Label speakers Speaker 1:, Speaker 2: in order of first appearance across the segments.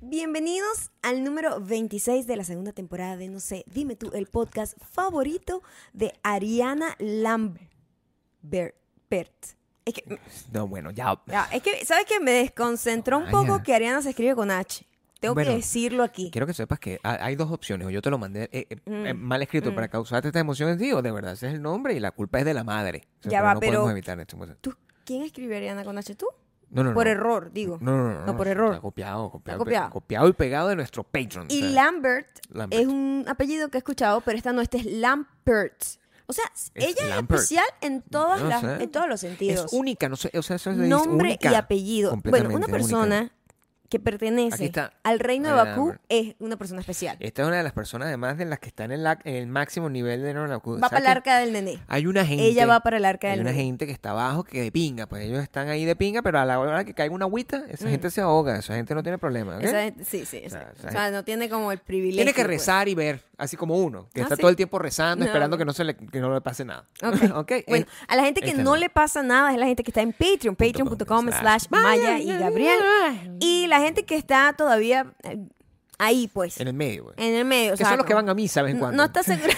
Speaker 1: Bienvenidos al número 26 de la segunda temporada de No sé, dime tú, el podcast favorito de Ariana Lambert. Es que,
Speaker 2: No, bueno, ya.
Speaker 1: ya, es que, ¿sabes qué? Me desconcentró un poco
Speaker 2: Ariana.
Speaker 1: que Ariana se escribe con H. Tengo
Speaker 2: Bueno,
Speaker 1: que decirlo aquí.
Speaker 2: Quiero que sepas que ha- hay dos opciones. O yo te lo mandé eh, eh,
Speaker 1: Mm.
Speaker 2: eh, mal escrito para causarte esta emoción en ti, o de verdad ese es el nombre y la culpa es de la madre. O sea,
Speaker 1: Ya va,
Speaker 2: no
Speaker 1: pero-
Speaker 2: podemos evitar esto. No,
Speaker 1: ¿Tú, ¿Quién escribe Ariana con H? ¿Tú?
Speaker 2: no, no.
Speaker 1: por
Speaker 2: no.
Speaker 1: error, digo.
Speaker 2: No, no, no.
Speaker 1: No, por
Speaker 2: está
Speaker 1: error.
Speaker 2: copiado, copiado.
Speaker 1: Está
Speaker 2: pe-
Speaker 1: copiado.
Speaker 2: copiado y pegado de nuestro Patreon. o
Speaker 1: Y
Speaker 2: sea,
Speaker 1: Lambert,
Speaker 2: Lambert.
Speaker 1: es un apellido que he escuchado, pero esta no, este es Lampert. O sea, ella
Speaker 2: Lampert.
Speaker 1: es especial en, todas
Speaker 2: No
Speaker 1: las,
Speaker 2: sé.
Speaker 1: en todos los sentidos.
Speaker 2: Es única, no sé, o sea, eso es de- es
Speaker 1: nombre
Speaker 2: única,
Speaker 1: y apellido. Bueno, una
Speaker 2: completamente
Speaker 1: persona
Speaker 2: única.
Speaker 1: que
Speaker 2: Aquí
Speaker 1: pertenece
Speaker 2: está.
Speaker 1: al reino de
Speaker 2: Ah,
Speaker 1: Bakú
Speaker 2: bueno.
Speaker 1: es una persona especial.
Speaker 2: Esta es una de las personas, además, de las que están en, la- en el máximo nivel de Noranacu.
Speaker 1: Va para el arca del nené.
Speaker 2: Hay una gente.
Speaker 1: Ella va para el arca
Speaker 2: Hay
Speaker 1: del
Speaker 2: una
Speaker 1: nené.
Speaker 2: gente que está abajo que de pinga, pues ellos están ahí de pinga, pero a la hora que caiga una agüita, esa gente se ahoga, esa gente no tiene problema. ¿ok?
Speaker 1: Mm. Esa gente- sí, sí. exacto.
Speaker 2: esa
Speaker 1: o sea, no tiene como el privilegio.
Speaker 2: Tiene que
Speaker 1: pues.
Speaker 2: rezar y ver, así como uno, que
Speaker 1: Ah,
Speaker 2: está
Speaker 1: sí.
Speaker 2: todo el tiempo rezando,
Speaker 1: No.
Speaker 2: esperando que no, se le, que no le pase nada.
Speaker 1: Ok.
Speaker 2: Ok,
Speaker 1: Bueno,
Speaker 2: eh,
Speaker 1: a la gente que
Speaker 2: esta
Speaker 1: no
Speaker 2: no.
Speaker 1: le pasa nada es la gente que está en Patreon, patreon.com slash Maya y Gabriel. Y la gente que está todavía eh, ahí, pues.
Speaker 2: en el medio, güey.
Speaker 1: En el medio. o
Speaker 2: Que
Speaker 1: sea,
Speaker 2: son los que
Speaker 1: no-
Speaker 2: van a misa de vez en
Speaker 1: no-
Speaker 2: cuando.
Speaker 1: No está seguro.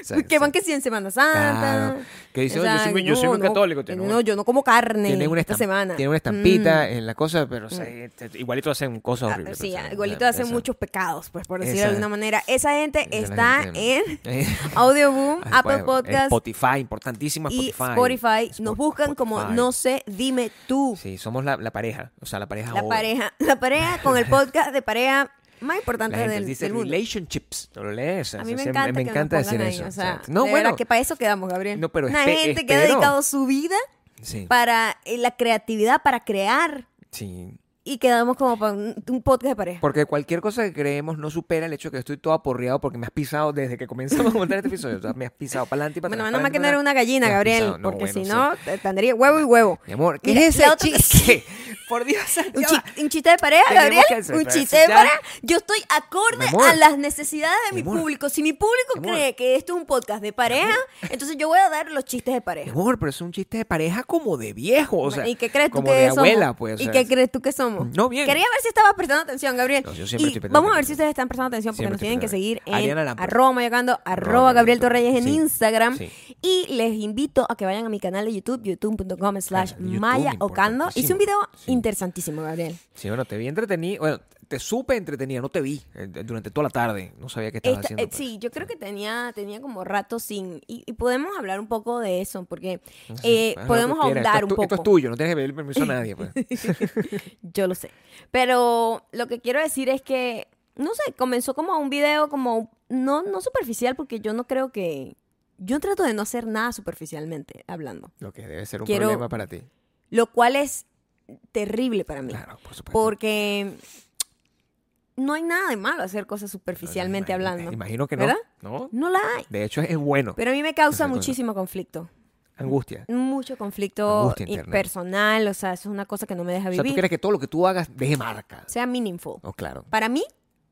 Speaker 2: O sea,
Speaker 1: que
Speaker 2: sí.
Speaker 1: van que sí en Semana Santa.
Speaker 2: Claro. Que dice, "Oye, yo soy muy- yo soy muy católico", tiene
Speaker 1: no,
Speaker 2: una-
Speaker 1: yo no como carne
Speaker 2: Tienen una,
Speaker 1: esta
Speaker 2: estam-
Speaker 1: semana. Mm.
Speaker 2: tienen una estampita en la cosa, pero o sea, este- igualito hacen cosas
Speaker 1: Ah,
Speaker 2: horribles.
Speaker 1: sí,
Speaker 2: o sea,
Speaker 1: igualito
Speaker 2: esa-
Speaker 1: hacen
Speaker 2: esa-
Speaker 1: muchos pecados, pues por decirlo
Speaker 2: esa-
Speaker 1: de alguna manera. Esa gente
Speaker 2: esa es
Speaker 1: está
Speaker 2: la gente-
Speaker 1: en Audioboom,
Speaker 2: Ay,
Speaker 1: Apple
Speaker 2: pues,
Speaker 1: Podcast
Speaker 2: Spotify, importantísimo
Speaker 1: y
Speaker 2: Spotify.
Speaker 1: Spotify. Nos
Speaker 2: Spot-
Speaker 1: buscan como
Speaker 2: Spotify.
Speaker 1: No sé, dime tú.
Speaker 2: Sí, somos la, la pareja, o sea, la pareja
Speaker 1: la
Speaker 2: joven.
Speaker 1: pareja, la pareja con el podcast de pareja más
Speaker 2: La
Speaker 1: importante
Speaker 2: gente
Speaker 1: del,
Speaker 2: dice
Speaker 1: del mundo.
Speaker 2: relationships, ¿no lo lees?
Speaker 1: A
Speaker 2: O
Speaker 1: mí
Speaker 2: sea,
Speaker 1: me
Speaker 2: se-
Speaker 1: encanta, que nos
Speaker 2: encanta
Speaker 1: pongan
Speaker 2: decir
Speaker 1: ahí,
Speaker 2: eso.
Speaker 1: o
Speaker 2: o
Speaker 1: sea,
Speaker 2: sea, no,
Speaker 1: de
Speaker 2: bueno,
Speaker 1: verdad que para eso quedamos, Gabriel.
Speaker 2: No, pero
Speaker 1: Una
Speaker 2: espe-
Speaker 1: gente que ha
Speaker 2: espero.
Speaker 1: dedicado su vida
Speaker 2: sí,
Speaker 1: para eh, la creatividad, para crear.
Speaker 2: sí.
Speaker 1: Y quedamos como para un, un podcast de pareja.
Speaker 2: Porque cualquier cosa que creemos no supera el hecho de que estoy todo aporreado porque me has pisado desde que comenzamos a montar este episodio. O sea, me has pisado para adelante y para
Speaker 1: Bueno,
Speaker 2: atrás.
Speaker 1: menos mal que no
Speaker 2: pa'lante,
Speaker 1: era una
Speaker 2: pa'lante.
Speaker 1: gallina,
Speaker 2: Me has
Speaker 1: Gabriel,
Speaker 2: pisado. No,
Speaker 1: porque
Speaker 2: bueno,
Speaker 1: si
Speaker 2: sí.
Speaker 1: no, te- tendría huevo y huevo.
Speaker 2: Mi amor, ¿qué
Speaker 1: Mira,
Speaker 2: es
Speaker 1: la
Speaker 2: ese
Speaker 1: otra-
Speaker 2: chiste? Por Dios,
Speaker 1: Un,
Speaker 2: ya va.
Speaker 1: chi- un chiste de pareja,
Speaker 2: Tenemos
Speaker 1: Gabriel.
Speaker 2: que hacer-
Speaker 1: un
Speaker 2: pero
Speaker 1: chiste
Speaker 2: si
Speaker 1: de
Speaker 2: ya-
Speaker 1: pareja. Yo estoy acorde
Speaker 2: Mi amor.
Speaker 1: a las necesidades de mi,
Speaker 2: Mi amor.
Speaker 1: público. Si mi público
Speaker 2: Mi amor.
Speaker 1: cree que esto es un podcast de pareja, entonces yo voy a dar los chistes de
Speaker 2: Mi
Speaker 1: pareja.
Speaker 2: amor, pero es un chiste de pareja como de viejo, o sea,
Speaker 1: ¿Y qué crees tú
Speaker 2: como
Speaker 1: que
Speaker 2: de
Speaker 1: somos?
Speaker 2: abuela, pues. o
Speaker 1: ¿Y
Speaker 2: sea,
Speaker 1: qué crees tú que somos?
Speaker 2: No, bien.
Speaker 1: Quería ver si estabas prestando atención, Gabriel.
Speaker 2: No, yo siempre
Speaker 1: y
Speaker 2: estoy prestando
Speaker 1: vamos a ver si
Speaker 2: atención.
Speaker 1: ustedes están prestando atención porque
Speaker 2: Siempre
Speaker 1: nos tienen que
Speaker 2: estoy
Speaker 1: seguir
Speaker 2: prestando atención.
Speaker 1: en
Speaker 2: Ariana Lampert.
Speaker 1: arroba llegando arroba
Speaker 2: Gabriel
Speaker 1: Gabriel Torreyes en
Speaker 2: Torreyes. Sí,
Speaker 1: Instagram.
Speaker 2: sí.
Speaker 1: Y les invito a que vayan a mi canal de YouTube, youtube.com slash
Speaker 2: Canal de YouTube,
Speaker 1: Maya Ocando. Hice un
Speaker 2: importantísimo.
Speaker 1: video
Speaker 2: Sí.
Speaker 1: interesantísimo, Gabriel.
Speaker 2: Sí, bueno, te vi entretenido. Bueno, te supe entretenida, no te vi eh, durante toda la tarde. No sabía qué estabas
Speaker 1: Esta-
Speaker 2: haciendo.
Speaker 1: eh,
Speaker 2: pues.
Speaker 1: sí, yo creo que tenía, tenía como rato sin. Y, y podemos hablar un poco de eso, porque eh,
Speaker 2: Ah, Haz lo que
Speaker 1: podemos
Speaker 2: quieras, esto
Speaker 1: ahondar
Speaker 2: es
Speaker 1: un
Speaker 2: tu- Esto es
Speaker 1: poco.
Speaker 2: tuyo, no tienes que pedirle permiso a nadie. Pues.
Speaker 1: Yo lo sé. Pero lo que quiero decir es que, no sé, comenzó como un video como no, no superficial, porque yo no creo que. Yo trato de no hacer nada superficialmente hablando.
Speaker 2: Lo que debe ser un
Speaker 1: Quiero-
Speaker 2: problema para ti.
Speaker 1: Lo cual es terrible para mí.
Speaker 2: Claro, pues por supuesto.
Speaker 1: porque no hay nada de malo hacer cosas superficialmente
Speaker 2: Imagino-
Speaker 1: hablando.
Speaker 2: Imagino que no.
Speaker 1: ¿Verdad?
Speaker 2: No.
Speaker 1: No la hay.
Speaker 2: De hecho, es, es bueno.
Speaker 1: Pero a mí me causa
Speaker 2: Esa cosa.
Speaker 1: muchísimo conflicto.
Speaker 2: Angustia.
Speaker 1: Mucho conflicto
Speaker 2: Angustia
Speaker 1: i-
Speaker 2: interna.
Speaker 1: personal, o sea, eso es una cosa que no me deja
Speaker 2: O sea, tú
Speaker 1: vivir.
Speaker 2: quieres que todo lo que tú hagas deje marca.
Speaker 1: sea meaningful.
Speaker 2: Oh, claro.
Speaker 1: Para mí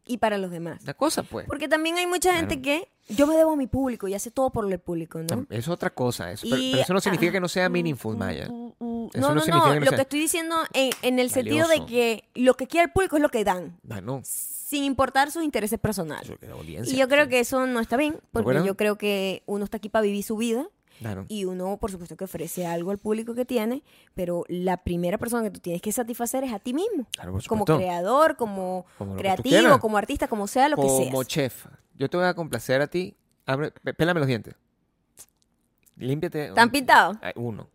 Speaker 1: y para los demás.
Speaker 2: La cosa, pues.
Speaker 1: Porque también hay mucha gente que yo me debo a mi público y hace todo por el público, ¿no?
Speaker 2: Es otra cosa. Eso, pero,
Speaker 1: Y-
Speaker 2: pero eso no significa
Speaker 1: ah,
Speaker 2: que no sea meaningful, Maya. Eso
Speaker 1: Uh, no,
Speaker 2: no
Speaker 1: no, no.
Speaker 2: significa que no
Speaker 1: lo
Speaker 2: sea-
Speaker 1: que estoy diciendo en, en el sentido de
Speaker 2: Valioso.
Speaker 1: que lo que quiere el público es lo que dan,
Speaker 2: Ah, no.
Speaker 1: sin importar sus intereses personales.
Speaker 2: Eso Ah, que la audiencia,
Speaker 1: Y yo creo
Speaker 2: sí.
Speaker 1: que eso no está bien, porque
Speaker 2: acuerdas?
Speaker 1: yo creo que uno está aquí para vivir su vida
Speaker 2: Claro.
Speaker 1: y uno, por supuesto, que ofrece algo al público que tiene, pero la primera persona que tú tienes que satisfacer es a ti mismo.
Speaker 2: Claro, Ah, por
Speaker 1: como
Speaker 2: supuesto.
Speaker 1: creador, como,
Speaker 2: Como lo que tú
Speaker 1: creativo,
Speaker 2: quieras.
Speaker 1: como artista, como sea lo que
Speaker 2: Como
Speaker 1: seas.
Speaker 2: chef. Yo te voy a complacer a ti. Abre, pe- pélame los dientes. Límpiate.
Speaker 1: ¿Están
Speaker 2: un-
Speaker 1: pintados?
Speaker 2: Ay, Uno.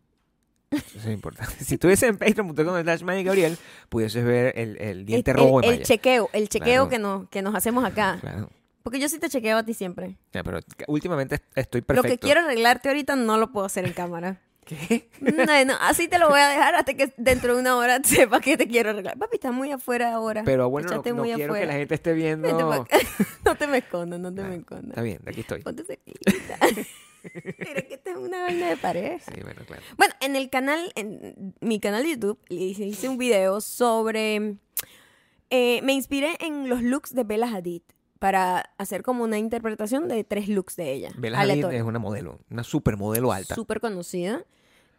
Speaker 2: Eso es importante. si estuviese en patreon.com slash Maya y Gabriel, pudieses ver el, el
Speaker 1: El,
Speaker 2: diente rojo
Speaker 1: el-
Speaker 2: de
Speaker 1: el
Speaker 2: Maya.
Speaker 1: chequeo, el chequeo
Speaker 2: Claro.
Speaker 1: que, nos, que nos hacemos acá.
Speaker 2: Claro.
Speaker 1: Porque yo sí te chequeo a ti siempre.
Speaker 2: Ya, pero que- últimamente est- estoy perfecto.
Speaker 1: Lo que quiero arreglarte ahorita no lo puedo hacer en cámara.
Speaker 2: ¿Qué?
Speaker 1: Bueno, así te lo voy a dejar hasta que dentro de una hora sepas que te quiero arreglar. Papi, estás muy afuera ahora.
Speaker 2: Pero bueno, no,
Speaker 1: Echaste
Speaker 2: no
Speaker 1: muy
Speaker 2: quiero que
Speaker 1: afuera.
Speaker 2: la gente esté viendo.
Speaker 1: Vente pa' acá. no te me escondas, no te me
Speaker 2: Está
Speaker 1: escondas.
Speaker 2: bien, aquí estoy.
Speaker 1: Ponte cerquita. Pero que esta es una vaina de pareja.
Speaker 2: Sí, bueno, claro.
Speaker 1: Bueno, en el canal, en mi canal de YouTube, le hice, hice un video sobre. eh, me inspiré en los looks de Bella Hadid para hacer como una interpretación de tres looks de ella.
Speaker 2: Bella Hadid
Speaker 1: aleatoria.
Speaker 2: es una modelo, una supermodelo alta.
Speaker 1: Súper conocida.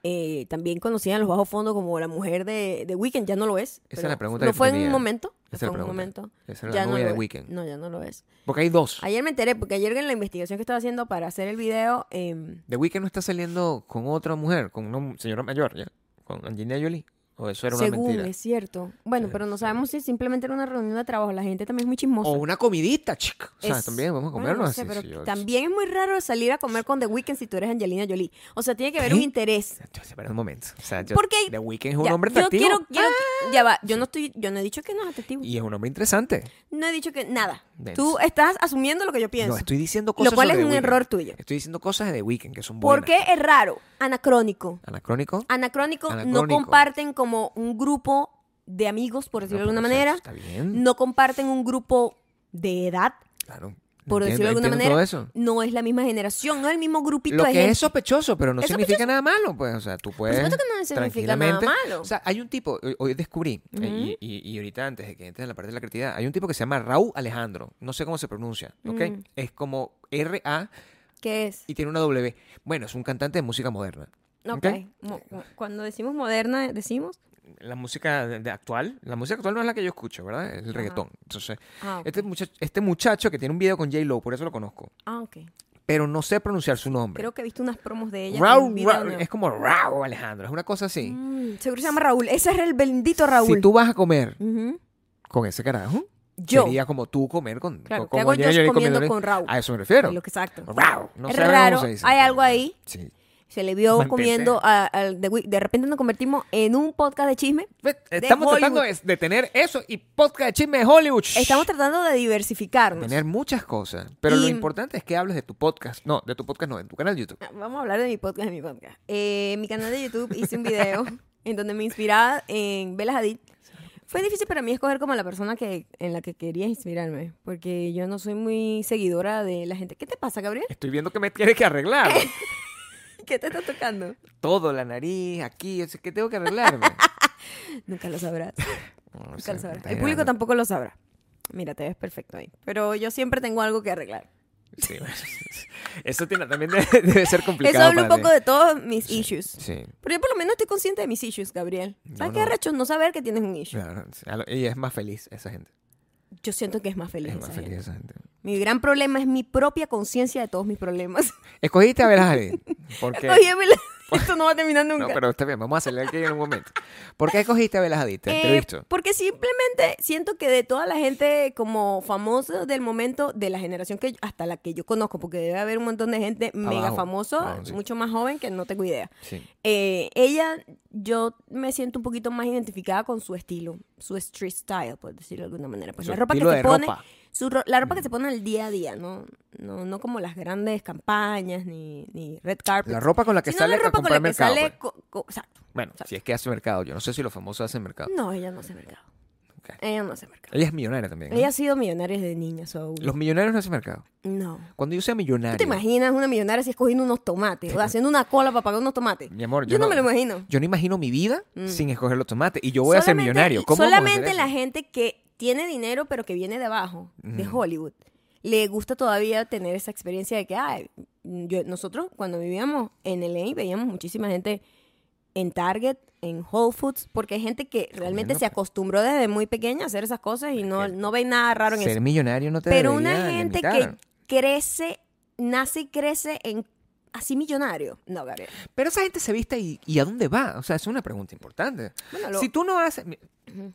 Speaker 1: eh, también conocida en los bajos fondos como la mujer de, de Weekend, ya no lo es.
Speaker 2: Esa es
Speaker 1: pero
Speaker 2: la pregunta
Speaker 1: No
Speaker 2: que
Speaker 1: fue en
Speaker 2: tenía.
Speaker 1: un momento.
Speaker 2: Esa es
Speaker 1: fue
Speaker 2: la
Speaker 1: un
Speaker 2: pregunta.
Speaker 1: momento.
Speaker 2: Esa era la novia
Speaker 1: lo
Speaker 2: de
Speaker 1: es.
Speaker 2: Weekend.
Speaker 1: No, ya no lo es.
Speaker 2: Porque hay dos.
Speaker 1: Ayer me enteré, porque ayer en la investigación que estaba haciendo para hacer el video, em,
Speaker 2: The Weeknd no está saliendo con otra mujer, con una señora mayor, ¿ya? Con Angelina Jolie. O eso era una
Speaker 1: según
Speaker 2: mentira.
Speaker 1: es cierto. Bueno,
Speaker 2: Sí,
Speaker 1: pero no
Speaker 2: sí.
Speaker 1: sabemos si simplemente era una reunión de trabajo. La gente también es muy chismosa.
Speaker 2: O una comidita, chica. O sea,
Speaker 1: Es-
Speaker 2: también vamos a
Speaker 1: bueno,
Speaker 2: comernos
Speaker 1: no sé,
Speaker 2: así.
Speaker 1: pero
Speaker 2: sí, yo-
Speaker 1: también es muy raro salir a comer con The Weeknd si tú eres Angelina Jolie. O sea, tiene que haber un
Speaker 2: ¿Qué?
Speaker 1: interés.
Speaker 2: Yo- Espera un momento. O sea, yo-
Speaker 1: Porque-
Speaker 2: The Weeknd es un
Speaker 1: Ya,
Speaker 2: hombre
Speaker 1: yo
Speaker 2: atractivo. ¡Ah!
Speaker 1: quiero, quiero- ya va, yo no estoy, yo no he dicho que no es atractivo.
Speaker 2: Y es un hombre interesante.
Speaker 1: No he dicho que nada.
Speaker 2: Denso.
Speaker 1: Tú estás asumiendo lo que yo pienso.
Speaker 2: No, estoy diciendo
Speaker 1: lo
Speaker 2: cosas
Speaker 1: cual es
Speaker 2: sobre The
Speaker 1: un
Speaker 2: Weeknd.
Speaker 1: error tuyo.
Speaker 2: Estoy diciendo cosas de The Weeknd que son buenas.
Speaker 1: ¿Por qué es raro? Anacrónico.
Speaker 2: ¿Anacrónico?
Speaker 1: Anacrónico, no
Speaker 2: Anacrónico.
Speaker 1: comparten como un grupo de amigos, por decirlo
Speaker 2: No,
Speaker 1: de alguna
Speaker 2: pero, o sea,
Speaker 1: manera.
Speaker 2: Está bien.
Speaker 1: No comparten un grupo de edad,
Speaker 2: Claro.
Speaker 1: por decirlo
Speaker 2: Entiendo-
Speaker 1: de alguna
Speaker 2: entiendo
Speaker 1: manera.
Speaker 2: todo eso.
Speaker 1: No es la misma generación, no es el mismo grupito
Speaker 2: Lo
Speaker 1: de
Speaker 2: que
Speaker 1: gente.
Speaker 2: es sospechoso, pero no
Speaker 1: Es
Speaker 2: significa nada malo, pues, o sea, tú puedes
Speaker 1: supuesto que no significa nada
Speaker 2: tranquilamente-
Speaker 1: malo.
Speaker 2: O sea, hay un tipo, hoy, hoy descubrí, eh, y- y, y ahorita antes de que entres en la parte de la creatividad, hay un tipo que se llama Raúl Alejandro, no sé cómo se pronuncia, ¿ok?
Speaker 1: Mm.
Speaker 2: Es como R-A
Speaker 1: ¿Qué es?
Speaker 2: y tiene una W. Bueno, es un cantante de música moderna.
Speaker 1: Ok. Mo- mo- Cuando decimos moderna, decimos.
Speaker 2: La música de, de actual, la música actual no es la que yo escucho, ¿verdad? Es el reggaetón. Entonces,
Speaker 1: Ah, ok.
Speaker 2: este muchacho, este muchacho que tiene un video con J-Lo, por eso lo conozco,
Speaker 1: Ah, ok.
Speaker 2: pero no sé pronunciar su nombre.
Speaker 1: Creo que he visto unas promos de ella. en
Speaker 2: Raúl,
Speaker 1: un video
Speaker 2: Raúl,
Speaker 1: nuevo.
Speaker 2: es como Raúl Alejandro, es una cosa así.
Speaker 1: Mm, seguro se llama Raúl. Ese es el bendito Raúl.
Speaker 2: Si tú vas a comer
Speaker 1: Ujú.
Speaker 2: con ese carajo,
Speaker 1: Yo.
Speaker 2: sería como tú comer con,
Speaker 1: Claro,
Speaker 2: con,
Speaker 1: ¿qué hago
Speaker 2: Angelina
Speaker 1: yo
Speaker 2: Jolie
Speaker 1: comiendo
Speaker 2: comiéndole-
Speaker 1: con Raúl?
Speaker 2: A eso me refiero.
Speaker 1: Lo que- exacto.
Speaker 2: Raúl, no
Speaker 1: es
Speaker 2: sabe cómo
Speaker 1: raro.
Speaker 2: se dice.
Speaker 1: Hay algo ahí.
Speaker 2: Sí.
Speaker 1: Se le vio
Speaker 2: Mal
Speaker 1: comiendo a- al The Week- De repente nos convertimos en un podcast de chisme.
Speaker 2: Ve, Estamos
Speaker 1: Hollywood.
Speaker 2: tratando de, de tener eso y podcast de chisme de Hollywood.
Speaker 1: Estamos tratando de diversificarnos.
Speaker 2: tener muchas cosas, pero lo
Speaker 1: Y-
Speaker 2: importante es que hables de tu podcast, no, de tu podcast no, de tu canal de YouTube.
Speaker 1: Vamos a hablar de mi podcast, de mi podcast. Eh, en mi canal de YouTube hice un video en donde me inspiraba en Bella Hadid. Fue difícil para mí escoger como la persona que, en la que quería inspirarme, porque yo no soy muy seguidora de la gente. ¿Qué te pasa, Gabriel?
Speaker 2: Estoy viendo que me tienes que arreglar.
Speaker 1: ¿Qué te está tocando?
Speaker 2: Todo, la nariz, aquí, es que tengo que arreglarme.
Speaker 1: Nunca lo sabrás.
Speaker 2: No, o
Speaker 1: Nunca
Speaker 2: sea,
Speaker 1: lo sabrás.
Speaker 2: me estás
Speaker 1: El público
Speaker 2: llegando.
Speaker 1: tampoco lo sabrá. Mira, te ves perfecto ahí. Pero yo siempre tengo algo que arreglar.
Speaker 2: Sí, bueno. Eso tiene- también debe, debe ser complicado.
Speaker 1: Eso habla un
Speaker 2: para ti.
Speaker 1: poco de todos mis
Speaker 2: Sí,
Speaker 1: issues.
Speaker 2: Sí.
Speaker 1: Pero yo por lo menos estoy consciente de mis issues, Gabriel. ¿Sabes
Speaker 2: Yo
Speaker 1: qué
Speaker 2: no.
Speaker 1: arrecho? No saber que tienes un issue.
Speaker 2: Claro, sí. A lo- y es más feliz esa gente.
Speaker 1: Yo siento que es más feliz.
Speaker 2: Es
Speaker 1: esa
Speaker 2: más
Speaker 1: gente.
Speaker 2: feliz esa gente.
Speaker 1: Mi gran problema es mi propia conciencia de todos mis problemas.
Speaker 2: Escogiste a Bella Hadid. Porque...
Speaker 1: Oye, Bela, esto no va a terminar nunca.
Speaker 2: No, pero está bien, vamos a salir aquí en un momento. ¿Por qué escogiste a Bella Hadid? Te
Speaker 1: Eh,
Speaker 2: entrevisto.
Speaker 1: porque simplemente siento que de toda la gente como famosa del momento, de la generación que yo- hasta la que yo conozco, porque debe haber un montón de gente mega
Speaker 2: Abajo,
Speaker 1: famoso,
Speaker 2: abajo, sí.
Speaker 1: mucho más joven que no tengo idea.
Speaker 2: Sí.
Speaker 1: Eh, ella, yo me siento un poquito más identificada con su estilo, su street style, por decirlo de alguna manera. Pues
Speaker 2: Su
Speaker 1: la ropa que
Speaker 2: estilo
Speaker 1: se
Speaker 2: de
Speaker 1: pone,
Speaker 2: ropa. Mm.
Speaker 1: su ro- la ropa que se pone al día a día, no, no, no como las grandes campañas ni, ni red carpet.
Speaker 2: La ropa con la que
Speaker 1: sino la
Speaker 2: sale a
Speaker 1: ropa con
Speaker 2: comprar
Speaker 1: la que
Speaker 2: mercado.
Speaker 1: sale,
Speaker 2: pues.
Speaker 1: co- co- exacto.
Speaker 2: Bueno,
Speaker 1: exacto.
Speaker 2: si es que hace mercado. Yo no sé si los famosos hacen mercado.
Speaker 1: No, ella no hace mercado.
Speaker 2: Ok.
Speaker 1: Ella no hace mercado.
Speaker 2: Ella es millonaria también. ¿eh?
Speaker 1: Ella ha sido millonaria desde niña, su abuela.
Speaker 2: Los millonarios no hacen mercado.
Speaker 1: No.
Speaker 2: Cuando yo sea
Speaker 1: ¿Tú
Speaker 2: millonario.
Speaker 1: te imaginas una millonaria si es cogiendo unos tomates o haciendo una cola para pagar unos tomates?
Speaker 2: Mi amor,
Speaker 1: yo, no, me lo imagino.
Speaker 2: Yo no imagino mi vida
Speaker 1: Mm.
Speaker 2: sin escoger los tomates. Y yo voy a ser
Speaker 1: Solamente-
Speaker 2: millonario. ¿Cómo vamos a hacer
Speaker 1: solamente
Speaker 2: eso?
Speaker 1: la gente que tiene dinero pero que viene de abajo, de Hollywood, le gusta todavía tener esa experiencia de que, ay, yo- nosotros cuando vivíamos en LA veíamos muchísima gente en Target, en Whole Foods, porque hay gente que realmente
Speaker 2: Comiendo,
Speaker 1: se
Speaker 2: pues.
Speaker 1: acostumbró desde muy pequeña a hacer esas cosas y no,
Speaker 2: que
Speaker 1: no ve nada raro en
Speaker 2: Ser
Speaker 1: eso.
Speaker 2: millonario no te
Speaker 1: Pero una
Speaker 2: debería
Speaker 1: gente que
Speaker 2: limitar.
Speaker 1: crece, nace y crece en así millonario. No, Gabriel.
Speaker 2: Pero esa gente se viste y, y ¿a dónde va? O sea, es una pregunta importante.
Speaker 1: Bueno, lo-
Speaker 2: Si tú no haces... mi-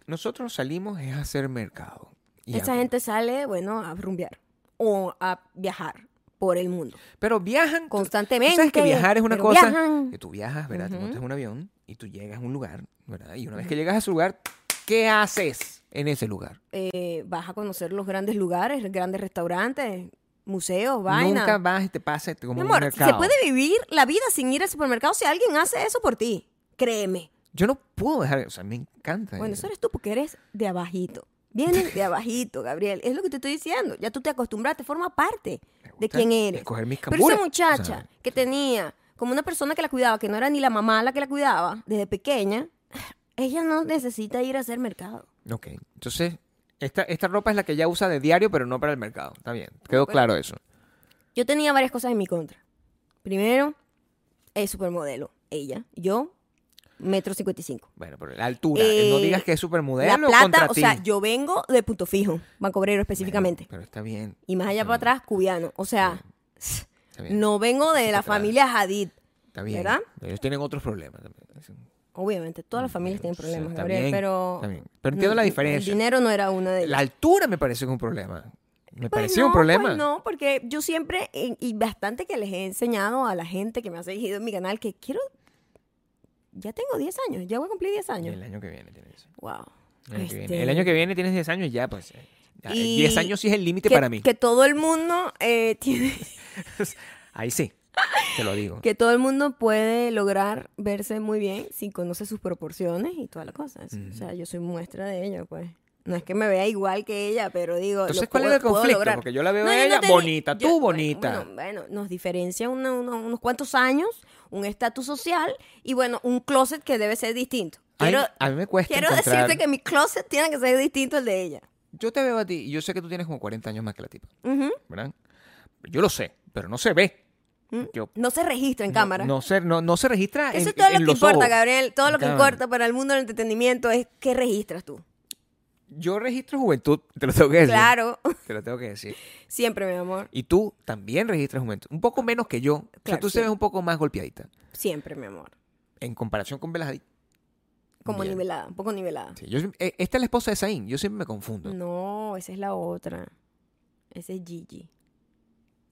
Speaker 2: Nosotros salimos es a hacer mercado. Y
Speaker 1: Esa
Speaker 2: a-
Speaker 1: gente sale, bueno, a rumbear o a viajar por el mundo.
Speaker 2: Pero viajan... tú-
Speaker 1: Constantemente.
Speaker 2: Tú sabes que viajar es una
Speaker 1: pero
Speaker 2: cosa
Speaker 1: viajan.
Speaker 2: que tú viajas, ¿verdad? Te
Speaker 1: Ujú.
Speaker 2: montas en un avión y tú llegas a un lugar, ¿verdad? Y una vez que llegas a ese lugar, ¿qué haces en ese lugar?
Speaker 1: Eh, vas a conocer los grandes lugares, grandes restaurantes, museos, vainas.
Speaker 2: Nunca vas y te pasas como
Speaker 1: Mi
Speaker 2: un
Speaker 1: amor,
Speaker 2: mercado.
Speaker 1: se puede vivir la vida sin ir al supermercado si alguien hace eso por ti. Créeme.
Speaker 2: Yo no puedo dejar... O sea, me encanta.
Speaker 1: Bueno,
Speaker 2: eso.
Speaker 1: eso eres tú porque eres de abajito. Vienes de abajito, Gabriel. Es lo que te estoy diciendo. Ya tú te acostumbraste, forma parte de
Speaker 2: gusta
Speaker 1: quién eres.
Speaker 2: escoger mis
Speaker 1: Pero
Speaker 2: cambures,
Speaker 1: esa muchacha
Speaker 2: ¿sabes?
Speaker 1: que tenía como una persona que la cuidaba, que no era ni la mamá la que la cuidaba desde pequeña, ella no necesita ir a hacer mercado.
Speaker 2: Ok, entonces esta, esta ropa es la que ya usa de diario, pero no para el mercado. Está bien, quedó claro eso.
Speaker 1: Yo tenía varias cosas en mi contra. Primero, es supermodelo. Ella, yo, metro cincuenta y cinco.
Speaker 2: Bueno, pero la altura.
Speaker 1: Eh,
Speaker 2: no digas que es
Speaker 1: La
Speaker 2: supermodelo
Speaker 1: plata,
Speaker 2: contra
Speaker 1: o
Speaker 2: ti.
Speaker 1: sea, yo vengo de Punto Fijo, Banco Obrero específicamente.
Speaker 2: Pero está bien.
Speaker 1: y más allá
Speaker 2: Sí.
Speaker 1: para atrás, cubiano. O sea,
Speaker 2: Está bien.
Speaker 1: no vengo de la
Speaker 2: para atrás.
Speaker 1: familia Hadid.
Speaker 2: Está bien.
Speaker 1: ¿Verdad?
Speaker 2: Ellos tienen otros problemas también.
Speaker 1: Obviamente, todas las familias tienen
Speaker 2: Sí,
Speaker 1: problemas,
Speaker 2: está
Speaker 1: Gabriel,
Speaker 2: bien,
Speaker 1: pero...
Speaker 2: está bien. Pero entiendo la
Speaker 1: el-
Speaker 2: diferencia.
Speaker 1: El dinero no era una de ellas.
Speaker 2: La altura me parece que es un problema. Me
Speaker 1: Pues
Speaker 2: parece
Speaker 1: no,
Speaker 2: un problema.
Speaker 1: pues no, porque yo siempre, y, y bastante que les he enseñado a la gente que me ha seguido en mi canal, que quiero... Ya tengo 10 años, ya voy a cumplir 10 años.
Speaker 2: El año que viene tienes.
Speaker 1: Wow.
Speaker 2: El año, que viene.
Speaker 1: Este,
Speaker 2: El año que viene tienes 10 años y ya, pues. eh, ya,
Speaker 1: Y-
Speaker 2: 10 años sí es el límite
Speaker 1: que-
Speaker 2: para mí.
Speaker 1: Que todo el mundo eh, tiene...
Speaker 2: Ahí sí. Te lo digo.
Speaker 1: Que todo el mundo puede lograr verse muy bien si conoce sus proporciones y toda la cosa. Eso, O sea, yo soy muestra de ello, pues. No es que me vea igual que ella, pero digo. lo
Speaker 2: Entonces, ¿cuál
Speaker 1: puedo-
Speaker 2: era el
Speaker 1: puedo
Speaker 2: conflicto?
Speaker 1: lograr.
Speaker 2: Porque yo la veo
Speaker 1: No,
Speaker 2: a
Speaker 1: yo no
Speaker 2: ella
Speaker 1: tenía-
Speaker 2: bonita,
Speaker 1: yo-
Speaker 2: tú
Speaker 1: bueno,
Speaker 2: bonita.
Speaker 1: Bueno, bueno, nos diferencia una- una- unos cuantos años, un estatus social y, bueno, un closet que debe ser distinto.
Speaker 2: Ay,
Speaker 1: Quiero,
Speaker 2: a mí me cuesta
Speaker 1: quiero
Speaker 2: encontrar-
Speaker 1: decirte que mi closet tiene que ser distinto al de ella.
Speaker 2: Yo te veo a ti y yo sé que tú tienes como 40 años más que la tipa,
Speaker 1: Ujú.
Speaker 2: ¿verdad? Yo lo sé, pero no se ve. Yo,
Speaker 1: No se registra en
Speaker 2: no-
Speaker 1: cámara.
Speaker 2: No, se, no, no se registra
Speaker 1: Eso
Speaker 2: en,
Speaker 1: es todo lo
Speaker 2: en
Speaker 1: que
Speaker 2: los
Speaker 1: importa,
Speaker 2: ojos.
Speaker 1: Gabriel. Todo
Speaker 2: En
Speaker 1: lo que
Speaker 2: cámara.
Speaker 1: importa para el mundo del entretenimiento es qué registras tú.
Speaker 2: Yo registro juventud, te lo tengo que decir.
Speaker 1: Claro.
Speaker 2: Te lo tengo que decir.
Speaker 1: Siempre, mi amor.
Speaker 2: Y tú también registras juventud. Un poco menos que yo. O sea,
Speaker 1: Claro,
Speaker 2: tú
Speaker 1: sí.
Speaker 2: se ves un poco más golpeadita.
Speaker 1: Siempre, mi amor.
Speaker 2: En comparación con Belahadi.
Speaker 1: Como
Speaker 2: Bien.
Speaker 1: nivelada, un poco nivelada.
Speaker 2: Sí, yo, eh, esta es la esposa de Zayn. Yo siempre me confundo.
Speaker 1: Mm. No, esa es la otra. Esa es Gigi.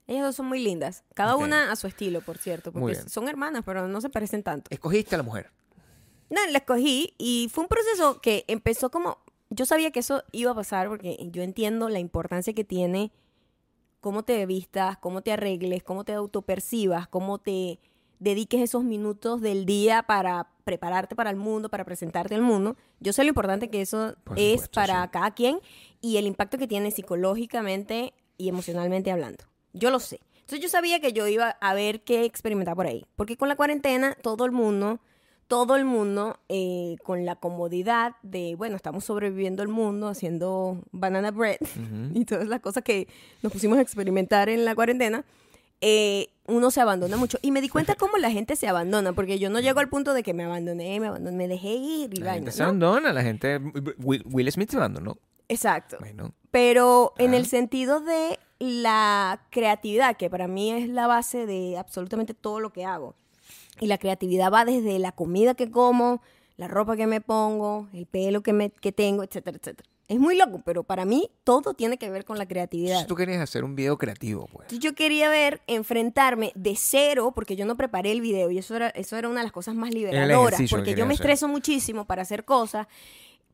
Speaker 1: Ellas dos son muy lindas. Cada
Speaker 2: Ok.
Speaker 1: una a su estilo, por cierto.
Speaker 2: Muy
Speaker 1: Porque
Speaker 2: bien.
Speaker 1: son hermanas, pero no se parecen tanto.
Speaker 2: Escogiste a la mujer.
Speaker 1: No, la escogí y fue un proceso que empezó como... Yo sabía que eso iba a pasar porque yo entiendo la importancia que tiene cómo te vistas, cómo te arregles, cómo te autopercibas, cómo te dediques esos minutos del día para prepararte para el mundo, para presentarte al mundo. Yo sé lo importante que eso
Speaker 2: Por
Speaker 1: es
Speaker 2: supuesto,
Speaker 1: para
Speaker 2: sí.
Speaker 1: cada quien y el impacto que tiene psicológicamente y emocionalmente hablando. Yo lo sé. Entonces yo sabía que yo iba a ver qué experimentar por ahí. Porque con la cuarentena todo el mundo, todo el mundo eh, con la comodidad de, bueno, estamos sobreviviendo el mundo haciendo banana bread y todas las cosas que nos pusimos a experimentar en la cuarentena, eh, uno se abandona mucho. Y me di cuenta cómo la gente se abandona, porque yo no llego al punto de que me abandoné, me abandoné, me dejé ir y
Speaker 2: La
Speaker 1: vaina,
Speaker 2: gente se
Speaker 1: ¿no?
Speaker 2: abandona. La gente... Will, Will Smith se abandonó.
Speaker 1: Exacto.
Speaker 2: Bueno.
Speaker 1: Pero en
Speaker 2: Ah.
Speaker 1: el sentido de la creatividad, que para mí es la base de absolutamente todo lo que hago. Y la creatividad va desde la comida que como, la ropa que me pongo, el pelo que, me, que tengo, etcétera, etcétera. Es muy loco, pero para mí todo tiene que ver con la creatividad.
Speaker 2: Entonces tú querías hacer un video creativo, pues.
Speaker 1: Entonces, yo quería ver, enfrentarme de cero, porque yo no preparé el video y eso era, eso era una de las cosas más liberadoras,
Speaker 2: ejercicio que
Speaker 1: porque yo
Speaker 2: querías
Speaker 1: me
Speaker 2: hacer.
Speaker 1: estreso muchísimo para hacer cosas,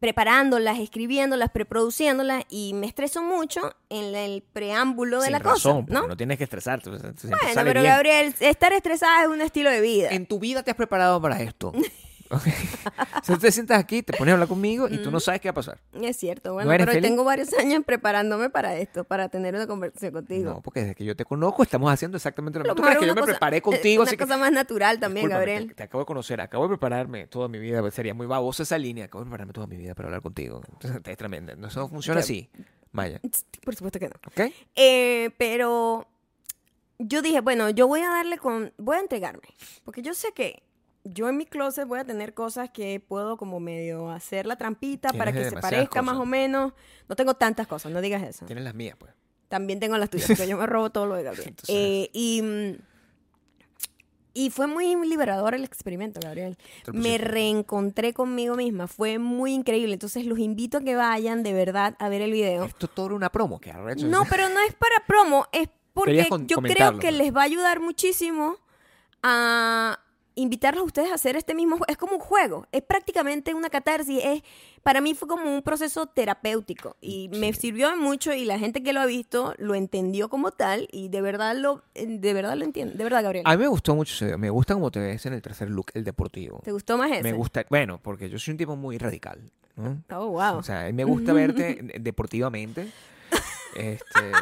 Speaker 1: preparándolas, escribiéndolas, preproduciéndolas y me estreso mucho en la- el preámbulo de
Speaker 2: Sin
Speaker 1: la
Speaker 2: razón,
Speaker 1: cosa, ¿no?
Speaker 2: porque no tienes que estresarte. o sea, siempre
Speaker 1: bueno,
Speaker 2: sale
Speaker 1: pero
Speaker 2: bien.
Speaker 1: Gabriel, estar estresada es un estilo de vida.
Speaker 2: En tu vida te has preparado para esto. Ok. Si tú te sientas aquí, te pones a hablar conmigo y tú
Speaker 1: Mm.
Speaker 2: no sabes qué va a pasar.
Speaker 1: Es cierto, bueno,
Speaker 2: eres
Speaker 1: pero
Speaker 2: feliz?
Speaker 1: tengo varios años preparándome para esto, para tener una conversación contigo.
Speaker 2: No, porque desde que yo te conozco estamos haciendo exactamente lo
Speaker 1: A lo
Speaker 2: mismo. Tú
Speaker 1: mejor
Speaker 2: crees que
Speaker 1: una
Speaker 2: yo me
Speaker 1: cosa-
Speaker 2: preparé
Speaker 1: eh,
Speaker 2: contigo,
Speaker 1: Una
Speaker 2: así que...
Speaker 1: cosa más natural también,
Speaker 2: Discúlpame,
Speaker 1: Gabriel.
Speaker 2: Te, te acabo de conocer, acabo de prepararme toda mi vida. Sería muy babosa esa línea. Acabo de prepararme toda mi vida para hablar contigo. Es tremenda. No, eso funciona
Speaker 1: Claro.
Speaker 2: así, Maya.
Speaker 1: Por supuesto que no.
Speaker 2: ¿Ok?
Speaker 1: Eh, pero yo dije, bueno, yo voy a darle con, voy a entregarme, porque yo sé que yo en mi closet voy a tener cosas que puedo como medio hacer la trampita para
Speaker 2: Tienes
Speaker 1: que se
Speaker 2: demasiadas
Speaker 1: parezca más
Speaker 2: cosas.
Speaker 1: o menos. No tengo tantas cosas, no digas eso.
Speaker 2: Tienes las mías, pues.
Speaker 1: También tengo las tuyas, porque yo me robo todo lo de Gabriel.
Speaker 2: Entonces-
Speaker 1: Eh, y, mm, y fue muy liberador el experimento, Gabriel.
Speaker 2: Te lo
Speaker 1: Me
Speaker 2: pusiste.
Speaker 1: reencontré conmigo misma, fue muy increíble. Entonces los invito a que vayan de verdad a ver el video.
Speaker 2: Esto es todo era una promo que ha hecho.
Speaker 1: No, pero no es para promo, es porque
Speaker 2: Querías con-
Speaker 1: yo creo
Speaker 2: comentarlo, pues.
Speaker 1: que
Speaker 2: ¿no?
Speaker 1: les va a ayudar muchísimo a invitarlos a ustedes a hacer este mismo jue- Es como un juego, es prácticamente una catarsis. Es, para mí fue como un proceso terapéutico y me sirvió mucho y la gente que lo ha visto lo entendió como tal y de verdad lo, eh, de verdad lo entiende. De verdad, Gabriel.
Speaker 2: A mí me gustó mucho ese video. Me gusta cómo te ves en el tercer look, el deportivo.
Speaker 1: ¿Te gustó más ese?
Speaker 2: Me gusta, bueno, porque yo soy un tipo muy radical, ¿no?
Speaker 1: Oh, wow.
Speaker 2: O sea, me gusta verte deportivamente. Este,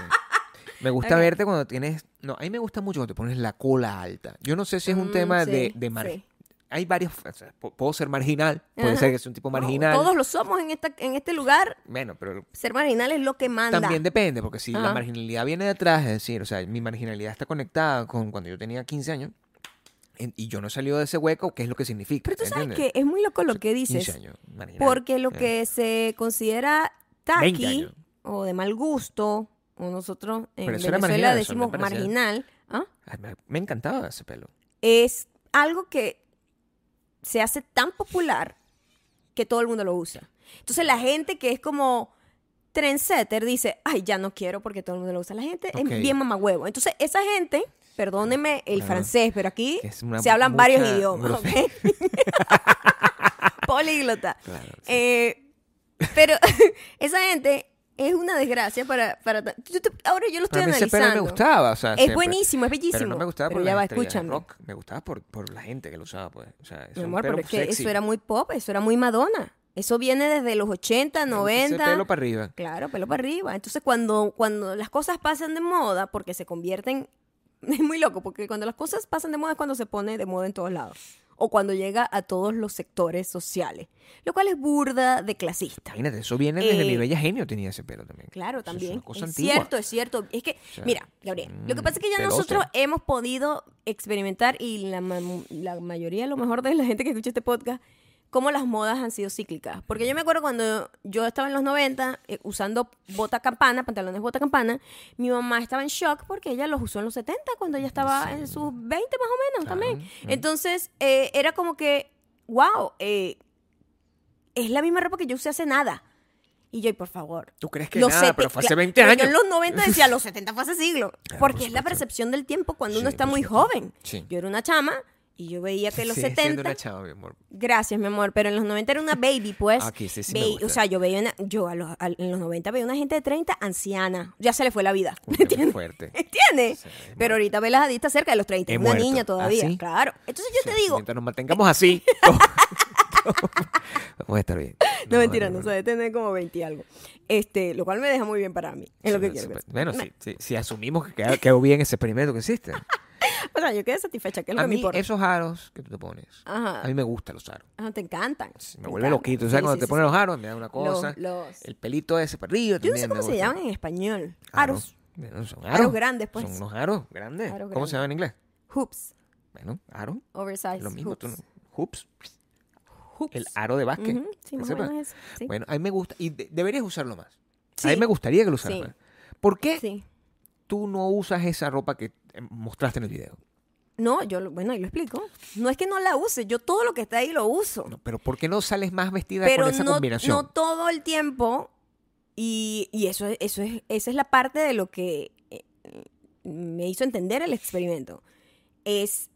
Speaker 2: me gusta
Speaker 1: Ok.
Speaker 2: verte cuando tienes, no, a mí me gusta mucho cuando te pones la cola alta. Yo no sé si este es un
Speaker 1: Mm,
Speaker 2: tema de,
Speaker 1: sí,
Speaker 2: de mar-
Speaker 1: sí.
Speaker 2: Hay varios, o sea, po- puedo ser marginal, puede
Speaker 1: Ajá.
Speaker 2: ser que sea un tipo
Speaker 1: Wow,
Speaker 2: marginal.
Speaker 1: todos lo somos en, esta, en este lugar.
Speaker 2: Bueno, pero
Speaker 1: Ser marginal es lo que manda.
Speaker 2: también depende, porque si
Speaker 1: Ajá.
Speaker 2: la marginalidad viene de atrás, es decir, o sea, mi marginalidad está conectada con cuando yo tenía 15 años, en- y yo no he salido de ese hueco, ¿qué es lo que significa?
Speaker 1: Pero tú sabes
Speaker 2: ¿entiendes?
Speaker 1: que es muy loco lo que
Speaker 2: 15
Speaker 1: dices.
Speaker 2: años, imagínate.
Speaker 1: Porque lo
Speaker 2: Eh,
Speaker 1: que se considera
Speaker 2: 20
Speaker 1: taqui
Speaker 2: años.
Speaker 1: o de mal gusto, o nosotros en
Speaker 2: Pero eso
Speaker 1: Venezuela
Speaker 2: era marginal, eso me
Speaker 1: decimos
Speaker 2: parecía.
Speaker 1: marginal, ¿ah?
Speaker 2: ay, me- Me encantaba ese pelo.
Speaker 1: es algo que se hace tan popular que todo el mundo lo usa. Entonces la gente que es como trendsetter dice, ay, ya no quiero porque todo el mundo lo usa. La gente
Speaker 2: Ok.
Speaker 1: es bien mamagüevo. Entonces esa gente, perdónenme el
Speaker 2: Ah,
Speaker 1: francés, pero aquí
Speaker 2: es una
Speaker 1: se hablan
Speaker 2: mucha
Speaker 1: varios idiomas, ¿ok?
Speaker 2: grosería.
Speaker 1: Políglota.
Speaker 2: Claro, sí.
Speaker 1: Eh, pero esa gente es una desgracia para... para ta- tú- tú- ahora yo lo estoy
Speaker 2: Pero a mí ese
Speaker 1: analizando.
Speaker 2: pelo me gustaba, o sea,
Speaker 1: Es
Speaker 2: siempre.
Speaker 1: buenísimo, es bellísimo.
Speaker 2: Pero no me gustaba
Speaker 1: Pero
Speaker 2: por
Speaker 1: ya
Speaker 2: las
Speaker 1: va,
Speaker 2: estrellas de
Speaker 1: escúchame.
Speaker 2: rock, me gustaba por, por la gente que lo usaba, pues. O sea, es
Speaker 1: Mi
Speaker 2: un
Speaker 1: amor,
Speaker 2: pelo
Speaker 1: pero es que
Speaker 2: sexy.
Speaker 1: eso era muy pop, eso era muy Madonna. Eso viene desde los 80,
Speaker 2: Me gusta ese
Speaker 1: 90.
Speaker 2: pelo para arriba.
Speaker 1: Claro, pelo para arriba. Entonces, cuando, cuando las cosas pasan de moda, porque se convierten. Es muy loco, porque cuando las cosas pasan de moda es cuando se pone de moda en todos lados. O cuando llega a todos los sectores sociales. Lo cual es burda de clasista.
Speaker 2: Imagínate, eso viene desde
Speaker 1: Eh,
Speaker 2: mi bella genio tenía ese pelo también.
Speaker 1: Claro,
Speaker 2: Eso
Speaker 1: también.
Speaker 2: Es una cosa
Speaker 1: es
Speaker 2: antigua.
Speaker 1: cierto, es cierto. Es que,
Speaker 2: sea, mm,
Speaker 1: mira, Gabriel, lo que pasa es que ya
Speaker 2: peloso.
Speaker 1: nosotros hemos podido experimentar y la, ma- la mayoría, a lo mejor, de la gente que escucha este podcast, cómo las modas han sido cíclicas. Porque yo me acuerdo cuando yo estaba en los 90 eh, usando bota campana, pantalones bota campana, mi mamá estaba en shock porque ella los usó en los 70, cuando ella estaba en sus 20 más o menos
Speaker 2: Claro,
Speaker 1: también. Entonces, eh, era como que, wow, eh, es la misma ropa que yo usé hace nada. Y yo, "Ay, por favor,
Speaker 2: ¿Tú crees que
Speaker 1: los
Speaker 2: nada?
Speaker 1: sete-
Speaker 2: Pero fue
Speaker 1: cla-
Speaker 2: hace 20
Speaker 1: pero
Speaker 2: años.
Speaker 1: Yo en los 90 decía, los 70 fue hace siglo.
Speaker 2: Claro,
Speaker 1: porque
Speaker 2: por
Speaker 1: es la
Speaker 2: supuesto.
Speaker 1: percepción del tiempo cuando uno
Speaker 2: Sí,
Speaker 1: está
Speaker 2: por
Speaker 1: muy
Speaker 2: supuesto.
Speaker 1: joven.
Speaker 2: Sí.
Speaker 1: Yo era una chama y yo veía que los
Speaker 2: Sigue siendo
Speaker 1: 70...
Speaker 2: una chava, mi amor.
Speaker 1: Gracias, mi amor, pero en los 90 era una baby, pues.
Speaker 2: Ah, que sí, sí me
Speaker 1: Baby,
Speaker 2: gusta.
Speaker 1: O sea, yo veía una- yo a los- al- en los 90 veía una gente de 30 anciana. Ya se le fue la vida. ¿Me
Speaker 2: Qué
Speaker 1: entiendes?
Speaker 2: fuerte.
Speaker 1: ¿Entiendes?
Speaker 2: Sí, he
Speaker 1: pero ahorita ve las adictas cerca de los 30.
Speaker 2: He
Speaker 1: una
Speaker 2: muerto.
Speaker 1: niña todavía.
Speaker 2: ¿Ah, sí?
Speaker 1: Claro. Entonces yo
Speaker 2: O sea,
Speaker 1: te digo,
Speaker 2: Mientras nos mantengamos así, todo- vamos a estar bien.
Speaker 1: No, mentira, no,
Speaker 2: vale,
Speaker 1: se debe tener como 20 y algo. Este, lo cual me deja muy bien para mí, es lo
Speaker 2: Sí,
Speaker 1: que
Speaker 2: sí,
Speaker 1: quiero
Speaker 2: pues,
Speaker 1: decir.
Speaker 2: Bueno, sí, sí, si asumimos que queda- quedó bien ese experimento que hiciste.
Speaker 1: O sea, yo quedé satisfecha, que es lo
Speaker 2: a
Speaker 1: que me
Speaker 2: mí,
Speaker 1: importa.
Speaker 2: esos aros que tú te pones,
Speaker 1: Ajá.
Speaker 2: a mí me gustan los aros.
Speaker 1: Ah, te encantan.
Speaker 2: Me vuelve loquito. O sea, cuando te ponen
Speaker 1: ponen
Speaker 2: los aros, me da una cosa.
Speaker 1: los-
Speaker 2: El pelito ese para
Speaker 1: Yo no
Speaker 2: arriba también
Speaker 1: sé
Speaker 2: me
Speaker 1: cómo se
Speaker 2: gusta. Ah,
Speaker 1: llaman en español. Aros.
Speaker 2: Bueno, son
Speaker 1: Aros
Speaker 2: aros.
Speaker 1: grandes, pues.
Speaker 2: Son unos aros grandes.
Speaker 1: Aros
Speaker 2: ¿Cómo se llama en inglés?
Speaker 1: Hoops.
Speaker 2: Bueno, aro.
Speaker 1: Oversized.
Speaker 2: Lo mismo.
Speaker 1: Hoops.
Speaker 2: Tú, no- hoops.
Speaker 1: Hoops.
Speaker 2: El aro de básquet.
Speaker 1: Ujú, Sí,
Speaker 2: que
Speaker 1: más o
Speaker 2: sepa.
Speaker 1: menos eso, sí.
Speaker 2: Bueno, a mí me gusta. Y de- deberías usarlo más. A
Speaker 1: Sí.
Speaker 2: mí me gustaría que lo usaras
Speaker 1: Sí.
Speaker 2: más. ¿Por qué
Speaker 1: Sí.
Speaker 2: tú no usas esa ropa que eh, mostraste en el video?
Speaker 1: No, yo, lo- bueno, ahí lo explico. No es que no la use, yo todo lo que está ahí lo uso.
Speaker 2: No, pero ¿por qué no sales más vestida
Speaker 1: pero
Speaker 2: con esa
Speaker 1: no,
Speaker 2: combinación?
Speaker 1: no todo el tiempo. Y, y eso, es- eso es, esa es la parte de lo que eh, me hizo entender el experimento. Es,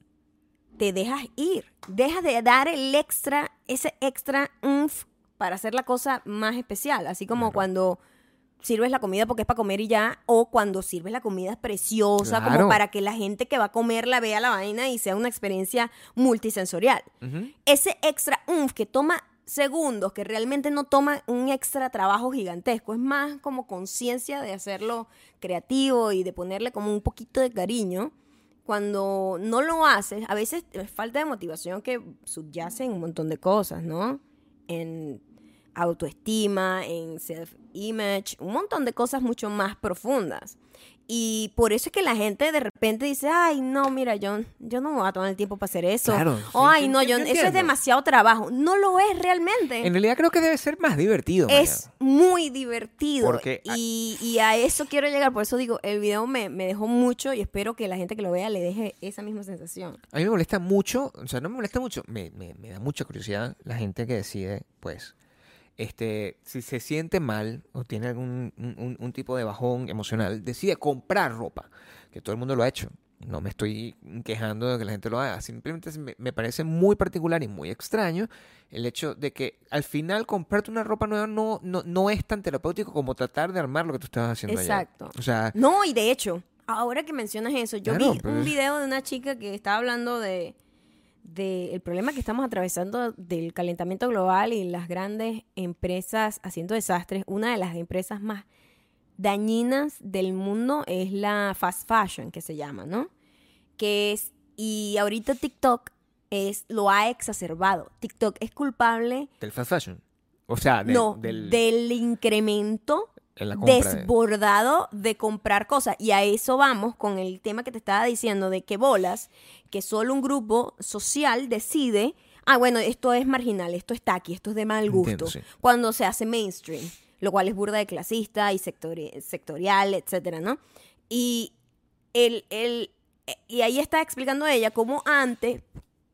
Speaker 1: te dejas ir, dejas de dar el extra, ese extra umf para hacer la cosa más especial. Así como
Speaker 2: Claro.
Speaker 1: cuando sirves la comida porque es para comer y ya, o cuando sirves la comida preciosa, como
Speaker 2: Claro.
Speaker 1: para que la gente que va a comer la vea la vaina y sea una experiencia multisensorial
Speaker 2: Ujú.
Speaker 1: ese extra umf que toma segundos, que realmente no toma un extra trabajo gigantesco, es más como conciencia de hacerlo creativo y de ponerle como un poquito de cariño. Cuando no lo haces, a veces es falta de motivación que subyace en un montón de cosas, ¿no? En autoestima, en self-image, un montón de cosas mucho más profundas. Y por eso es que la gente de repente dice, ay, no, mira, yo, yo no me voy a tomar el tiempo para hacer eso.
Speaker 2: Claro, sí,
Speaker 1: o, ay,
Speaker 2: sí,
Speaker 1: no,
Speaker 2: sí,
Speaker 1: yo, eso
Speaker 2: te
Speaker 1: es
Speaker 2: entiendo".
Speaker 1: demasiado trabajo. No lo es realmente.
Speaker 2: En realidad creo que debe ser más divertido.
Speaker 1: es
Speaker 2: Mariana.
Speaker 1: muy divertido.
Speaker 2: Porque-
Speaker 1: y, y a eso quiero llegar. Por eso digo, el video me, me dejó mucho y espero que la gente que lo vea le deje esa misma sensación.
Speaker 2: A mí me molesta mucho, o sea, no me molesta mucho, me, me- me da mucha curiosidad la gente que decide, pues, este, si se siente mal o tiene algún un, un- un tipo de bajón emocional, decide comprar ropa, que todo el mundo lo ha hecho. No me estoy quejando de que la gente lo haga, simplemente se me, me parece muy particular y muy extraño el hecho de que al final comprarte una ropa nueva no, no, no es tan terapéutico como tratar de armar lo que tú estabas haciendo ayer.
Speaker 1: Exacto.
Speaker 2: O sea,
Speaker 1: No, y de hecho, ahora que mencionas eso, yo
Speaker 2: Claro,
Speaker 1: vi
Speaker 2: pues. pero
Speaker 1: un
Speaker 2: es-
Speaker 1: video de una chica que estaba hablando de, de el problema que estamos atravesando del calentamiento global y las grandes empresas haciendo desastres. Una de las empresas más dañinas del mundo es la fast fashion, que se llama, ¿no? Que es, y ahorita TikTok es, lo ha exacerbado. TikTok es culpable
Speaker 2: Ah, del fast fashion. O sea, del-
Speaker 1: no,
Speaker 2: del...
Speaker 1: del, incremento
Speaker 2: en la compra. de-
Speaker 1: desbordado de comprar cosas. Y a eso vamos con el tema que te estaba diciendo de que bolas, que solo un grupo social decide, ah, bueno, esto es marginal, esto está aquí, esto es de mal gusto,
Speaker 2: Entiendo, sí.
Speaker 1: cuando se hace mainstream, lo cual es burda de clasista y sectori- sectorial, etcétera, ¿no? Y el, el- eh, y ahí está explicando ella cómo antes,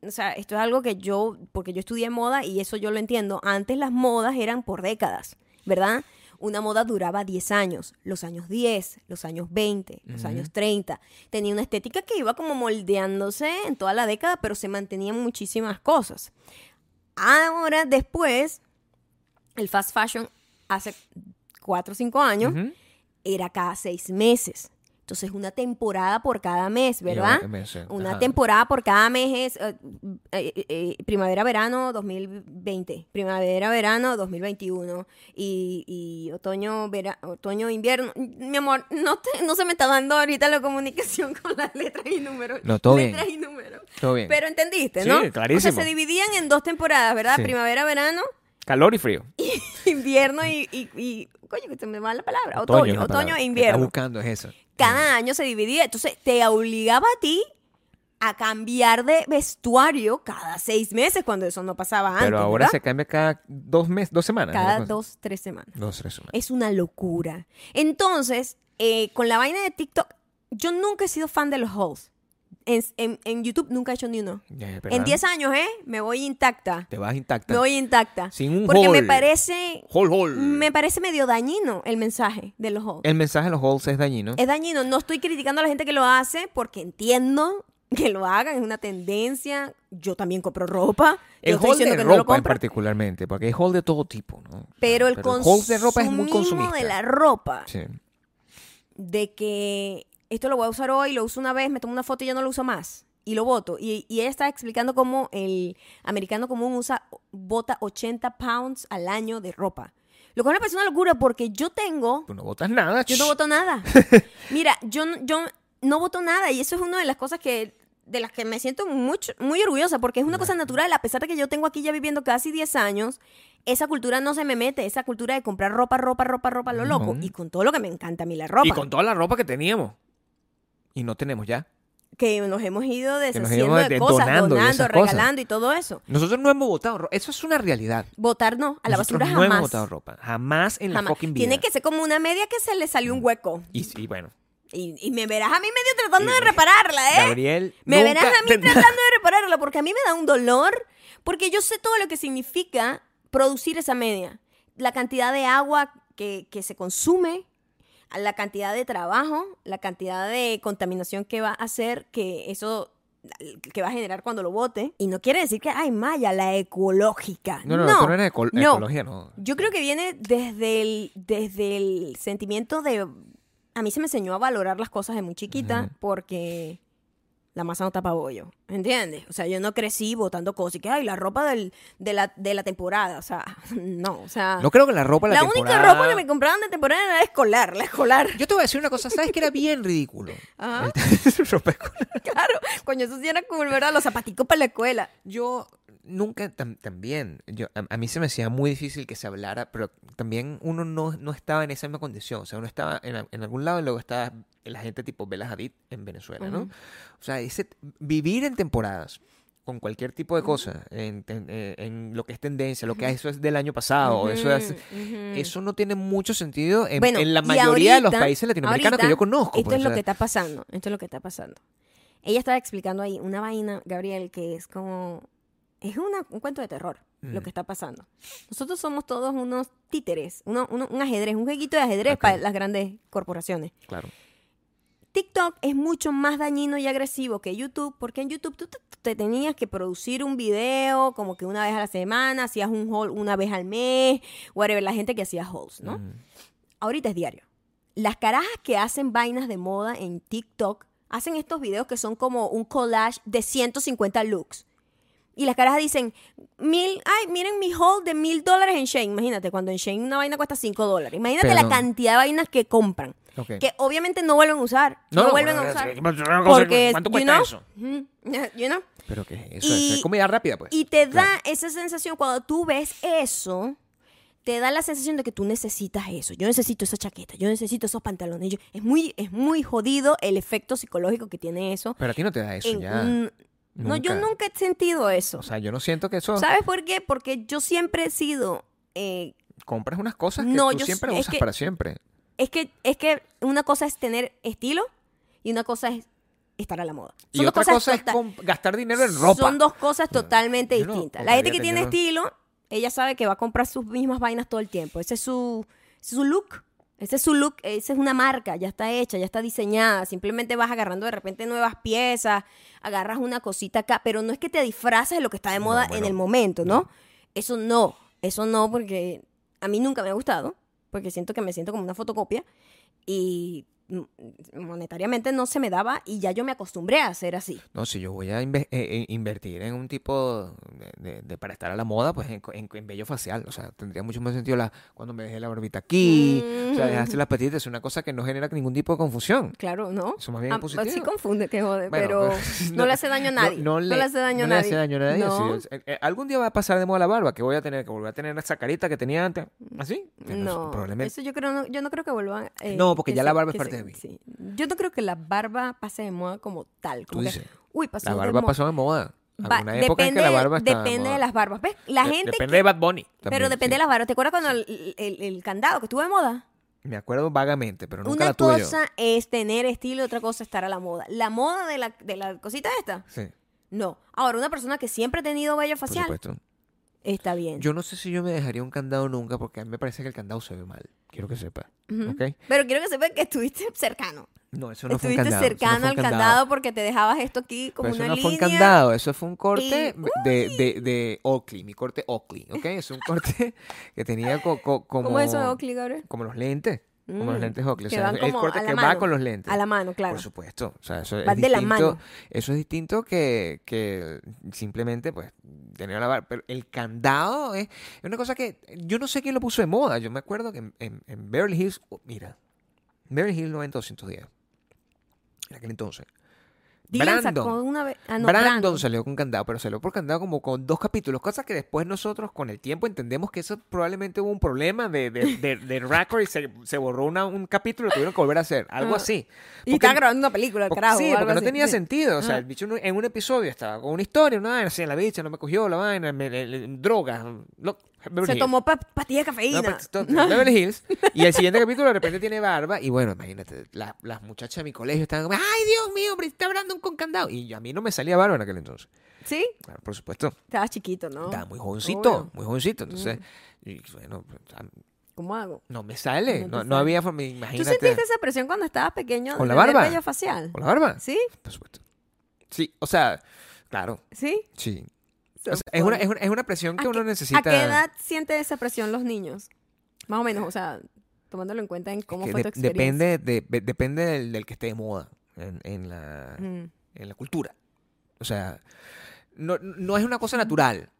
Speaker 1: o sea, esto es algo que yo, porque yo estudié moda y eso yo lo entiendo, antes las modas eran por décadas, ¿verdad? Una moda duraba 10 años, los años 10, los años 20, los
Speaker 2: Ujú.
Speaker 1: años 30. Tenía una estética que iba como moldeándose en toda la década, pero se mantenían muchísimas cosas. Ahora, después, el fast fashion hace 4 o 5 años,
Speaker 2: Ujú.
Speaker 1: era cada seis meses. Entonces, una temporada por cada mes,
Speaker 2: Y
Speaker 1: ¿verdad?
Speaker 2: ahora- me- se-
Speaker 1: Una
Speaker 2: ajá.
Speaker 1: temporada por cada mes es eh, eh, eh, primavera-verano 2020, primavera-verano 2021 y, y otoño, vera- otoño-invierno. Mi amor, no, te- no se me está dando ahorita la comunicación con las letras y números.
Speaker 2: No, todo bien.
Speaker 1: letras y números.
Speaker 2: Todo bien.
Speaker 1: Pero entendiste,
Speaker 2: Sí,
Speaker 1: ¿no? O
Speaker 2: clarísimo.
Speaker 1: sea, se dividían en dos temporadas, ¿verdad?
Speaker 2: Sí.
Speaker 1: Primavera-verano
Speaker 2: Calor y frío.
Speaker 1: invierno y, y- y- coño que se me va la palabra
Speaker 2: es
Speaker 1: otoño
Speaker 2: la
Speaker 1: otoño
Speaker 2: palabra.
Speaker 1: e
Speaker 2: Que
Speaker 1: invierno
Speaker 2: Estás buscando es eso.
Speaker 1: cada año se dividía entonces te obligaba a ti a cambiar de vestuario cada seis meses cuando eso no pasaba antes
Speaker 2: Pero ahora
Speaker 1: ¿verdad?
Speaker 2: se cambia cada dos meses, dos semanas. ¿no?
Speaker 1: cada
Speaker 2: Cosa-
Speaker 1: dos tres semanas
Speaker 2: Dos, tres semanas.
Speaker 1: es una locura entonces eh, con la vaina de TikTok yo nunca he sido fan de los hauls en, en- en YouTube nunca he hecho ni uno
Speaker 2: Ya, es
Speaker 1: en
Speaker 2: verdad.
Speaker 1: 10 años eh me voy intacta
Speaker 2: Te vas intacta.
Speaker 1: me voy intacta
Speaker 2: Sin un
Speaker 1: porque me
Speaker 2: haul. Mm.
Speaker 1: parece
Speaker 2: Haul, haul.
Speaker 1: me parece medio dañino el mensaje de los hauls
Speaker 2: El mensaje de los halls es dañino.
Speaker 1: Es dañino. No estoy criticando a la gente que lo hace porque entiendo que lo hagan, es una tendencia. Yo también compro ropa. Yo
Speaker 2: El
Speaker 1: estoy
Speaker 2: haul
Speaker 1: diciendo
Speaker 2: de
Speaker 1: que
Speaker 2: ropa
Speaker 1: no lo
Speaker 2: en
Speaker 1: compro.
Speaker 2: particularmente, porque hay haul de todo tipo, ¿no?
Speaker 1: Pero el
Speaker 2: haul de ropa es muy
Speaker 1: consumismo
Speaker 2: consumista.
Speaker 1: de la ropa,
Speaker 2: Sí.
Speaker 1: de que esto lo voy a usar hoy, lo uso una vez, me tomo una foto y ya no lo uso más. Y lo voto. Y, y ella está explicando cómo el americano común usa, bota 80 pounds al año de ropa. Lo cual me parece una locura porque yo tengo
Speaker 2: Tú no botas nada.
Speaker 1: Yo
Speaker 2: ch-
Speaker 1: no voto nada. Mira, yo, no- yo no voto nada y eso es una de las cosas que de las que me siento mucho, muy orgullosa porque es una cosa natural, a pesar de que yo tengo aquí ya viviendo casi 10 años, esa cultura no se me mete, esa cultura de comprar ropa, ropa, ropa, ropa, lo loco,
Speaker 2: No.
Speaker 1: y con todo lo que me encanta a mí la ropa,
Speaker 2: Y con toda la ropa que teníamos. Y no tenemos ya.
Speaker 1: que nos hemos ido
Speaker 2: nos
Speaker 1: deshaciendo
Speaker 2: hemos
Speaker 1: de cosas,
Speaker 2: donando y
Speaker 1: donando,
Speaker 2: esas cosas.
Speaker 1: regalando y todo eso.
Speaker 2: Nosotros no hemos botado ropa. Eso es una realidad.
Speaker 1: Votar no, a la
Speaker 2: Nosotros
Speaker 1: basura
Speaker 2: no
Speaker 1: jamás.
Speaker 2: hemos botado ropa. Jamás en la
Speaker 1: Jamás.
Speaker 2: fucking vida.
Speaker 1: Tiene que ser como una media que se le salió un hueco.
Speaker 2: y, y bueno,
Speaker 1: Y, y me verás a mí medio tratando
Speaker 2: Sí,
Speaker 1: de repararla, ¿eh?
Speaker 2: Gabriel.
Speaker 1: Me
Speaker 2: nunca
Speaker 1: verás a mí
Speaker 2: tendrá-
Speaker 1: tratando de repararlo porque a mí me da un dolor, porque yo sé todo lo que significa producir esa media. La cantidad de agua que, que se consume, a la cantidad de trabajo, la cantidad de contaminación que va a hacer que eso que va a generar cuando lo bote. Y no quiere decir que, ay, Maya, la ecológica.
Speaker 2: No, no, no, tú no eres eco- ecología, no.
Speaker 1: Yo creo que viene desde el, desde el sentimiento de... A mí se me enseñó a valorar las cosas de muy chiquita
Speaker 2: Ujú.
Speaker 1: porque la masa no tapa bollo, ¿entiendes? O sea, yo no crecí botando cosas y que, ay, la ropa del, de, la, de la temporada, o sea, no, o sea...
Speaker 2: No creo que la ropa de
Speaker 1: la
Speaker 2: la
Speaker 1: única
Speaker 2: temporada-
Speaker 1: ropa que me compraban de temporada era la escolar, la escolar.
Speaker 2: Yo te voy a decir una cosa, ¿sabes que era bien ridículo?
Speaker 1: Ajá.
Speaker 2: El t- ropa escolar.
Speaker 1: Claro, coño, eso sí era cool, ¿verdad? Los zapaticos para la escuela.
Speaker 2: Yo nunca tam- también, yo, a, a mí se me hacía muy difícil que se hablara, pero también uno no, no estaba en esa misma condición, o sea, uno estaba en, a- en algún lado y luego estaba la gente tipo Bela Hadid en Venezuela, ¿no?
Speaker 1: Ujú.
Speaker 2: O sea, ese, vivir en temporadas con cualquier tipo de cosa, en, ten- eh, en lo que es tendencia, lo que eso es del año pasado, Ah, eso es... Eso no tiene mucho sentido en, en la
Speaker 1: y
Speaker 2: mayoría de los
Speaker 1: ahorita-
Speaker 2: países latinoamericanos que
Speaker 1: ahorita,
Speaker 2: yo conozco.
Speaker 1: Esto
Speaker 2: pues,
Speaker 1: es
Speaker 2: o
Speaker 1: lo
Speaker 2: sea,
Speaker 1: que está pasando. Esto es lo que está pasando. Ella estaba explicando ahí una vaina, Gabriel, que es como. Es una- un cuento de terror lo
Speaker 2: Mm.
Speaker 1: que está pasando. Nosotros somos todos unos títeres, uno- uno- un ajedrez, un jueguito de ajedrez
Speaker 2: Ok.
Speaker 1: para las grandes corporaciones.
Speaker 2: Claro.
Speaker 1: TikTok es mucho más dañino y agresivo que YouTube, porque en YouTube tú te, te tenías que producir un video como que una vez a la semana, hacías un haul una vez al mes, whatever, la gente que hacía hauls, ¿no?
Speaker 2: Mm.
Speaker 1: ahorita es diario. Las carajas que hacen vainas de moda en TikTok hacen estos videos que son como un collage de 150 looks. Y las carajas dicen, mil, ay, miren mi haul de mil dólares en Shane. Imagínate, cuando en Shane una vaina cuesta cinco dólares. Imagínate la
Speaker 2: Pero-
Speaker 1: cantidad de vainas que compran.
Speaker 2: Ok.
Speaker 1: Que obviamente no vuelven a usar. No, vuelven
Speaker 2: bueno,
Speaker 1: a
Speaker 2: sí,
Speaker 1: usar.
Speaker 2: ¿cuánto- cuánto-
Speaker 1: Porque,
Speaker 2: ¿Cuánto
Speaker 1: you
Speaker 2: cuesta
Speaker 1: know,
Speaker 2: eso?
Speaker 1: mm, you know,
Speaker 2: Pero que eso, eso
Speaker 1: Y-
Speaker 2: es comida rápida, pues.
Speaker 1: y te da
Speaker 2: Claro.
Speaker 1: esa sensación cuando tú ves eso, te da la sensación de que tú necesitas eso. Yo necesito esa chaqueta, yo necesito esos pantalones. Yo- es, muy, es muy jodido el efecto psicológico que tiene eso.
Speaker 2: Pero a ti no te da eso
Speaker 1: en
Speaker 2: ya.
Speaker 1: un- No, yo nunca he sentido eso.
Speaker 2: O sea, yo no siento que eso.
Speaker 1: ¿Sabes por qué? Porque yo siempre he sido... eh,
Speaker 2: compras unas cosas que
Speaker 1: No,
Speaker 2: tú
Speaker 1: yo
Speaker 2: siempre
Speaker 1: sí- es
Speaker 2: usas
Speaker 1: que-
Speaker 2: para siempre.
Speaker 1: es, que, es que una cosa es tener estilo y una cosa es estar a la moda. Son
Speaker 2: Y
Speaker 1: dos
Speaker 2: otra
Speaker 1: cosas
Speaker 2: cosa es
Speaker 1: tota-
Speaker 2: comp- gastar dinero en ropa.
Speaker 1: Son dos cosas totalmente
Speaker 2: yo no
Speaker 1: distintas. la gente que
Speaker 2: compraría
Speaker 1: tiene
Speaker 2: tener-
Speaker 1: estilo, ella sabe que va a comprar sus mismas vainas todo el tiempo. Ese es su, ese es su look. Ese es su look, esa es una marca, ya está hecha, ya está diseñada. Simplemente vas agarrando de repente nuevas piezas, agarras una cosita acá, pero no es que te disfraces de lo que está de
Speaker 2: No,
Speaker 1: moda en
Speaker 2: bueno,
Speaker 1: el momento, ¿no? Eso no, eso no, porque a mí nunca me ha gustado, porque siento que me siento como una fotocopia y mm, monetariamente no se me daba y ya yo me acostumbré a hacer así.
Speaker 2: No, si yo voy a inve- eh, eh, invertir en un tipo de, de- de- para estar a la moda, pues en, co- en- en vello facial. O sea, tendría mucho más sentido la, cuando me dejé la barbita aquí,
Speaker 1: Mm,
Speaker 2: o sea, dejaste las patitas, es una cosa que no genera ningún tipo de confusión.
Speaker 1: Claro, ¿no?
Speaker 2: Eso más bien es
Speaker 1: Ah,
Speaker 2: positivo.
Speaker 1: Sí confunde, que jode,
Speaker 2: Bueno,
Speaker 1: pero no, le hace daño a nadie. No, le, hace daño a
Speaker 2: no le
Speaker 1: nadie.
Speaker 2: hace daño a nadie,
Speaker 1: No,
Speaker 2: sí. Eh, eh, algún día va a pasar de moda la barba, que voy a tener que volver a tener esa carita que tenía antes. ¿Así? Pero es-
Speaker 1: no.
Speaker 2: Probablemente.
Speaker 1: Eso yo, creo, no, yo no creo que vuelva. eh,
Speaker 2: No, porque
Speaker 1: que
Speaker 2: ya la
Speaker 1: se-
Speaker 2: barba es
Speaker 1: que
Speaker 2: parte
Speaker 1: se-
Speaker 2: de mí.
Speaker 1: sí. Yo no creo que la barba pase de moda como tal.
Speaker 2: Tú
Speaker 1: como que,
Speaker 2: dices,
Speaker 1: uy, pasó
Speaker 2: la
Speaker 1: de
Speaker 2: barba
Speaker 1: moda.
Speaker 2: pasó de moda.
Speaker 1: Va-
Speaker 2: Alguna época en que la
Speaker 1: depende-
Speaker 2: barba estaba de
Speaker 1: Depende de
Speaker 2: moda.
Speaker 1: las barbas. ¿Ves? La
Speaker 2: De-
Speaker 1: gente.
Speaker 2: depende
Speaker 1: que-
Speaker 2: de Bad Bunny.
Speaker 1: pero
Speaker 2: también,
Speaker 1: depende
Speaker 2: sí.
Speaker 1: de las barbas. ¿Te acuerdas cuando el, el- el candado que estuvo de moda?
Speaker 2: Me acuerdo vagamente, pero nunca
Speaker 1: Una
Speaker 2: la tuve yo.
Speaker 1: cosa es tener estilo, otra cosa es estar a la moda. La moda de la, de la cosita esta,
Speaker 2: Sí,
Speaker 1: no. Ahora, una persona que siempre ha tenido vello
Speaker 2: por
Speaker 1: facial,
Speaker 2: supuesto.
Speaker 1: está bien.
Speaker 2: Yo no sé si yo me dejaría un candado nunca porque a mí me parece que el candado se ve mal. Quiero que sepa.
Speaker 1: Ujú.
Speaker 2: ¿Ok?
Speaker 1: Pero quiero que sepan que estuviste cercano.
Speaker 2: No, eso no fue un
Speaker 1: estuviste
Speaker 2: candado. eso no
Speaker 1: cercano
Speaker 2: fue un
Speaker 1: al candado. porque te dejabas esto aquí como
Speaker 2: Pero eso
Speaker 1: una
Speaker 2: no
Speaker 1: línea.
Speaker 2: fue un candado, eso fue un corte
Speaker 1: Y- ¡uh!
Speaker 2: de, de, de Oakley, mi corte Oakley, ¿ok? Es un corte que tenía co- co- como...
Speaker 1: ¿Cómo es eso de Oakley, Gabriel?
Speaker 2: Como los lentes, como
Speaker 1: Mm,
Speaker 2: los lentes Oakley. O
Speaker 1: que
Speaker 2: sea,
Speaker 1: van
Speaker 2: el
Speaker 1: como
Speaker 2: corte
Speaker 1: a la
Speaker 2: que va
Speaker 1: mano,
Speaker 2: con los lentes.
Speaker 1: A la mano, claro.
Speaker 2: Por supuesto. O sea, eso es
Speaker 1: Van de la
Speaker 2: distinto.
Speaker 1: mano.
Speaker 2: Eso es distinto que, que simplemente, pues, tener la barba. Pero el candado es, es una cosa que yo no sé quién lo puso de moda. Yo me acuerdo que en, en- en Beverly Hills, oh, mira, Beverly Hills 90210. En aquel entonces.
Speaker 1: Dylan
Speaker 2: Brandon.
Speaker 1: sacó una vez. Ah, no,
Speaker 2: Brandon,
Speaker 1: Brandon.
Speaker 2: salió con candado, pero salió por candado como con dos capítulos, cosas que después nosotros con el tiempo entendemos que eso probablemente hubo un problema de, de, de- de record y se, se borró una- un capítulo y tuvieron que volver a hacer, algo
Speaker 1: Ah.
Speaker 2: así.
Speaker 1: Y
Speaker 2: Porque-
Speaker 1: estaba grabando una película,
Speaker 2: porque-
Speaker 1: carajo.
Speaker 2: sí,
Speaker 1: o
Speaker 2: porque
Speaker 1: algo
Speaker 2: no
Speaker 1: así,
Speaker 2: tenía
Speaker 1: sí.
Speaker 2: sentido, o sea,
Speaker 1: Ah.
Speaker 2: el bicho en un- en un episodio estaba con una historia, una vaina, así, la bicha no me cogió, la vaina, me- me- me- drogas, lo- Beverly
Speaker 1: Se
Speaker 2: Hills.
Speaker 1: tomó pa- pastilla de
Speaker 2: No,
Speaker 1: cafeína.
Speaker 2: pues, esto- Beverly Hills. Y el siguiente capítulo de repente tiene barba. Y bueno, imagínate, la- las muchachas de mi colegio estaban como, ¡ay, Dios mío, hombre, está Brandon con candado! Y a mí no me salía barba en aquel entonces.
Speaker 1: Sí,
Speaker 2: Claro, por supuesto.
Speaker 1: estaba chiquito, ¿no? Ah,
Speaker 2: Estaba muy jovencito,
Speaker 1: Obvio.
Speaker 2: muy jovencito. Entonces, y bueno, pues, a-
Speaker 1: ¿Cómo hago?
Speaker 2: no me sale.
Speaker 1: No te
Speaker 2: No, no
Speaker 1: sale.
Speaker 2: había forma,
Speaker 1: ¿Tú
Speaker 2: imagínate.
Speaker 1: sentiste esa presión cuando estabas pequeño?
Speaker 2: ¿Con la
Speaker 1: de tener
Speaker 2: barba?
Speaker 1: vello facial.
Speaker 2: ¿Con la barba?
Speaker 1: ¿Sí?
Speaker 2: Por supuesto. Sí, o sea, claro,
Speaker 1: ¿Sí?
Speaker 2: sí. O sea, es, una, es, una, es una presión que
Speaker 1: ¿A
Speaker 2: uno
Speaker 1: qué-
Speaker 2: necesita.
Speaker 1: ¿A qué edad siente esa presión los niños? Más o menos, o sea, tomándolo en cuenta en cómo
Speaker 2: que
Speaker 1: fue tu
Speaker 2: de-
Speaker 1: experiencia.
Speaker 2: depende de- de- depende del, del que esté de moda en, en la,
Speaker 1: Mm.
Speaker 2: en la cultura. O sea, no, no es una cosa natural.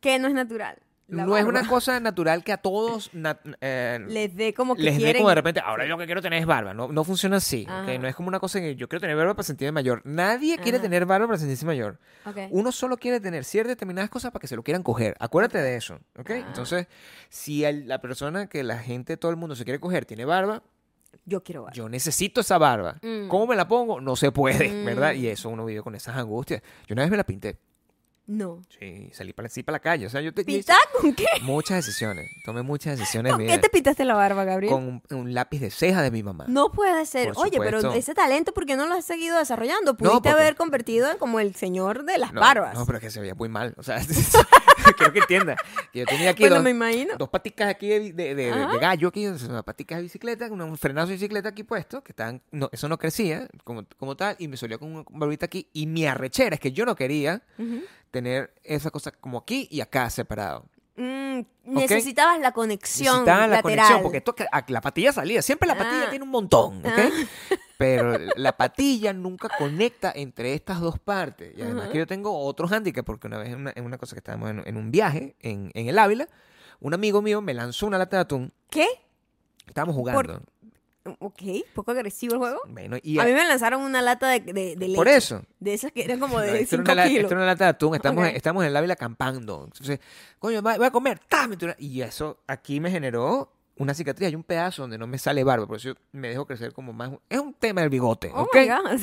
Speaker 1: Que no es natural. La
Speaker 2: no es una
Speaker 1: barba.
Speaker 2: cosa natural que a todos nat- eh,
Speaker 1: Les dé como que
Speaker 2: les dé
Speaker 1: quieren...
Speaker 2: como de repente, ahora yo lo que quiero tener es barba. No, no funciona así. ¿ok?
Speaker 1: Ajá.
Speaker 2: No es como una cosa que yo quiero tener barba para sentirme mayor. Nadie quiere
Speaker 1: Ajá.
Speaker 2: tener barba para sentirse mayor.
Speaker 1: Ok.
Speaker 2: Uno solo quiere tener ciertas determinadas cosas para que se lo quieran coger. Acuérdate de eso. ¿ok?
Speaker 1: Ah.
Speaker 2: Entonces, si el- la persona que la gente, todo el mundo se quiere coger, tiene barba,
Speaker 1: Yo quiero barba.
Speaker 2: yo necesito esa barba.
Speaker 1: Mm.
Speaker 2: ¿Cómo me la pongo? No se puede,
Speaker 1: Mm.
Speaker 2: ¿verdad? Y eso uno vive con esas angustias. Yo una vez me la pinté.
Speaker 1: No.
Speaker 2: Sí, salí para, sí, para la calle. O sea, yo te, yo hice
Speaker 1: ¿Pintar con qué?
Speaker 2: muchas decisiones. Tomé muchas decisiones. en
Speaker 1: ¿Con
Speaker 2: mi
Speaker 1: qué
Speaker 2: vida.
Speaker 1: te pintaste la barba, Gabriel?
Speaker 2: Con un, un lápiz de ceja de mi mamá.
Speaker 1: No puede ser.
Speaker 2: Por
Speaker 1: Oye, pero
Speaker 2: supuesto.
Speaker 1: ese talento, ¿por qué no lo has seguido desarrollando? Pudiste
Speaker 2: porque-
Speaker 1: haber convertido en como el señor de las
Speaker 2: No,
Speaker 1: barbas.
Speaker 2: No, pero es que se veía muy mal. O sea, creo que entienda. Yo tenía aquí
Speaker 1: bueno,
Speaker 2: dos,
Speaker 1: me imagino.
Speaker 2: dos paticas aquí de, bi- de- de- de- de
Speaker 1: Ajá.
Speaker 2: gallo aquí, o sea, unas paticas de bicicleta, una- un frenazo de bicicleta aquí puesto, que estaban, no, eso no crecía como, como tal, y me salió con una barbita aquí, y mi arrechera es que yo no quería
Speaker 1: Ujú.
Speaker 2: tener esa cosa como aquí y acá separado.
Speaker 1: Mm, Necesitabas la conexión
Speaker 2: Necesitaba la
Speaker 1: lateral.
Speaker 2: conexión, porque esto, que- a- la patilla salía, siempre la patilla
Speaker 1: Ah.
Speaker 2: tiene un montón, ¿ok?
Speaker 1: Ah.
Speaker 2: Pero la patilla nunca conecta entre estas dos partes. Y además
Speaker 1: Ajá.
Speaker 2: que yo tengo otro handicap, porque una vez en una, en una cosa que estábamos en, en un viaje en, en el Ávila, un amigo mío me lanzó una lata de atún,
Speaker 1: ¿Qué?
Speaker 2: estábamos jugando.
Speaker 1: Ok, poco agresivo el juego.
Speaker 2: Bueno, y
Speaker 1: A mí me lanzaron una lata de, de, de leche.
Speaker 2: por eso.
Speaker 1: De esas que eran como
Speaker 2: No,
Speaker 1: de
Speaker 2: esto,
Speaker 1: 5
Speaker 2: era una, la-
Speaker 1: kilos.
Speaker 2: esto era una lata de atún, estamos,
Speaker 1: Ok.
Speaker 2: estamos en el Ávila acampando. Entonces, coño, va- voy a comer, ¡tá! Me tiró- Y eso aquí me generó una cicatriz. Hay un pedazo donde no me sale barba, por eso yo me dejo crecer como más. Es un tema del bigote,
Speaker 1: Oh
Speaker 2: ¿ok?
Speaker 1: my God.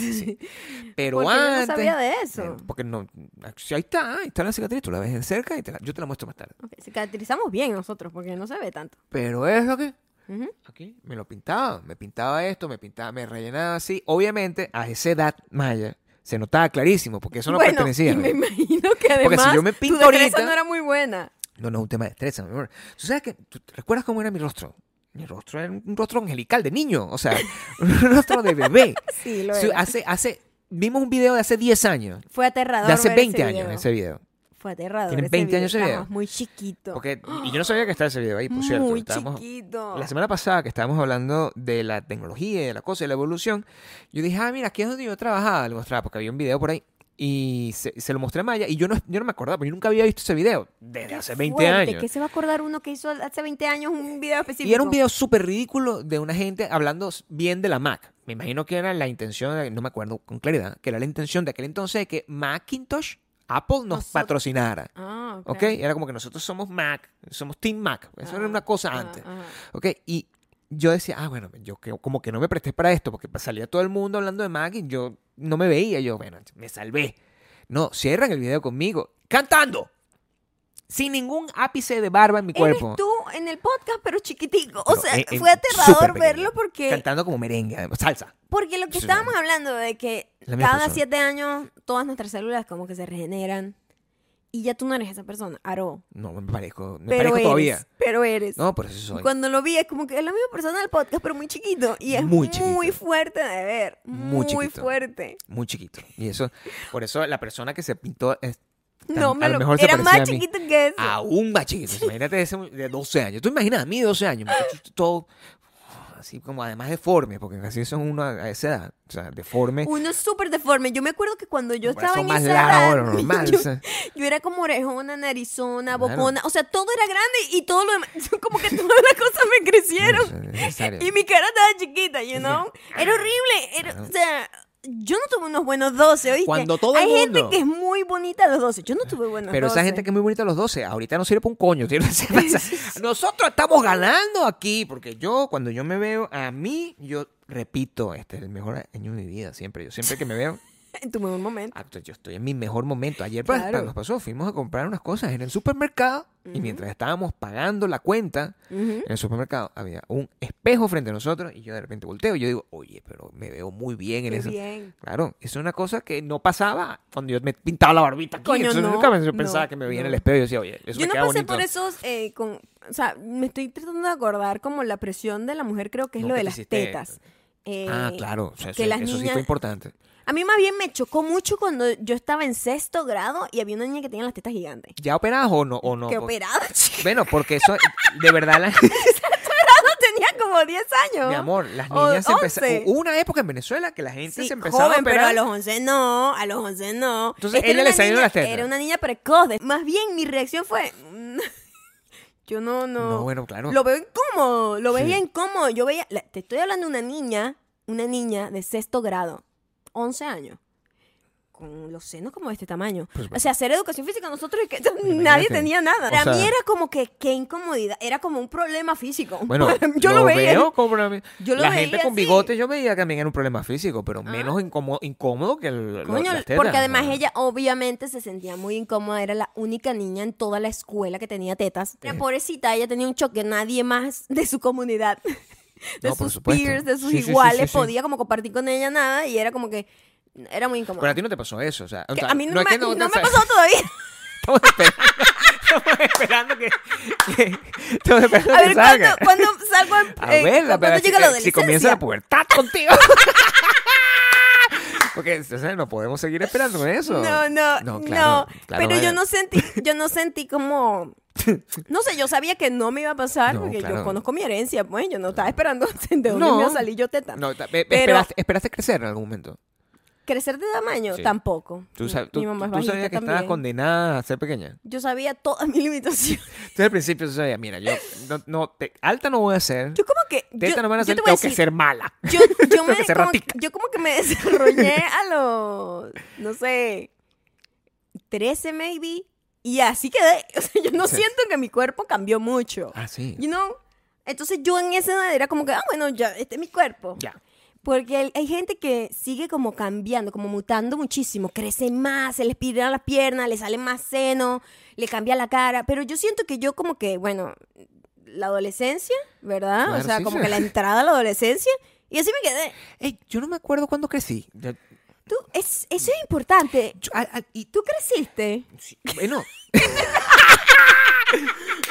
Speaker 2: Pero
Speaker 1: Porque yo
Speaker 2: antes.
Speaker 1: no sabía de eso.
Speaker 2: eh, Porque no. si Ahí está, ahí está la cicatriz, tú la ves de cerca y te la- yo te la muestro más tarde.
Speaker 1: Ok, Cicatrizamos bien nosotros porque no se ve tanto.
Speaker 2: Pero eso aquí.
Speaker 1: Ujú.
Speaker 2: Aquí me lo pintaba, me pintaba esto, me pintaba, me rellenaba así. Obviamente, a esa edad maya se notaba clarísimo, porque eso no
Speaker 1: bueno,
Speaker 2: pertenecía.
Speaker 1: y
Speaker 2: ¿no?
Speaker 1: me imagino que además
Speaker 2: si yo me
Speaker 1: tu
Speaker 2: pinto
Speaker 1: destreza
Speaker 2: ahorita-
Speaker 1: no era muy buena.
Speaker 2: No, no es un tema de destreza, mi amor. ¿Tú sabes que, ¿Tú te recuerdas cómo era mi rostro? Mi rostro era un un rostro angelical de niño, o sea, un rostro de bebé.
Speaker 1: Sí, lo
Speaker 2: Sí,
Speaker 1: era.
Speaker 2: hace, hace, vimos un video de hace 10 años,
Speaker 1: Fue aterrador
Speaker 2: de hace
Speaker 1: ver ese
Speaker 2: 20 años
Speaker 1: video.
Speaker 2: ese video.
Speaker 1: Fue aterrador
Speaker 2: Tienen
Speaker 1: ese
Speaker 2: 20
Speaker 1: video.
Speaker 2: años ese
Speaker 1: Estábamos
Speaker 2: video.
Speaker 1: muy chiquito.
Speaker 2: Porque, y yo no sabía que estaba ese video ahí, por cierto.
Speaker 1: muy
Speaker 2: estábamos-
Speaker 1: chiquito.
Speaker 2: La semana pasada que estábamos hablando de la tecnología, de la cosa, de la evolución, yo dije, ah, mira, aquí es donde yo trabajaba, le mostraba, porque había un video por ahí, y se, se lo mostré a Maya, y yo no, yo no me acordaba, porque yo nunca había visto ese video desde hace 20
Speaker 1: Fuerte,
Speaker 2: años.
Speaker 1: ¿Qué se va a acordar uno que hizo hace 20 años un video específico?
Speaker 2: Y era un video súper ridículo de una gente hablando bien de la Mac. Me imagino que era la intención, no me acuerdo con claridad, que era la intención de aquel entonces de que Macintosh, Apple nos
Speaker 1: Nosotros-
Speaker 2: patrocinara.
Speaker 1: Ah, ok.
Speaker 2: ¿Ok? Era como que nosotros somos Mac, somos Team Mac. Eso era
Speaker 1: Ah,
Speaker 2: una cosa
Speaker 1: ah,
Speaker 2: antes.
Speaker 1: ah.
Speaker 2: ¿Ok? Y yo decía, ah, bueno, yo que- como que no me presté para esto, porque pues salía todo el mundo hablando de Mac y yo no me veía. Yo, bueno, me salvé. No, cierran el video conmigo, cantando, sin ningún ápice de barba en mi cuerpo.
Speaker 1: Eres tú en el podcast, pero chiquitico. O
Speaker 2: Pero
Speaker 1: sea,
Speaker 2: en- en
Speaker 1: fue
Speaker 2: súper
Speaker 1: aterrador
Speaker 2: pequeño.
Speaker 1: verlo porque,
Speaker 2: eh, Cantando como merengue, además, salsa.
Speaker 1: porque lo que
Speaker 2: Sí.
Speaker 1: estábamos hablando de que
Speaker 2: La misma
Speaker 1: cada
Speaker 2: persona.
Speaker 1: siete años todas nuestras células como que se regeneran y ya tú no eres esa persona, Aro.
Speaker 2: No, me parezco, me
Speaker 1: Pero
Speaker 2: parezco
Speaker 1: eres,
Speaker 2: todavía.
Speaker 1: pero eres.
Speaker 2: No, por eso soy.
Speaker 1: Y cuando lo vi es como que es la misma persona del podcast, pero muy chiquito. Y es
Speaker 2: Muy
Speaker 1: muy,
Speaker 2: chiquito.
Speaker 1: fuerte de ver.
Speaker 2: Muy
Speaker 1: Muy,
Speaker 2: chiquito.
Speaker 1: fuerte.
Speaker 2: Muy chiquito. Y eso, por eso la persona que se pintó es tan-
Speaker 1: no, me
Speaker 2: a lo,
Speaker 1: lo,
Speaker 2: mejor se
Speaker 1: era
Speaker 2: parecía
Speaker 1: más
Speaker 2: a mí. Ah,
Speaker 1: chiquito que eso.
Speaker 2: Aún más chiquito. Imagínate ese de 12 años. Tú imaginas a mí de 12 años, muchacho, todo así como además deforme, porque así son uno a a esa edad. O sea, deforme.
Speaker 1: Uno es súper deforme. Yo me acuerdo que cuando yo
Speaker 2: eh. Por
Speaker 1: estaba
Speaker 2: eso
Speaker 1: en
Speaker 2: más
Speaker 1: esa
Speaker 2: largo de
Speaker 1: edad,
Speaker 2: lo normal,
Speaker 1: yo,
Speaker 2: o sea.
Speaker 1: yo era como orejona, narizona,
Speaker 2: Claro.
Speaker 1: bocona. O sea, todo era grande y todo lo demás. Como que todas las cosas me crecieron.
Speaker 2: No, es necesario.
Speaker 1: Y mi cara estaba chiquita, you know. Era horrible. era- o sea, yo no tuve unos buenos 12, ¿oíste?
Speaker 2: Cuando todo el
Speaker 1: Hay
Speaker 2: mundo-
Speaker 1: gente que es muy bonita a los 12. Yo no tuve buenos
Speaker 2: Pero
Speaker 1: 12.
Speaker 2: esa gente que es muy bonita a los 12, ahorita no sirve para un coño. ¿sí? Se pasa. Nosotros estamos ganando aquí, porque yo, cuando yo me veo a mí, yo repito, este es el mejor año de mi vida, siempre. Yo siempre que me veo,
Speaker 1: En tu mejor momento.
Speaker 2: ah, yo estoy en mi mejor momento. Ayer pa-
Speaker 1: Claro.
Speaker 2: nos pasó, fuimos a comprar unas cosas en el supermercado y mientras estábamos pagando la cuenta
Speaker 1: Ujú.
Speaker 2: en el supermercado, había un espejo frente a nosotros y yo de repente volteo y yo digo, oye, pero me veo muy bien en
Speaker 1: Qué
Speaker 2: eso.
Speaker 1: bien.
Speaker 2: Claro, es una cosa que no pasaba cuando yo me pintaba la barbita. Aquí,
Speaker 1: Coño,
Speaker 2: entonces
Speaker 1: no,
Speaker 2: nunca me- yo
Speaker 1: no,
Speaker 2: pensaba que me veía en el
Speaker 1: no.
Speaker 2: espejo y decía, oye, eso
Speaker 1: Yo
Speaker 2: me
Speaker 1: no
Speaker 2: queda
Speaker 1: pasé
Speaker 2: bonito.
Speaker 1: por esos, eh, con, o sea, me estoy tratando de acordar como la presión de la mujer, creo que es
Speaker 2: No,
Speaker 1: lo de
Speaker 2: que te
Speaker 1: las
Speaker 2: hiciste-
Speaker 1: tetas. Eh,
Speaker 2: ah, claro, o sea,
Speaker 1: que
Speaker 2: sí,
Speaker 1: las
Speaker 2: eso sí
Speaker 1: niñas-
Speaker 2: fue importante.
Speaker 1: A mí más bien me chocó mucho cuando yo estaba en sexto grado y había una niña que tenía las tetas gigantes.
Speaker 2: ¿Ya operabas o no? O no pues.
Speaker 1: que
Speaker 2: Por-
Speaker 1: operada, chica.
Speaker 2: Bueno, porque eso, de verdad, la-
Speaker 1: No tenía como 10 años.
Speaker 2: mi amor, las
Speaker 1: O
Speaker 2: niñas se
Speaker 1: 11.
Speaker 2: empezaron... Hubo una época en Venezuela que la gente
Speaker 1: Sí,
Speaker 2: se empezaba
Speaker 1: joven,
Speaker 2: a operar...
Speaker 1: pero a los 11 no, a los 11 no.
Speaker 2: Entonces,
Speaker 1: era
Speaker 2: ella le
Speaker 1: una
Speaker 2: salieron
Speaker 1: niña-
Speaker 2: las tetas.
Speaker 1: Era una niña precoz. de- Más bien, mi reacción fue... mm, Yo no, no...
Speaker 2: No, bueno, claro.
Speaker 1: Lo veo incómodo, lo veía
Speaker 2: Sí.
Speaker 1: incómodo. Yo veía... la- te estoy hablando de una niña, una niña de sexto grado, 11 años, con los senos como de este tamaño.
Speaker 2: Por supuesto.
Speaker 1: O sea, hacer educación física nosotros... y que-
Speaker 2: Pues
Speaker 1: nadie tenía nada.
Speaker 2: O
Speaker 1: Para mí
Speaker 2: sea-
Speaker 1: era como que... Qué incomodidad. Era como un problema físico.
Speaker 2: Bueno,
Speaker 1: yo lo, veía.
Speaker 2: veo como problema-
Speaker 1: Yo lo
Speaker 2: la gente
Speaker 1: veía
Speaker 2: con
Speaker 1: así. Ah.
Speaker 2: bigote yo veía que también era un problema físico, pero menos incómodo, incómodo que el, lo-
Speaker 1: Coño,
Speaker 2: las tetas,
Speaker 1: porque además
Speaker 2: ¿no?
Speaker 1: ella obviamente se sentía muy incómoda, era la única niña en toda la escuela que tenía tetas.
Speaker 2: Eh.
Speaker 1: La pobrecita, ella tenía un choque, nadie más de su comunidad, de
Speaker 2: No, por
Speaker 1: sus
Speaker 2: supuesto.
Speaker 1: peers, de sus
Speaker 2: Sí, sí, sí,
Speaker 1: iguales,
Speaker 2: sí, sí.
Speaker 1: podía como compartir con ella nada y era como que era muy incómoda.
Speaker 2: Pero a ti no te pasó eso, o sea... o
Speaker 1: Que
Speaker 2: sea,
Speaker 1: a mí no,
Speaker 2: es
Speaker 1: me,
Speaker 2: que te
Speaker 1: no me
Speaker 2: sa-
Speaker 1: pasó todavía.
Speaker 2: Estamos esperando, estamos esperando que, que- estamos esperando
Speaker 1: A
Speaker 2: que
Speaker 1: ver,
Speaker 2: salga.
Speaker 1: ¿cuándo, cuándo salgo en-
Speaker 2: A
Speaker 1: eh,
Speaker 2: ver, la
Speaker 1: cuándo
Speaker 2: pero si,
Speaker 1: llega lo
Speaker 2: eh,
Speaker 1: de
Speaker 2: si comienza la
Speaker 1: licencia?
Speaker 2: pubertad contigo. Porque o sea, no podemos seguir esperando eso.
Speaker 1: No, no, no.
Speaker 2: claro, claro,
Speaker 1: pero
Speaker 2: vaya.
Speaker 1: yo no sentí, yo no sentí como. No sé, yo sabía que no me iba a pasar
Speaker 2: No,
Speaker 1: porque
Speaker 2: claro.
Speaker 1: yo conozco mi herencia, pues yo no estaba esperando de dónde
Speaker 2: No.
Speaker 1: me iba a salir yo teta.
Speaker 2: No, ta- pe-
Speaker 1: Pero-
Speaker 2: esperaste, esperaste crecer en algún momento.
Speaker 1: crecer de tamaño,
Speaker 2: Sí.
Speaker 1: tampoco.
Speaker 2: ¿Tú,
Speaker 1: Mi-
Speaker 2: sab- tú-
Speaker 1: mi mamá es
Speaker 2: tú- tú sabías
Speaker 1: bajita
Speaker 2: que estabas
Speaker 1: también.
Speaker 2: condenada a ser pequeña?
Speaker 1: Yo sabía todas mis limitaciones.
Speaker 2: Entonces al principio tú sabías, mira, yo no, no, te- alta no voy a ser,
Speaker 1: Yo como que... yo-
Speaker 2: teta no van a
Speaker 1: yo
Speaker 2: ser,
Speaker 1: te
Speaker 2: tengo
Speaker 1: voy a
Speaker 2: que
Speaker 1: decir-
Speaker 2: ser mala.
Speaker 1: Yo, yo, me,
Speaker 2: que ser
Speaker 1: como,
Speaker 2: ratica.
Speaker 1: yo como que me desarrollé a los, no sé, 13 maybe, y así quedé. O sea, yo no
Speaker 2: Sí.
Speaker 1: siento que mi cuerpo cambió mucho.
Speaker 2: Ah, sí.
Speaker 1: You know? Entonces yo en esa edad era como que, ah, bueno, ya, este es mi cuerpo.
Speaker 2: Ya.
Speaker 1: Porque hay- hay gente que sigue como cambiando, como mutando muchísimo. Crece más, se les piran las piernas, le sale más seno, le cambia la cara. Pero yo siento que yo como que, bueno, la adolescencia, ¿verdad? o
Speaker 2: Claro,
Speaker 1: sea,
Speaker 2: sí,
Speaker 1: como
Speaker 2: sí.
Speaker 1: que la entrada a la adolescencia. Y así me quedé.
Speaker 2: Ey, yo no me acuerdo cuándo crecí. Yo-
Speaker 1: Tú, es, eso es importante.
Speaker 2: yo- ah, ah, y
Speaker 1: ¿Tú creciste?
Speaker 2: Sí, Bueno.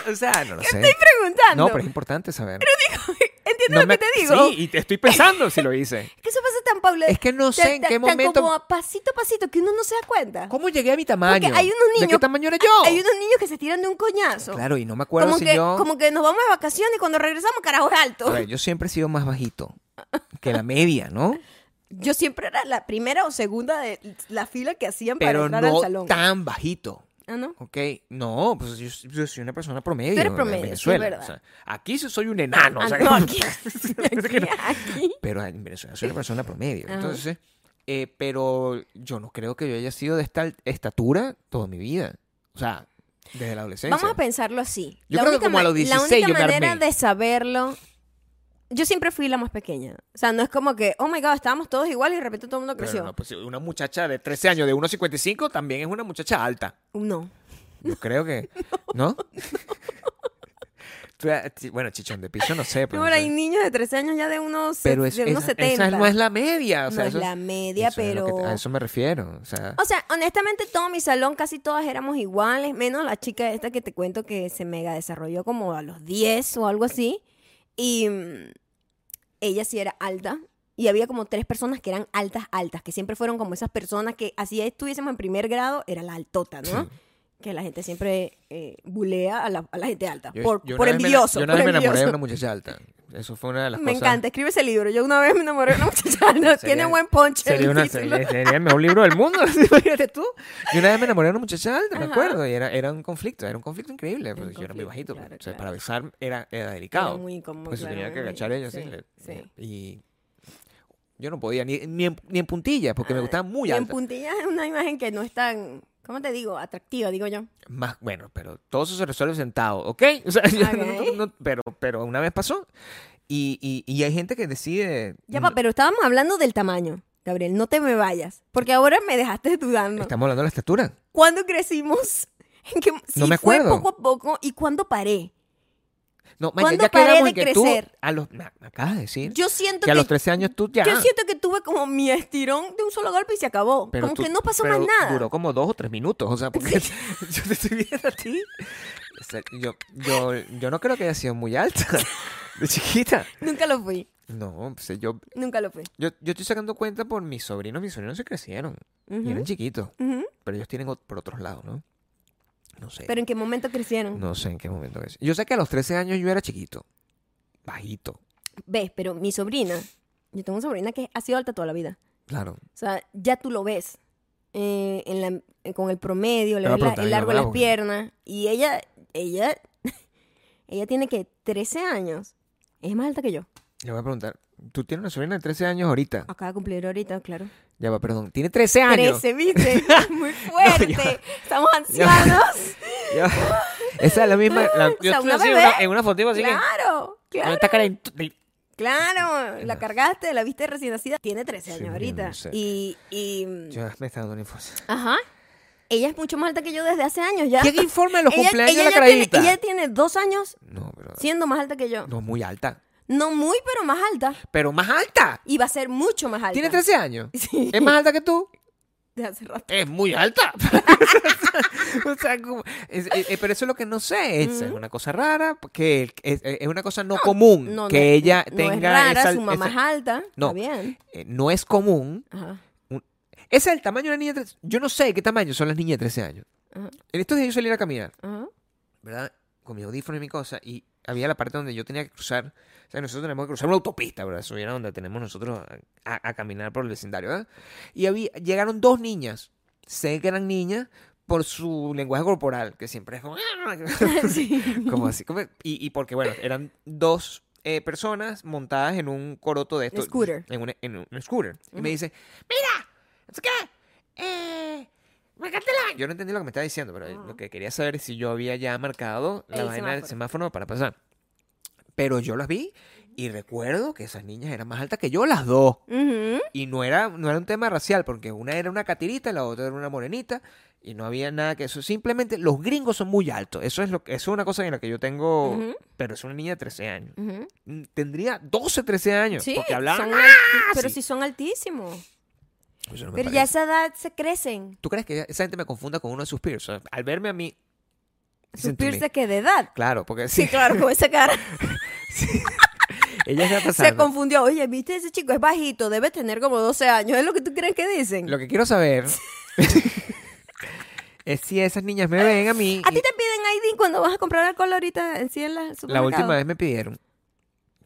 Speaker 2: o sea, no lo sé.
Speaker 1: Preguntando.
Speaker 2: No, pero es importante saber.
Speaker 1: ¿Entiendes
Speaker 2: No
Speaker 1: lo
Speaker 2: me-
Speaker 1: que te digo?
Speaker 2: Sí, y te estoy pensando si lo hice.
Speaker 1: Es que eso pasa tan, Paula.
Speaker 2: Es que no sé
Speaker 1: tan-
Speaker 2: en
Speaker 1: tan-
Speaker 2: qué
Speaker 1: tan
Speaker 2: momento-
Speaker 1: como a pasito a pasito, que uno no se da cuenta.
Speaker 2: ¿Cómo llegué a mi tamaño?
Speaker 1: Porque hay unos niños...
Speaker 2: ¿De qué tamaño era yo?
Speaker 1: Hay unos niños que se tiran de un coñazo.
Speaker 2: Claro, y no me acuerdo
Speaker 1: como,
Speaker 2: si
Speaker 1: que,
Speaker 2: yo.
Speaker 1: como que nos vamos de vacaciones y cuando regresamos, carajo, es alto.
Speaker 2: A ver, yo siempre he sido más bajito que la media, ¿no?
Speaker 1: Yo siempre era la primera o segunda de la fila que hacían para
Speaker 2: Pero
Speaker 1: entrar al
Speaker 2: no
Speaker 1: salón.
Speaker 2: tan bajito.
Speaker 1: Ah, ¿no?
Speaker 2: ¿Ok? No, pues yo, yo soy una persona promedio.
Speaker 1: Tú eres
Speaker 2: en
Speaker 1: promedio, sí,
Speaker 2: Venezuela.
Speaker 1: verdad.
Speaker 2: o sea, aquí sí soy un enano. o
Speaker 1: Ah,
Speaker 2: sea,
Speaker 1: no, aquí,
Speaker 2: que no.
Speaker 1: aquí, aquí.
Speaker 2: pero en Venezuela soy una persona promedio.
Speaker 1: Ajá.
Speaker 2: Entonces, eh, pero yo no creo que yo haya sido de esta al- estatura toda mi vida. O sea, desde la adolescencia.
Speaker 1: Vamos a pensarlo así.
Speaker 2: Yo creo que como
Speaker 1: ma-
Speaker 2: a los 16
Speaker 1: La única
Speaker 2: yo me
Speaker 1: manera
Speaker 2: armé.
Speaker 1: de saberlo... Yo siempre fui la más pequeña. O sea, no es como que, oh my God, estábamos todos iguales y de repente todo el mundo
Speaker 2: Pero
Speaker 1: creció.
Speaker 2: no, pues, una muchacha de 13 años, de 1,55, también es una muchacha alta.
Speaker 1: no.
Speaker 2: Yo creo que. ¿No? Tú, ah, chi- bueno, chichón de piso, no sé. pero
Speaker 1: No,
Speaker 2: pues, no
Speaker 1: pero hay
Speaker 2: sé.
Speaker 1: niños de 13 años ya de unos,
Speaker 2: Pero
Speaker 1: se-
Speaker 2: es,
Speaker 1: de unos
Speaker 2: esa,
Speaker 1: 70.
Speaker 2: esa no es la media. O sea,
Speaker 1: No es
Speaker 2: eso
Speaker 1: la media,
Speaker 2: eso es lo
Speaker 1: pero... Ah,
Speaker 2: que te- ah, a eso me refiero. O sea,
Speaker 1: O sea, honestamente, todo mi salón, casi todas éramos iguales, menos la chica esta que te cuento que se mega desarrolló como a los 10 o algo así. Y mm, ella sí era alta. Y había como tres personas que eran altas, altas, que siempre fueron como esas personas que, así estuviésemos en primer grado, era la altota, ¿no?
Speaker 2: Sí.
Speaker 1: Que la gente siempre eh, bulea a la, a la gente alta,
Speaker 2: yo-
Speaker 1: por,
Speaker 2: yo una
Speaker 1: por
Speaker 2: vez me ena-
Speaker 1: envidioso.
Speaker 2: Yo una
Speaker 1: por
Speaker 2: vez me enamoré de
Speaker 1: envidioso.
Speaker 2: una muchacha alta. Eso fue una de las
Speaker 1: Me
Speaker 2: cosas.
Speaker 1: encanta, escribe ese libro. Yo una vez me enamoré de una muchacha, alta, tiene
Speaker 2: Sería-
Speaker 1: buen ponche. el
Speaker 2: Sería, una,
Speaker 1: título.
Speaker 2: sería- sería el mejor libro del mundo, imagínate tú. Yo una vez me enamoré de una muchacha alta, me
Speaker 1: Ajá.
Speaker 2: acuerdo, y era, era un conflicto, era un conflicto increíble, porque yo era muy
Speaker 1: conflicto,
Speaker 2: bajito. pues,
Speaker 1: claro,
Speaker 2: o sea,
Speaker 1: claro.
Speaker 2: para besar era, era
Speaker 1: Era
Speaker 2: delicado.
Speaker 1: muy incómodo,
Speaker 2: pues
Speaker 1: claro,
Speaker 2: tenía que
Speaker 1: muy-
Speaker 2: agachar ellos,
Speaker 1: sí,
Speaker 2: sí,
Speaker 1: sí.
Speaker 2: le- Y yo no podía, ni, ni, en, ni en puntillas, porque me gustaba muy
Speaker 1: Y en
Speaker 2: alta.
Speaker 1: puntillas es una imagen que no es tan, ¿cómo te digo? Atractiva, digo yo.
Speaker 2: Más, bueno, pero todo eso se resuelve sentado, ¿ok? O sea, yo no- no-
Speaker 1: Ok.
Speaker 2: no- pero, pero una vez pasó. Y, y, y hay gente que decide... "Mm,
Speaker 1: Ya, va, pero estábamos hablando del tamaño, Gabriel, no te me vayas, porque ahora me dejaste dudando.
Speaker 2: Estamos hablando de la estatura.
Speaker 1: ¿Cuándo crecimos? ¿En qué- si
Speaker 2: me
Speaker 1: fue
Speaker 2: acuerdo.
Speaker 1: poco a poco y cuándo paré.
Speaker 2: No, Maya,
Speaker 1: ¿Cuándo
Speaker 2: ya
Speaker 1: paré
Speaker 2: quedamos en
Speaker 1: de
Speaker 2: que tú
Speaker 1: crecer?
Speaker 2: a los, me me acabas de decir
Speaker 1: Yo siento
Speaker 2: que
Speaker 1: que,
Speaker 2: a los 13 años tú ya.
Speaker 1: yo siento que tuve como mi estirón de un solo golpe y se acabó.
Speaker 2: pero
Speaker 1: como
Speaker 2: tú-
Speaker 1: que no pasó
Speaker 2: pero
Speaker 1: más nada.
Speaker 2: Duró como dos o tres minutos. O sea, porque yo te estoy viendo a ti. O sea, yo, yo, yo no creo que haya sido muy alta de chiquita.
Speaker 1: Nunca lo fui,
Speaker 2: No, pues, yo,
Speaker 1: nunca lo fui.
Speaker 2: yo, yo estoy sacando cuenta por mis sobrinos. Mis sobrinos se crecieron
Speaker 1: Ujú,
Speaker 2: y eran chiquitos.
Speaker 1: ujú.
Speaker 2: Pero ellos tienen ot- por otros lados, ¿no? No sé.
Speaker 1: Pero en qué momento crecieron.
Speaker 2: No sé en qué momento es. Yo sé que a los 13 años yo era chiquito. Bajito.
Speaker 1: Ves, pero mi sobrina, yo tengo una sobrina que ha sido alta toda la vida.
Speaker 2: Claro.
Speaker 1: O sea, ya tú lo ves. eh, en la- eh, con el promedio, le
Speaker 2: Le voy a
Speaker 1: ves la-
Speaker 2: preguntar a
Speaker 1: el
Speaker 2: mi
Speaker 1: largo de
Speaker 2: mamá,
Speaker 1: las
Speaker 2: porque-
Speaker 1: piernas. Y ella, ella, ella tiene que 13 años. Es más alta que yo.
Speaker 2: Le voy a preguntar. Tú tienes una sobrina de 13 años ahorita.
Speaker 1: Acaba de cumplir ahorita, claro.
Speaker 2: Ya va, perdón. Tiene 13 años.
Speaker 1: 13, viste. Muy fuerte.
Speaker 2: No, ya-
Speaker 1: Estamos ancianos.
Speaker 2: Ya va. Esa es la misma. la-
Speaker 1: O sea,
Speaker 2: estoy
Speaker 1: una
Speaker 2: así en
Speaker 1: bebé.
Speaker 2: en una fotito así que.
Speaker 1: claro,
Speaker 2: con
Speaker 1: claro.
Speaker 2: esta cara de- de-
Speaker 1: Claro, la
Speaker 2: No.
Speaker 1: cargaste, la viste recién nacida. Tiene 13
Speaker 2: Sí,
Speaker 1: años
Speaker 2: no
Speaker 1: ahorita.
Speaker 2: sé.
Speaker 1: Y, y-
Speaker 2: Yo me está dando un informe.
Speaker 1: Ajá. Ella es mucho más alta que yo desde hace años ya.
Speaker 2: ¿Quién informa de los
Speaker 1: Ella-
Speaker 2: cumpleaños
Speaker 1: ella
Speaker 2: de la
Speaker 1: ya tiene-
Speaker 2: carayita?
Speaker 1: ella tiene dos años
Speaker 2: No, pero.
Speaker 1: siendo más alta que yo.
Speaker 2: No, muy alta.
Speaker 1: No muy, pero más alta.
Speaker 2: Pero más alta.
Speaker 1: Y va a ser mucho más alta.
Speaker 2: Tiene Eh, 13 años.
Speaker 1: Sí.
Speaker 2: ¿Es más alta que tú?
Speaker 1: De hace rato.
Speaker 2: Es muy alta. o sea, como- es- es- es- pero eso es lo que no sé. Es, es una cosa rara, que es, es una cosa no, común
Speaker 1: No,
Speaker 2: mm, que
Speaker 1: no,
Speaker 2: ella
Speaker 1: no
Speaker 2: tenga
Speaker 1: es rara,
Speaker 2: esa-
Speaker 1: su mamá
Speaker 2: esa-
Speaker 1: es alta.
Speaker 2: No.
Speaker 1: Está bien.
Speaker 2: eh, no es común
Speaker 1: Ajá.
Speaker 2: Ese es el tamaño de la niña de 13 Yo no sé de qué tamaño son las niñas de 13 años.
Speaker 1: Ajá.
Speaker 2: En estos días yo salí a caminar,
Speaker 1: Ajá.
Speaker 2: ¿verdad? Con mi audífono y mi cosa, y había la parte donde yo tenía que cruzar. O sea, nosotros tenemos que cruzar una autopista, ¿verdad? Eso era donde tenemos nosotros a, a- a caminar por el vecindario, ¿verdad? Y había, llegaron dos niñas. Sé que eran niñas por su lenguaje corporal, que siempre es como...
Speaker 1: Sí.
Speaker 2: como así. como- y, y porque, bueno, eran dos eh, personas montadas en un coroto de estos.
Speaker 1: Scooter.
Speaker 2: En un, en un scooter. Y me dice, mira, ¿es qué? Eh, me encanta la-". Yo no entendí lo que me estaba diciendo, pero lo que quería saber es si yo había ya marcado la
Speaker 1: Ah. El
Speaker 2: vaina del semáforo para pasar. Pero yo las vi y recuerdo que esas niñas eran más altas que yo, las dos.
Speaker 1: Ujú.
Speaker 2: Y no era, no era un tema racial, porque una era una catirita, la otra era una morenita, y no había nada que eso. Simplemente los gringos son muy altos. Eso es lo que- eso es una cosa en la que yo tengo,
Speaker 1: Ujú.
Speaker 2: pero es una niña de 13 años.
Speaker 1: Ujú.
Speaker 2: Mm, Tendría 12, 13 años.
Speaker 1: Sí,
Speaker 2: porque hablaban. ¡ah!
Speaker 1: son alti- pero
Speaker 2: sí.
Speaker 1: si son altísimos.
Speaker 2: Eso no me
Speaker 1: Pero ya a
Speaker 2: parece.
Speaker 1: esa edad se crecen.
Speaker 2: ¿Tú crees que esa gente me confunda con uno de sus peers? O sea, al verme a mí. dicen to me.
Speaker 1: Supirse que de edad.
Speaker 2: Claro, porque
Speaker 1: Sí,
Speaker 2: sí,
Speaker 1: claro, con esa cara.
Speaker 2: ella está
Speaker 1: Se
Speaker 2: pasando.
Speaker 1: confundió. Oye, viste, ese chico es bajito, debe tener como 12 años. ¿Es lo que tú crees que dicen?
Speaker 2: Lo que quiero saber es si esas niñas me ven a mí.
Speaker 1: ¿A
Speaker 2: y
Speaker 1: ti te piden ID cuando vas a comprar alcohol ahorita en sí en la
Speaker 2: la última vez me pidieron.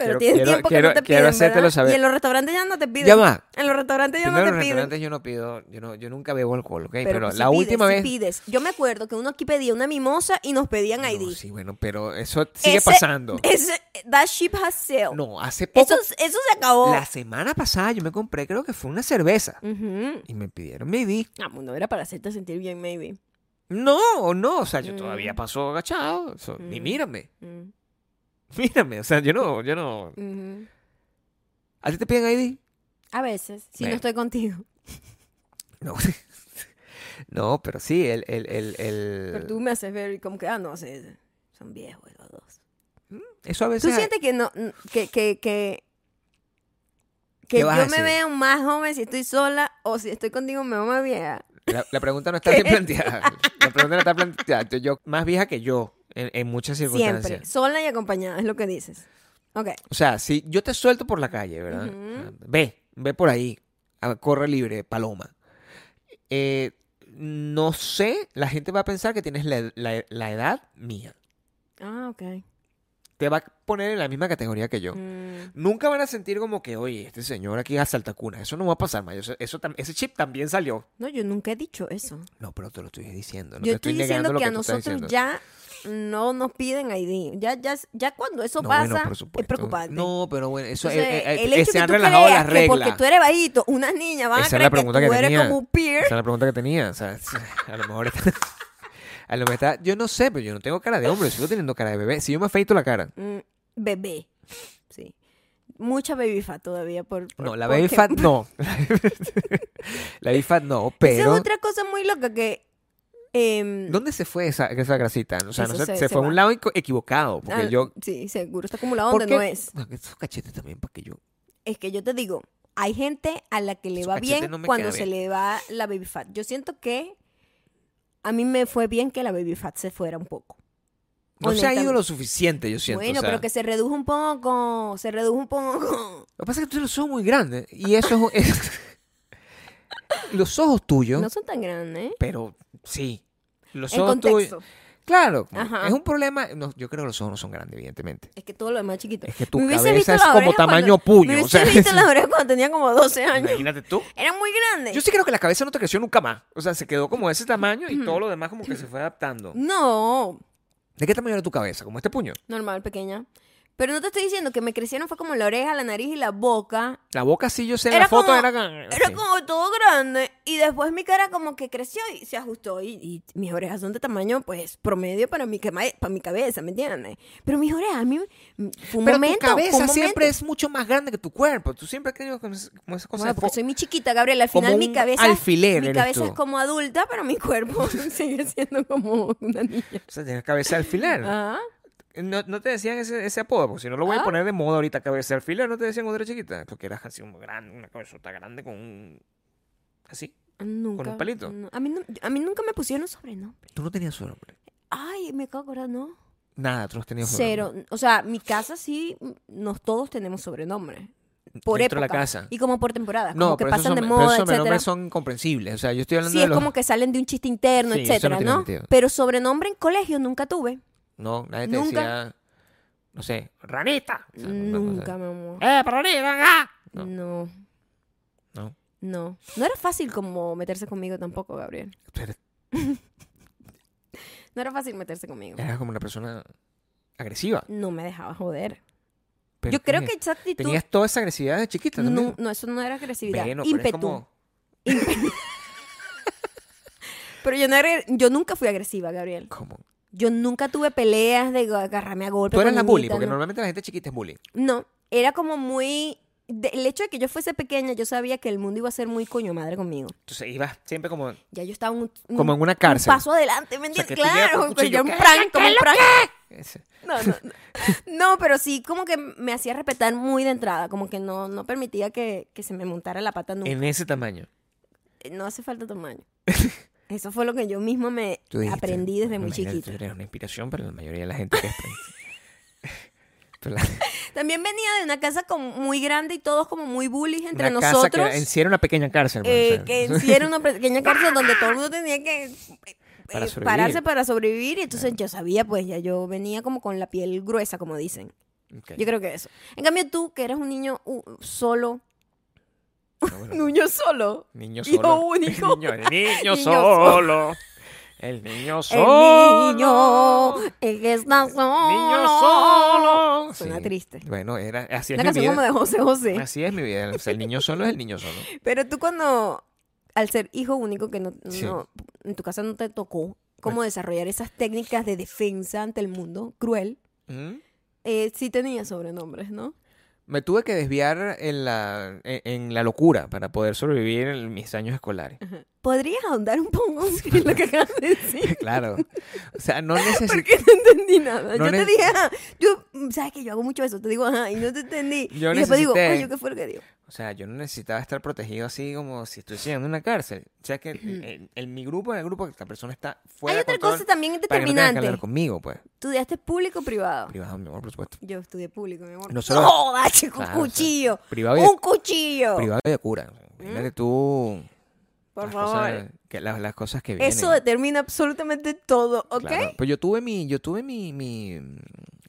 Speaker 1: Pero
Speaker 2: quiero-
Speaker 1: tienes
Speaker 2: quiero-
Speaker 1: tiempo
Speaker 2: quiero-
Speaker 1: que no te
Speaker 2: quiero
Speaker 1: piden,
Speaker 2: hacértelo
Speaker 1: ¿verdad?
Speaker 2: saber.
Speaker 1: Y en los restaurantes ya no te piden.
Speaker 2: Ya va.
Speaker 1: En los restaurantes ya no
Speaker 2: Primero, en
Speaker 1: te piden.
Speaker 2: restaurantes yo no pido, yo, no, yo nunca bebo alcohol, ¿ok? Pero,
Speaker 1: Pero, pues, sí
Speaker 2: la
Speaker 1: pides,
Speaker 2: última
Speaker 1: sí
Speaker 2: vez...
Speaker 1: pides. Yo me acuerdo que uno aquí pedía una mimosa y nos pedían ID.
Speaker 2: No, sí, bueno, pero eso sigue
Speaker 1: Ese-
Speaker 2: pasando.
Speaker 1: Ese, that ship has sailed.
Speaker 2: No, hace poco,
Speaker 1: eso, eso se acabó.
Speaker 2: la semana pasada yo me compré, creo que fue una cerveza.
Speaker 1: Ujú.
Speaker 2: Y me pidieron mi ID.
Speaker 1: Ah, bueno, era para hacerte sentir bien, maybe.
Speaker 2: No, no, o sea, yo
Speaker 1: Mm.
Speaker 2: todavía paso agachado. so- Y
Speaker 1: Mm.
Speaker 2: mírame,
Speaker 1: Mm,
Speaker 2: mírame, o sea, yo no, yo no...
Speaker 1: ujú.
Speaker 2: ¿A ti te piden ID?
Speaker 1: A veces, si
Speaker 2: Bueno.
Speaker 1: no estoy contigo.
Speaker 2: No. No, pero sí, el... el, el, el-
Speaker 1: Pero tú me haces ver como que, ah, no, sí, son viejos los dos.
Speaker 2: Eso a
Speaker 1: ¿Tú
Speaker 2: veces...
Speaker 1: sientes que no n- que que que que
Speaker 2: ¿Qué
Speaker 1: yo
Speaker 2: vas a
Speaker 1: me
Speaker 2: hacer?
Speaker 1: veo más joven si estoy sola o si estoy contigo me veo más vieja?
Speaker 2: La, la pregunta no está bien planteada. La pregunta no está planteada. Yo- Yo, más vieja que yo, en, en muchas circunstancias.
Speaker 1: Siempre, sola y acompañada, es lo que dices. Ok.
Speaker 2: O sea, si yo te suelto por la calle, ¿verdad?
Speaker 1: Ujú.
Speaker 2: Ve, ve por ahí, a- corre libre, paloma. Eh, no sé, la gente va a pensar que tienes la, ed- la ed- la edad mía.
Speaker 1: Ah, ok.
Speaker 2: Te va a poner en la misma categoría que yo.
Speaker 1: Mm,
Speaker 2: Nunca van a sentir como que, oye, este señor aquí asalta cuna. Eso no va a pasar, Mayo. Eso, eso tam- ese chip también salió.
Speaker 1: No, yo nunca he dicho eso.
Speaker 2: No, pero te lo estoy diciendo. No
Speaker 1: yo
Speaker 2: te estoy,
Speaker 1: estoy,
Speaker 2: negando
Speaker 1: diciendo
Speaker 2: lo
Speaker 1: que
Speaker 2: que
Speaker 1: a
Speaker 2: tú estás
Speaker 1: nosotros
Speaker 2: diciendo.
Speaker 1: ya no nos piden ID. Ya ya ya cuando eso
Speaker 2: No, bueno,
Speaker 1: pasa
Speaker 2: por
Speaker 1: es
Speaker 2: supuesto.
Speaker 1: preocupante.
Speaker 2: No, pero bueno, eso eh,
Speaker 1: Entonces,
Speaker 2: eh,
Speaker 1: el
Speaker 2: eh,
Speaker 1: hecho
Speaker 2: se
Speaker 1: que
Speaker 2: han
Speaker 1: tú
Speaker 2: relajado
Speaker 1: creas
Speaker 2: las
Speaker 1: que porque
Speaker 2: reglas.
Speaker 1: tú eres bajito, unas niñas van a
Speaker 2: Esa es la
Speaker 1: creer
Speaker 2: pregunta
Speaker 1: que
Speaker 2: que
Speaker 1: tú eres
Speaker 2: tenía.
Speaker 1: como un peer.
Speaker 2: Esa es la pregunta que tenía. O sea, a lo mejor está- A lo mejor está- Yo no sé, pero yo no tengo cara de hombre, sigo teniendo cara de bebé. Si yo me afeito la cara.
Speaker 1: Mm, bebé. Sí. Mucha baby fat todavía por. por-
Speaker 2: No, la
Speaker 1: porque-
Speaker 2: baby fat no. la baby fat no,
Speaker 1: Esa
Speaker 2: pero.
Speaker 1: es otra cosa muy loca que. em,
Speaker 2: ¿Dónde se fue esa, esa grasita? O sea, no
Speaker 1: Eso
Speaker 2: sé, se,
Speaker 1: se- se
Speaker 2: fue a
Speaker 1: va.
Speaker 2: un lado equ- equivocado. Porque
Speaker 1: ah,
Speaker 2: yo.
Speaker 1: Sí, seguro está acumulado
Speaker 2: ¿por
Speaker 1: donde
Speaker 2: qué?
Speaker 1: no es.
Speaker 2: No, que Esos cachetes también, para que yo.
Speaker 1: Es que yo te digo, hay gente a la que le
Speaker 2: Su
Speaker 1: va
Speaker 2: cachete
Speaker 1: bien
Speaker 2: no me
Speaker 1: cuando
Speaker 2: queda
Speaker 1: se
Speaker 2: bien.
Speaker 1: le va la baby fat. Yo siento que a mí me fue bien que la baby fat se fuera un poco.
Speaker 2: No se ha ido
Speaker 1: Honestamente.
Speaker 2: lo suficiente, yo siento.
Speaker 1: bueno,
Speaker 2: o sea.
Speaker 1: pero que se redujo un poco, se redujo un poco.
Speaker 2: Lo que pasa es que tus ojos son muy grandes. Y eso es. es- los ojos tuyos.
Speaker 1: No son tan grandes, ¿eh?
Speaker 2: Pero sí. Los
Speaker 1: En
Speaker 2: ojos tuyos.
Speaker 1: contexto.
Speaker 2: Claro, como-
Speaker 1: Ajá.
Speaker 2: es un problema. no, yo creo que los ojos no son grandes, evidentemente.
Speaker 1: Es que todo lo demás es chiquito.
Speaker 2: Es que tu
Speaker 1: Me hubiese
Speaker 2: cabeza
Speaker 1: visto
Speaker 2: es
Speaker 1: las
Speaker 2: como
Speaker 1: orejas
Speaker 2: tamaño
Speaker 1: cuando-
Speaker 2: puño,
Speaker 1: Me
Speaker 2: o
Speaker 1: hubiese
Speaker 2: sea,
Speaker 1: visto
Speaker 2: es-
Speaker 1: las orejas cuando tenía como 12 años.
Speaker 2: Imagínate tú.
Speaker 1: Era muy grande.
Speaker 2: Yo sí creo que la cabeza no te creció nunca más. O sea, se quedó como de ese tamaño y todo lo demás como que se fue adaptando.
Speaker 1: No,
Speaker 2: ¿De qué tamaño era tu cabeza? ¿Como este puño?
Speaker 1: normal, pequeña. Pero no te estoy diciendo que me crecieron fue como la oreja, la nariz y la boca.
Speaker 2: La boca sí, yo sé, en
Speaker 1: Era
Speaker 2: la foto
Speaker 1: como-
Speaker 2: era... gan-
Speaker 1: Era
Speaker 2: sí.
Speaker 1: como todo grande. Y después mi cara como que creció y se ajustó. Y, y mis orejas son de tamaño, pues, promedio para mi, cama- para mi cabeza, ¿me entiendes? Pero mis orejas, a mí m- fue un
Speaker 2: Pero
Speaker 1: momento.
Speaker 2: tu
Speaker 1: fue un
Speaker 2: cabeza siempre
Speaker 1: momento.
Speaker 2: es mucho más grande que tu cuerpo. Tú siempre has querido como es- como esa cosa
Speaker 1: Bueno,
Speaker 2: de
Speaker 1: porque
Speaker 2: fo-
Speaker 1: soy muy chiquita, Gabriela. Al
Speaker 2: como
Speaker 1: final mi
Speaker 2: un
Speaker 1: cabeza.
Speaker 2: alfiler
Speaker 1: mi
Speaker 2: eres
Speaker 1: cabeza
Speaker 2: tú.
Speaker 1: es como adulta, pero mi cuerpo sigue siendo como una niña. Ah,
Speaker 2: O sea, tienes cabeza de alfiler.
Speaker 1: Ajá.
Speaker 2: No, no te decían ese, ese apodo, porque si no lo voy
Speaker 1: Ah.
Speaker 2: a poner de moda ahorita, cabeza de alfiler, no te decían cuando eras chiquita, porque eras así como grande, una cabezota grande con un... Así.
Speaker 1: Nunca.
Speaker 2: palito?
Speaker 1: no. a, mí nu- a mí nunca me pusieron sobrenombre.
Speaker 2: Tú no tenías sobrenombre.
Speaker 1: Ay, me acabo de acordar, ¿no?
Speaker 2: Nada, tú no has tenido
Speaker 1: Cero.
Speaker 2: sobrenombre.
Speaker 1: O sea, mi casa sí, m- nos todos tenemos sobrenombre. Por
Speaker 2: Dentro de la
Speaker 1: época.
Speaker 2: casa.
Speaker 1: Y como por temporadas.
Speaker 2: Ah. No,
Speaker 1: como que
Speaker 2: pero esos
Speaker 1: pasan de
Speaker 2: sobre- pero esos
Speaker 1: moda, etcétera.
Speaker 2: sobrenombres son comprensibles. O sea, yo estoy hablando
Speaker 1: Sí,
Speaker 2: de
Speaker 1: es
Speaker 2: los...
Speaker 1: como que salen de un chiste interno,
Speaker 2: Sí, eso no
Speaker 1: etcétera,
Speaker 2: tiene
Speaker 1: ¿no?
Speaker 2: sentido.
Speaker 1: Pero sobrenombre en colegio nunca tuve.
Speaker 2: No, nadie te
Speaker 1: Nunca.
Speaker 2: decía... no sé, ranita. O sea, no- no- no sé.
Speaker 1: Nunca, mi amor.
Speaker 2: ¡Eh, pero ranita, ven acá! No,
Speaker 1: No,
Speaker 2: no.
Speaker 1: no. No era fácil como meterse conmigo tampoco, Gabriel.
Speaker 2: Pero
Speaker 1: No era fácil meterse conmigo.
Speaker 2: era como una persona agresiva.
Speaker 1: No me dejaba joder.
Speaker 2: Pero
Speaker 1: Yo creo
Speaker 2: tenía-
Speaker 1: que esa actitud...
Speaker 2: Tenías toda esa agresividad de chiquita
Speaker 1: No,
Speaker 2: también.
Speaker 1: no, eso no era agresividad.
Speaker 2: Bueno, pero es
Speaker 1: ímpetu.
Speaker 2: como-
Speaker 1: Pero yo, no era- yo nunca fui agresiva, Gabriel.
Speaker 2: como-
Speaker 1: Yo nunca tuve peleas de agarrarme a golpe.
Speaker 2: Tú eras
Speaker 1: con
Speaker 2: la bully,
Speaker 1: niñita,
Speaker 2: porque
Speaker 1: ¿no?
Speaker 2: normalmente la gente chiquita es bully.
Speaker 1: No, era como muy... de- el hecho de que yo fuese pequeña, yo sabía que el mundo iba a ser muy coño madre conmigo.
Speaker 2: Entonces ibas siempre como,
Speaker 1: Ya yo estaba un, un-
Speaker 2: como en una
Speaker 1: un
Speaker 2: cárcel.
Speaker 1: paso adelante, ¿me
Speaker 2: O sea,
Speaker 1: entiendes?
Speaker 2: que tú llegas con
Speaker 1: claro,
Speaker 2: un
Speaker 1: pero yo un
Speaker 2: cuchillo, ¿qué?
Speaker 1: prank, como un prank.
Speaker 2: Ese.
Speaker 1: No, no, no. No, pero sí, como que me hacía respetar muy de entrada, como que no, no permitía que, que se me montara la pata nunca.
Speaker 2: En ese tamaño.
Speaker 1: No hace falta tamaño. Eso fue lo que yo misma me
Speaker 2: Tú dijiste,
Speaker 1: aprendí desde muy
Speaker 2: "Imagínate,
Speaker 1: chiquita.
Speaker 2: Tú eres una inspiración para la mayoría de la gente que está ahí". Pero la-
Speaker 1: También venía de una casa como muy grande y todos como muy bullies entre
Speaker 2: una casa
Speaker 1: nosotros.
Speaker 2: que en sí era una pequeña cárcel. bueno,
Speaker 1: eh,
Speaker 2: o sea,
Speaker 1: que en sí era una pequeña cárcel donde todo el mundo tenía que eh,
Speaker 2: Para
Speaker 1: eh,
Speaker 2: sobrevivir.
Speaker 1: pararse para sobrevivir. Y entonces yo sabía, pues ya yo venía como con la piel gruesa, como dicen.
Speaker 2: ok.
Speaker 1: Yo creo que eso. En cambio tú, que eres un niño uh, solo,
Speaker 2: No, bueno,
Speaker 1: niño solo,
Speaker 2: niño
Speaker 1: hijo
Speaker 2: solo.
Speaker 1: único.
Speaker 2: El niño, el niño
Speaker 1: Niño
Speaker 2: solo. El niño solo.
Speaker 1: el niño, el que está solo.
Speaker 2: Niño solo.
Speaker 1: Suena
Speaker 2: Sí.
Speaker 1: triste.
Speaker 2: Bueno, era, así es
Speaker 1: Una
Speaker 2: mi
Speaker 1: canción como
Speaker 2: vida.
Speaker 1: de José José.
Speaker 2: Así es mi vida. O sea, el niño solo es el niño solo.
Speaker 1: Pero tú cuando, al ser hijo único, que no,
Speaker 2: Sí.
Speaker 1: no- en tu casa no te tocó cómo desarrollar esas técnicas de defensa ante el mundo cruel,
Speaker 2: ¿Mm?
Speaker 1: eh, sí tenía sobrenombres, ¿no?
Speaker 2: Me tuve que desviar en la, en, en la locura para poder sobrevivir en mis años escolares.
Speaker 1: ¿Podrías ahondar un poco en lo que acabas de decir?
Speaker 2: Claro. O sea, no necesito.
Speaker 1: Porque no entendí nada.
Speaker 2: No
Speaker 1: yo te
Speaker 2: ne-
Speaker 1: dije, ajá. Yo, mm, ¿sabes que Yo hago mucho eso. Te digo, ajá, y no te entendí.
Speaker 2: Yo
Speaker 1: y después digo,
Speaker 2: necesité-
Speaker 1: oye, ¿qué fue lo que digo?
Speaker 2: O sea, yo no necesitaba estar protegido así como si estuviese en una cárcel. O sea, que en, en- en mi grupo, en el grupo, la persona está fuera
Speaker 1: Hay
Speaker 2: de
Speaker 1: otra
Speaker 2: control
Speaker 1: cosa también
Speaker 2: para que no tenga que
Speaker 1: determinante.
Speaker 2: hablar conmigo, pues.
Speaker 1: ¿Estudiaste público o privado?
Speaker 2: Privado, mi amor, por supuesto.
Speaker 1: Yo estudié público, mi amor.
Speaker 2: No
Speaker 1: No,
Speaker 2: solo-
Speaker 1: joda, chico,
Speaker 2: Claro, o
Speaker 1: un
Speaker 2: sea,
Speaker 1: cuchillo.
Speaker 2: Privado y de,
Speaker 1: Un cuchillo.
Speaker 2: privado y de cura. Imagínate tú.
Speaker 1: Por
Speaker 2: las
Speaker 1: favor.
Speaker 2: Cosas, que, las, las cosas que vienen.
Speaker 1: Eso determina absolutamente todo, ¿ok?
Speaker 2: Claro, Pues yo tuve mi, yo tuve mi, mi-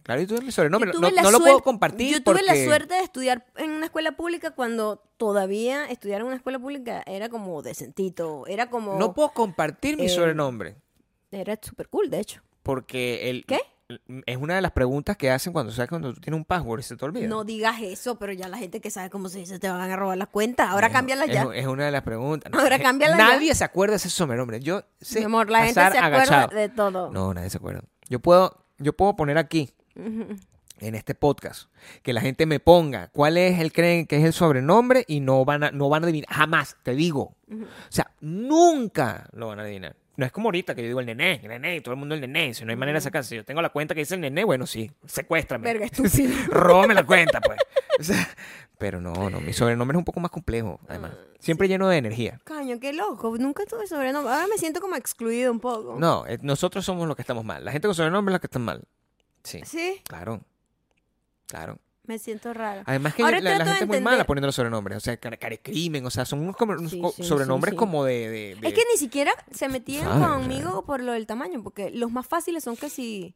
Speaker 2: claro, yo tuve mi
Speaker 1: Yo
Speaker 2: sobrenombre. No,
Speaker 1: tuve
Speaker 2: no-
Speaker 1: la
Speaker 2: no lo puedo
Speaker 1: suerte-
Speaker 2: compartir
Speaker 1: Yo tuve la
Speaker 2: porque-
Speaker 1: suerte de estudiar en una escuela pública cuando todavía estudiar en una escuela pública era como decentito, era como...
Speaker 2: No puedo compartir mi
Speaker 1: Eh,
Speaker 2: sobrenombre.
Speaker 1: Era súper cool, de hecho.
Speaker 2: Porque el,
Speaker 1: ¿Qué?
Speaker 2: es una de las preguntas que hacen cuando sabes cuando tú tienes un password y se te olvida.
Speaker 1: No digas eso, pero ya la gente que sabe cómo se dice te van a robar las cuentas. Ahora
Speaker 2: Es-
Speaker 1: cámbialas
Speaker 2: es-
Speaker 1: ya.
Speaker 2: Es, una de las preguntas.
Speaker 1: Ahora
Speaker 2: je-
Speaker 1: cámbiala ya.
Speaker 2: Nadie se acuerda de ese sobrenombre. Yo sé
Speaker 1: Mi amor, la gente se
Speaker 2: pasar
Speaker 1: acuerda
Speaker 2: agachado.
Speaker 1: de todo.
Speaker 2: No, nadie se acuerda. Yo puedo, yo puedo poner aquí, en este podcast, que la gente me ponga cuál es el creen que es el sobrenombre y no van a, no van a adivinar. Jamás, te digo. O sea, nunca lo van a adivinar. No es como ahorita que yo digo el nené, el nené, y todo el mundo el nené. Si no hay manera de sacarse, si yo tengo la cuenta que dice el nené, bueno, sí, secuéstrame.
Speaker 1: Verga, estúpido.
Speaker 2: Róbame la cuenta, pues. O sea, pero no, no, mi sobrenombre es un poco más complejo, además. Siempre lleno de energía.
Speaker 1: Caño, qué loco. Nunca tuve sobrenombre. Ahora me siento como excluido un poco.
Speaker 2: No, eh, nosotros somos los que estamos mal. La gente con sobrenombre es la que está mal. Sí,
Speaker 1: Sí,
Speaker 2: claro. Claro.
Speaker 1: me siento raro.
Speaker 2: Además que
Speaker 1: Ahora
Speaker 2: la, la
Speaker 1: trato de
Speaker 2: gente es muy
Speaker 1: entender-
Speaker 2: mala poniendo los sobrenombres. O sea, care- carecrimen, o sea, son unos, como- unos
Speaker 1: Sí,
Speaker 2: co-
Speaker 1: sí,
Speaker 2: sobrenombres
Speaker 1: sí, sí.
Speaker 2: como de... de- de-
Speaker 1: Es que ni siquiera se metían
Speaker 2: sabes,
Speaker 1: conmigo por lo del tamaño, porque los más fáciles son que si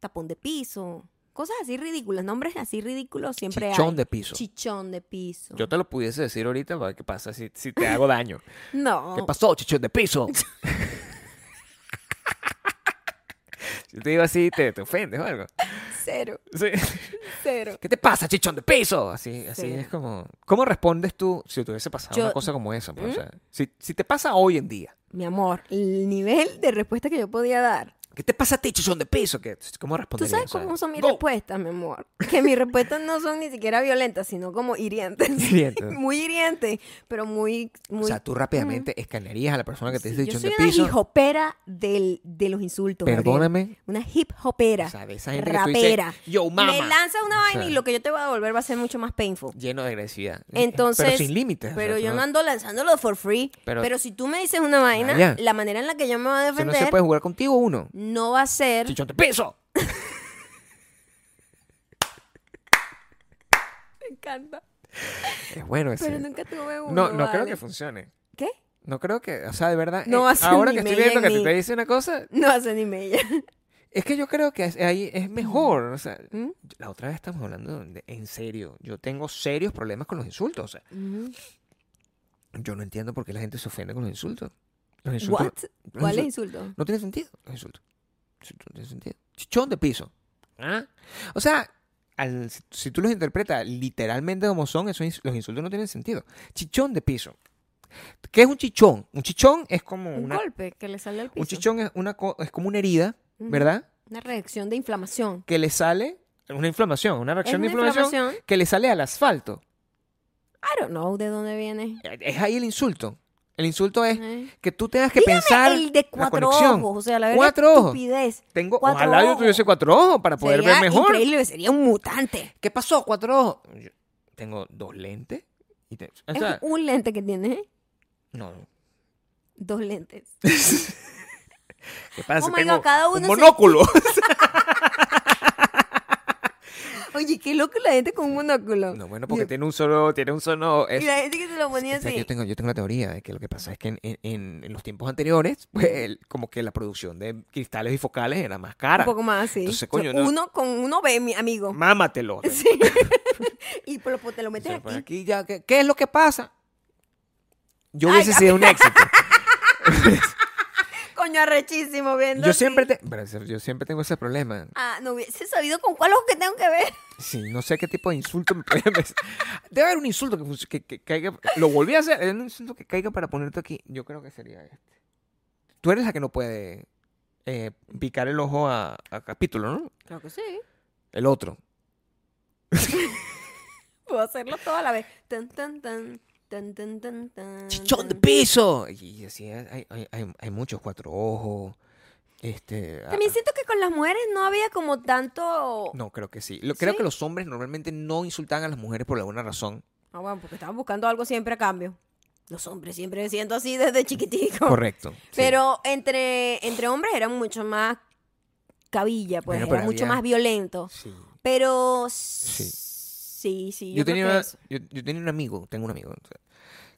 Speaker 1: tapón de piso, cosas así ridículas, nombres así ridículos siempre
Speaker 2: Chichón
Speaker 1: hay.
Speaker 2: de piso.
Speaker 1: Chichón de piso.
Speaker 2: Yo te lo pudiese decir ahorita para ver qué pasa si, si te hago daño. ¿Qué
Speaker 1: No.
Speaker 2: pasó, chichón de piso? si te digo así, te, te ofendes o algo.
Speaker 1: Cero,
Speaker 2: Sí.
Speaker 1: cero.
Speaker 2: ¿Qué te pasa, chichón de piso? Así, así
Speaker 1: Sí.
Speaker 2: es como... ¿Cómo respondes tú si te hubiese pasado
Speaker 1: Yo- ¿Mm?
Speaker 2: una cosa como esa? pues? O sea, si, si te pasa hoy en día,
Speaker 1: Mi amor, el nivel de respuesta que yo podía dar.
Speaker 2: ¿qué te pasa a ti, chichón de piso? ¿Qué, ¿Cómo
Speaker 1: Tú
Speaker 2: responderías?
Speaker 1: sabes
Speaker 2: O sea,
Speaker 1: cómo son mis
Speaker 2: go.
Speaker 1: respuestas, mi amor. Que mis respuestas no son ni siquiera violentas, sino como hirientes.
Speaker 2: Hirientes.
Speaker 1: muy hirientes, pero muy, muy
Speaker 2: O sea, tú rápidamente escanearías a la persona que te
Speaker 1: Sí,
Speaker 2: dice
Speaker 1: yo
Speaker 2: chichón
Speaker 1: soy
Speaker 2: de
Speaker 1: una
Speaker 2: piso.
Speaker 1: hip hopera del, de los insultos. Gabriel.
Speaker 2: Perdóname.
Speaker 1: Una hip hopera.
Speaker 2: O sea, de esa gente que tú dices,
Speaker 1: rapera.
Speaker 2: "Yo, mama".
Speaker 1: Me lanza una
Speaker 2: O
Speaker 1: vaina
Speaker 2: sea.
Speaker 1: y lo que yo te voy a devolver va a ser mucho más painful.
Speaker 2: Lleno de agresividad.
Speaker 1: Entonces.
Speaker 2: Pero sin límites. o sea,
Speaker 1: Pero
Speaker 2: tú
Speaker 1: yo no ando lanzándolo for free.
Speaker 2: Pero-
Speaker 1: Pero, si tú me dices una vaina,
Speaker 2: Allá.
Speaker 1: la manera en la que yo me voy a
Speaker 2: o sea, no
Speaker 1: defender
Speaker 2: se puede jugar contigo uno.
Speaker 1: no va a ser.
Speaker 2: Chichón de piso.
Speaker 1: Me encanta.
Speaker 2: Es bueno ese.
Speaker 1: Pero nunca tuve uno.
Speaker 2: no, no creo
Speaker 1: vale.
Speaker 2: que funcione.
Speaker 1: ¿Qué?
Speaker 2: No creo que, o sea, de verdad,
Speaker 1: No
Speaker 2: eh,
Speaker 1: hacen
Speaker 2: ahora
Speaker 1: ni
Speaker 2: que estoy
Speaker 1: mella
Speaker 2: viendo que
Speaker 1: ni-
Speaker 2: te dice una cosa,
Speaker 1: No hace ni mella.
Speaker 2: Es que yo creo que es- ahí es mejor. o sea,
Speaker 1: ¿Mm?
Speaker 2: la otra vez estamos hablando de- en serio. Yo tengo serios problemas con los insultos. o sea,
Speaker 1: Ujú.
Speaker 2: yo no entiendo por qué la gente se ofende con los insultos. Los insultos,
Speaker 1: ¿What?
Speaker 2: los
Speaker 1: ¿Cuál es
Speaker 2: insul-
Speaker 1: insulto?
Speaker 2: No tiene sentido los insultos. Sí, No tiene sentido. Chichón de piso. ¿Ah? O sea, al- si, si tú los interpretas literalmente como son, esos ins- los insultos no tienen sentido. Chichón de piso. ¿Qué es un chichón? Un chichón es como
Speaker 1: Un
Speaker 2: una...
Speaker 1: golpe que le sale al piso.
Speaker 2: Un chichón es, una, co- es como una herida,
Speaker 1: Ujú.
Speaker 2: ¿verdad?
Speaker 1: Una reacción de inflamación.
Speaker 2: Que le sale una inflamación, una
Speaker 1: Es
Speaker 2: reacción
Speaker 1: una
Speaker 2: de inflamación,
Speaker 1: inflamación.
Speaker 2: que le sale al asfalto.
Speaker 1: I don't know de dónde viene.
Speaker 2: Eh, Es ahí el insulto. El insulto es
Speaker 1: Eh.
Speaker 2: que tú tengas que
Speaker 1: Dígame
Speaker 2: pensar
Speaker 1: el de
Speaker 2: la
Speaker 1: cuatro
Speaker 2: conexión.
Speaker 1: ojos, o sea, la verdad
Speaker 2: Cuatro ojos.
Speaker 1: estupidez.
Speaker 2: Tengo,
Speaker 1: cuatro
Speaker 2: ojalá yo
Speaker 1: ojos.
Speaker 2: tuviese cuatro ojos para poder
Speaker 1: Sería
Speaker 2: ver mejor.
Speaker 1: increíble, sería un mutante.
Speaker 2: ¿Qué pasó? Cuatro ojos. Yo tengo dos lentes. Y te- o sea,
Speaker 1: es un lente que tiene, ¿eh?
Speaker 2: no.
Speaker 1: Dos lentes.
Speaker 2: ¿Qué pasa?
Speaker 1: Oh my
Speaker 2: tengo
Speaker 1: God, cada
Speaker 2: un
Speaker 1: uno se-
Speaker 2: monóculo.
Speaker 1: Oye, qué loco la gente con un monóculo.
Speaker 2: no, bueno, porque tiene un solo, tiene un solo. es-
Speaker 1: Y la gente que se lo ponía
Speaker 2: o sea,
Speaker 1: así.
Speaker 2: que yo, tengo, yo tengo la teoría de que lo que pasa es que en, en- en- en los tiempos anteriores, pues, el- como que la producción de cristales bifocales era más cara.
Speaker 1: Un poco más así. O
Speaker 2: Entonces,
Speaker 1: sea,
Speaker 2: coño, no. Mm,
Speaker 1: Uno con uno ve, mi amigo.
Speaker 2: Mámatelo.
Speaker 1: Sí. y por lo- pues, te lo metes
Speaker 2: Entonces, pues,
Speaker 1: aquí.
Speaker 2: aquí ya, ¿qué, qué es lo que pasa? Yo
Speaker 1: Ay,
Speaker 2: hubiese
Speaker 1: ya.
Speaker 2: sido un éxito.
Speaker 1: Coño, arrechísimo viendo.
Speaker 2: Yo
Speaker 1: así.
Speaker 2: siempre, te- pero yo siempre tengo ese problema.
Speaker 1: Ah, no hubiese sabido con cuál ojo que tengo que ver.
Speaker 2: Sí, no sé qué tipo de insulto me podría pensar. Debe haber un insulto que, func- que- que caiga. Lo volví a hacer. es Un insulto que caiga para ponerte aquí. Yo creo que sería este. Tú eres la que no puede eh, picar el ojo a, a capítulo, ¿no?
Speaker 1: Claro que sí.
Speaker 2: El otro.
Speaker 1: Puedo hacerlo toda la vez. Tan, tan, tan. Tan, tan, tan, tan.
Speaker 2: ¡Chichón de
Speaker 1: tan.
Speaker 2: piso! Y, y así hay, hay- hay- hay muchos cuatro ojos. Este. ah,
Speaker 1: También siento que con las mujeres no había como tanto.
Speaker 2: no, creo que sí. Lo- creo
Speaker 1: ¿Sí?
Speaker 2: que los hombres normalmente no insultan a las mujeres por alguna razón.
Speaker 1: Ah, bueno, porque estaban buscando algo siempre a cambio. Los hombres siempre me siento así desde chiquitico.
Speaker 2: Correcto. sí.
Speaker 1: Pero entre, entre hombres era mucho más cabilla, pues
Speaker 2: Bueno,
Speaker 1: era
Speaker 2: pero
Speaker 1: mucho
Speaker 2: había-
Speaker 1: más violento.
Speaker 2: Sí.
Speaker 1: Pero sí, sí, yo, creo
Speaker 2: yo, tenía,
Speaker 1: que
Speaker 2: una-
Speaker 1: eso.
Speaker 2: yo, yo tenía un amigo, tengo un amigo, o sea,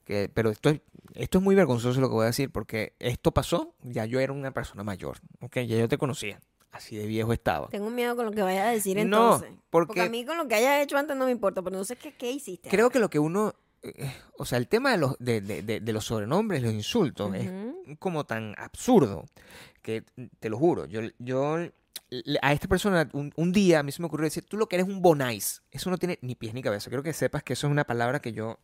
Speaker 2: que, pero esto es, esto es muy vergonzoso lo que voy a decir, porque esto pasó, ya yo era una persona mayor, ¿ok? Ya yo te conocía, así de viejo estaba.
Speaker 1: Tengo miedo con lo que vaya a decir
Speaker 2: No,
Speaker 1: entonces. porque...
Speaker 2: porque-
Speaker 1: a mí con lo que hayas hecho antes no me importa, pero no sé qué, qué hiciste.
Speaker 2: Creo que lo que uno, eh, o sea, el tema de los, de, de- de- de los sobrenombres, los insultos,
Speaker 1: Ujú.
Speaker 2: es como tan absurdo, que te lo juro, yo, yo le- a esta persona un, un día a mí se me ocurrió decir, tú lo que eres un bonais, eso no tiene ni pies ni cabeza, creo que sepas que eso es una palabra que yo...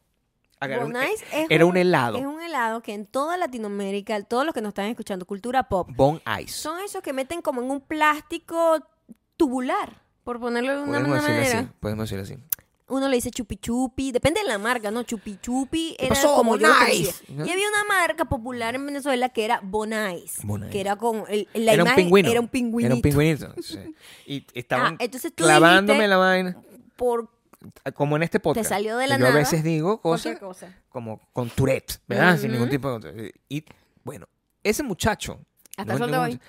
Speaker 2: agarré un- eh,
Speaker 1: Bon Ice es
Speaker 2: era un helado.
Speaker 1: Es un helado que en toda Latinoamérica, todos los que nos están escuchando, cultura pop,
Speaker 2: Bon Ice.
Speaker 1: son esos que meten como en un plástico tubular, por ponerlo de una,
Speaker 2: Podemos decirlo
Speaker 1: manera.
Speaker 2: así. Podemos decirlo así.
Speaker 1: Uno le dice chupi chupi, depende de la marca, ¿no? Chupi chupi era
Speaker 2: pasó,
Speaker 1: como yo lo
Speaker 2: Bonais?
Speaker 1: conocía. Y había una marca popular en Venezuela que era Bonais,
Speaker 2: Bonais.
Speaker 1: que era con el- la
Speaker 2: era un
Speaker 1: imagen
Speaker 2: pingüino.
Speaker 1: era un pingüinito.
Speaker 2: Era un pingüinito. sí. Y estaban
Speaker 1: Ah, entonces tú
Speaker 2: clavándome
Speaker 1: dijiste
Speaker 2: la vaina.
Speaker 1: por
Speaker 2: Como en este podcast.
Speaker 1: salió de
Speaker 2: que
Speaker 1: la
Speaker 2: yo
Speaker 1: nada
Speaker 2: a veces digo
Speaker 1: cualquier
Speaker 2: cosas
Speaker 1: cosa.
Speaker 2: como con Tourette, ¿verdad? Sin ningún tipo de... Y bueno, ese muchacho...
Speaker 1: Hasta
Speaker 2: no
Speaker 1: el sol de
Speaker 2: ningún-
Speaker 1: hoy.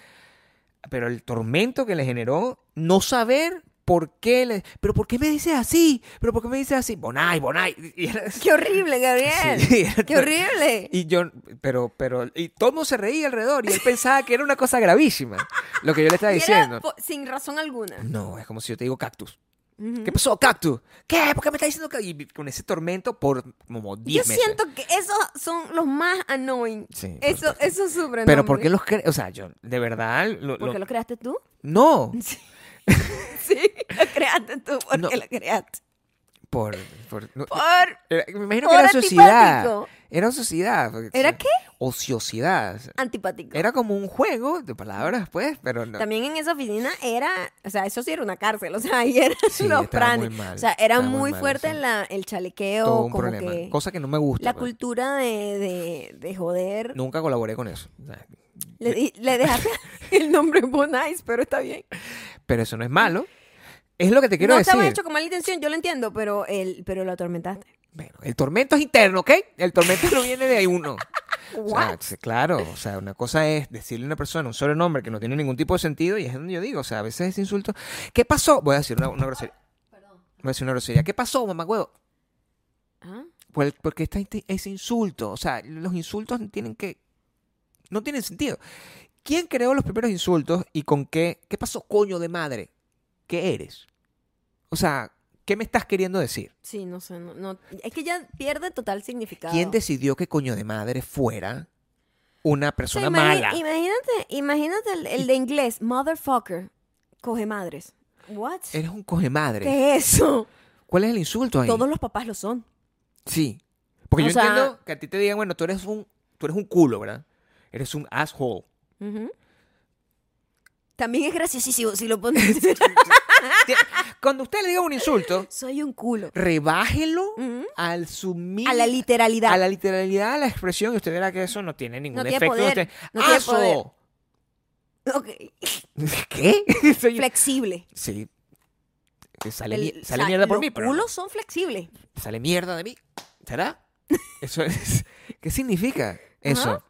Speaker 2: Pero el tormento que le generó no saber por qué le... Pero ¿por qué me dices así? ¿Pero por qué me dices así? Bonai, Bonai. Y era-
Speaker 1: Qué horrible, Gabriel.
Speaker 2: Sí.
Speaker 1: Qué horrible.
Speaker 2: Y yo, pero, pero, y todo el mundo se reía alrededor y él pensaba que era una cosa gravísima, lo que yo le estaba
Speaker 1: Y era
Speaker 2: diciendo.
Speaker 1: po- sin razón alguna.
Speaker 2: No, es como si yo te digo cactus.
Speaker 1: Ujú.
Speaker 2: ¿Qué pasó, cactus? ¿Qué? ¿Por qué me estás diciendo cactus? Y con ese tormento por como 10
Speaker 1: Yo
Speaker 2: meses.
Speaker 1: siento que esos son los más annoying.
Speaker 2: Sí, por
Speaker 1: eso,
Speaker 2: supuesto.
Speaker 1: eso es súper
Speaker 2: Pero ¿por qué los crees? O sea, yo, de verdad, lo-
Speaker 1: ¿Por
Speaker 2: lo-
Speaker 1: qué lo creaste tú?
Speaker 2: no,
Speaker 1: Sí, lo creaste tú. ¿Por
Speaker 2: No.
Speaker 1: qué lo creaste?
Speaker 2: por, por- no,
Speaker 1: Por...
Speaker 2: era- me imagino que
Speaker 1: Por
Speaker 2: era sociedad.
Speaker 1: antipático.
Speaker 2: Era sociedad. porque-
Speaker 1: ¿Era qué?
Speaker 2: Ociosidad.
Speaker 1: Antipático.
Speaker 2: Era como un juego de palabras, pues, pero Eh, no.
Speaker 1: También en esa oficina era, o sea, eso sí era una cárcel, o sea, ahí eran
Speaker 2: Sí,
Speaker 1: los
Speaker 2: estaba muy
Speaker 1: planes.
Speaker 2: mal,
Speaker 1: O sea, era
Speaker 2: estaba muy
Speaker 1: muy
Speaker 2: mal
Speaker 1: fuerte
Speaker 2: eso.
Speaker 1: la, el chalequeo,
Speaker 2: Todo un
Speaker 1: como
Speaker 2: problema.
Speaker 1: que
Speaker 2: Cosa que no me gusta.
Speaker 1: la
Speaker 2: pues.
Speaker 1: cultura de, de, de joder.
Speaker 2: Nunca colaboré con eso. o sea,
Speaker 1: Le, di- le dejaste el nombre Bonais, pero está bien.
Speaker 2: Pero eso no es malo. Es lo que te quiero
Speaker 1: no
Speaker 2: decir.
Speaker 1: estaba hecho con mala intención, yo lo entiendo, pero el, pero lo atormentaste.
Speaker 2: Bueno, el tormento es interno, ¿ok? El tormento no viene de ahí uno. O sea,
Speaker 1: What?
Speaker 2: sí, claro, o sea, una cosa es decirle a una persona un sobrenombre que no tiene ningún tipo de sentido y es donde yo digo, o sea, a veces ese insulto. ¿Qué pasó? Voy a decir una, una grosería. Voy a decir una grosería. ¿Qué pasó, mamá huevo?
Speaker 1: ¿Ah?
Speaker 2: Por, Pues, porque está inte- ese insulto. O sea, los insultos tienen que. No tienen sentido. ¿Quién creó los primeros insultos y con qué? ¿Qué pasó, coño de madre? ¿Qué eres? O sea, ¿qué me estás queriendo decir?
Speaker 1: Sí, no sé. No, no- Es que ya pierde total significado.
Speaker 2: ¿Quién decidió que coño de madre fuera una
Speaker 1: O sea,
Speaker 2: persona
Speaker 1: imagi-
Speaker 2: mala?
Speaker 1: Imagínate, imagínate el, el de inglés, motherfucker, coge madres. What?
Speaker 2: Eres un coge madre.
Speaker 1: ¿Qué es eso?
Speaker 2: ¿Cuál es el insulto ahí?
Speaker 1: Todos los papás lo son.
Speaker 2: Sí. Porque
Speaker 1: O
Speaker 2: yo
Speaker 1: sea-
Speaker 2: entiendo que a ti te digan, bueno, tú eres un, tú eres un culo, ¿verdad? Eres un asshole.
Speaker 1: Ujú. También es graciosísimo si lo pones.
Speaker 2: Ti- Cuando usted le diga un insulto,
Speaker 1: Soy un culo.
Speaker 2: rebájelo
Speaker 1: Ujú.
Speaker 2: al sumir.
Speaker 1: A la literalidad.
Speaker 2: A la literalidad, a la expresión, y usted verá que eso no tiene ningún
Speaker 1: No tiene
Speaker 2: efecto. en
Speaker 1: poder,
Speaker 2: usted.
Speaker 1: no tiene
Speaker 2: ¡Aso!
Speaker 1: poder. Ok.
Speaker 2: ¿Qué? Soy-
Speaker 1: Flexible.
Speaker 2: sí. Que Sale,
Speaker 1: El-
Speaker 2: mi- sale
Speaker 1: o sea,
Speaker 2: mierda por mí,
Speaker 1: Los
Speaker 2: pero no.
Speaker 1: culos son flexibles.
Speaker 2: sale mierda de mí. ¿Será? Eso es. ¿Qué significa eso?
Speaker 1: Ajá.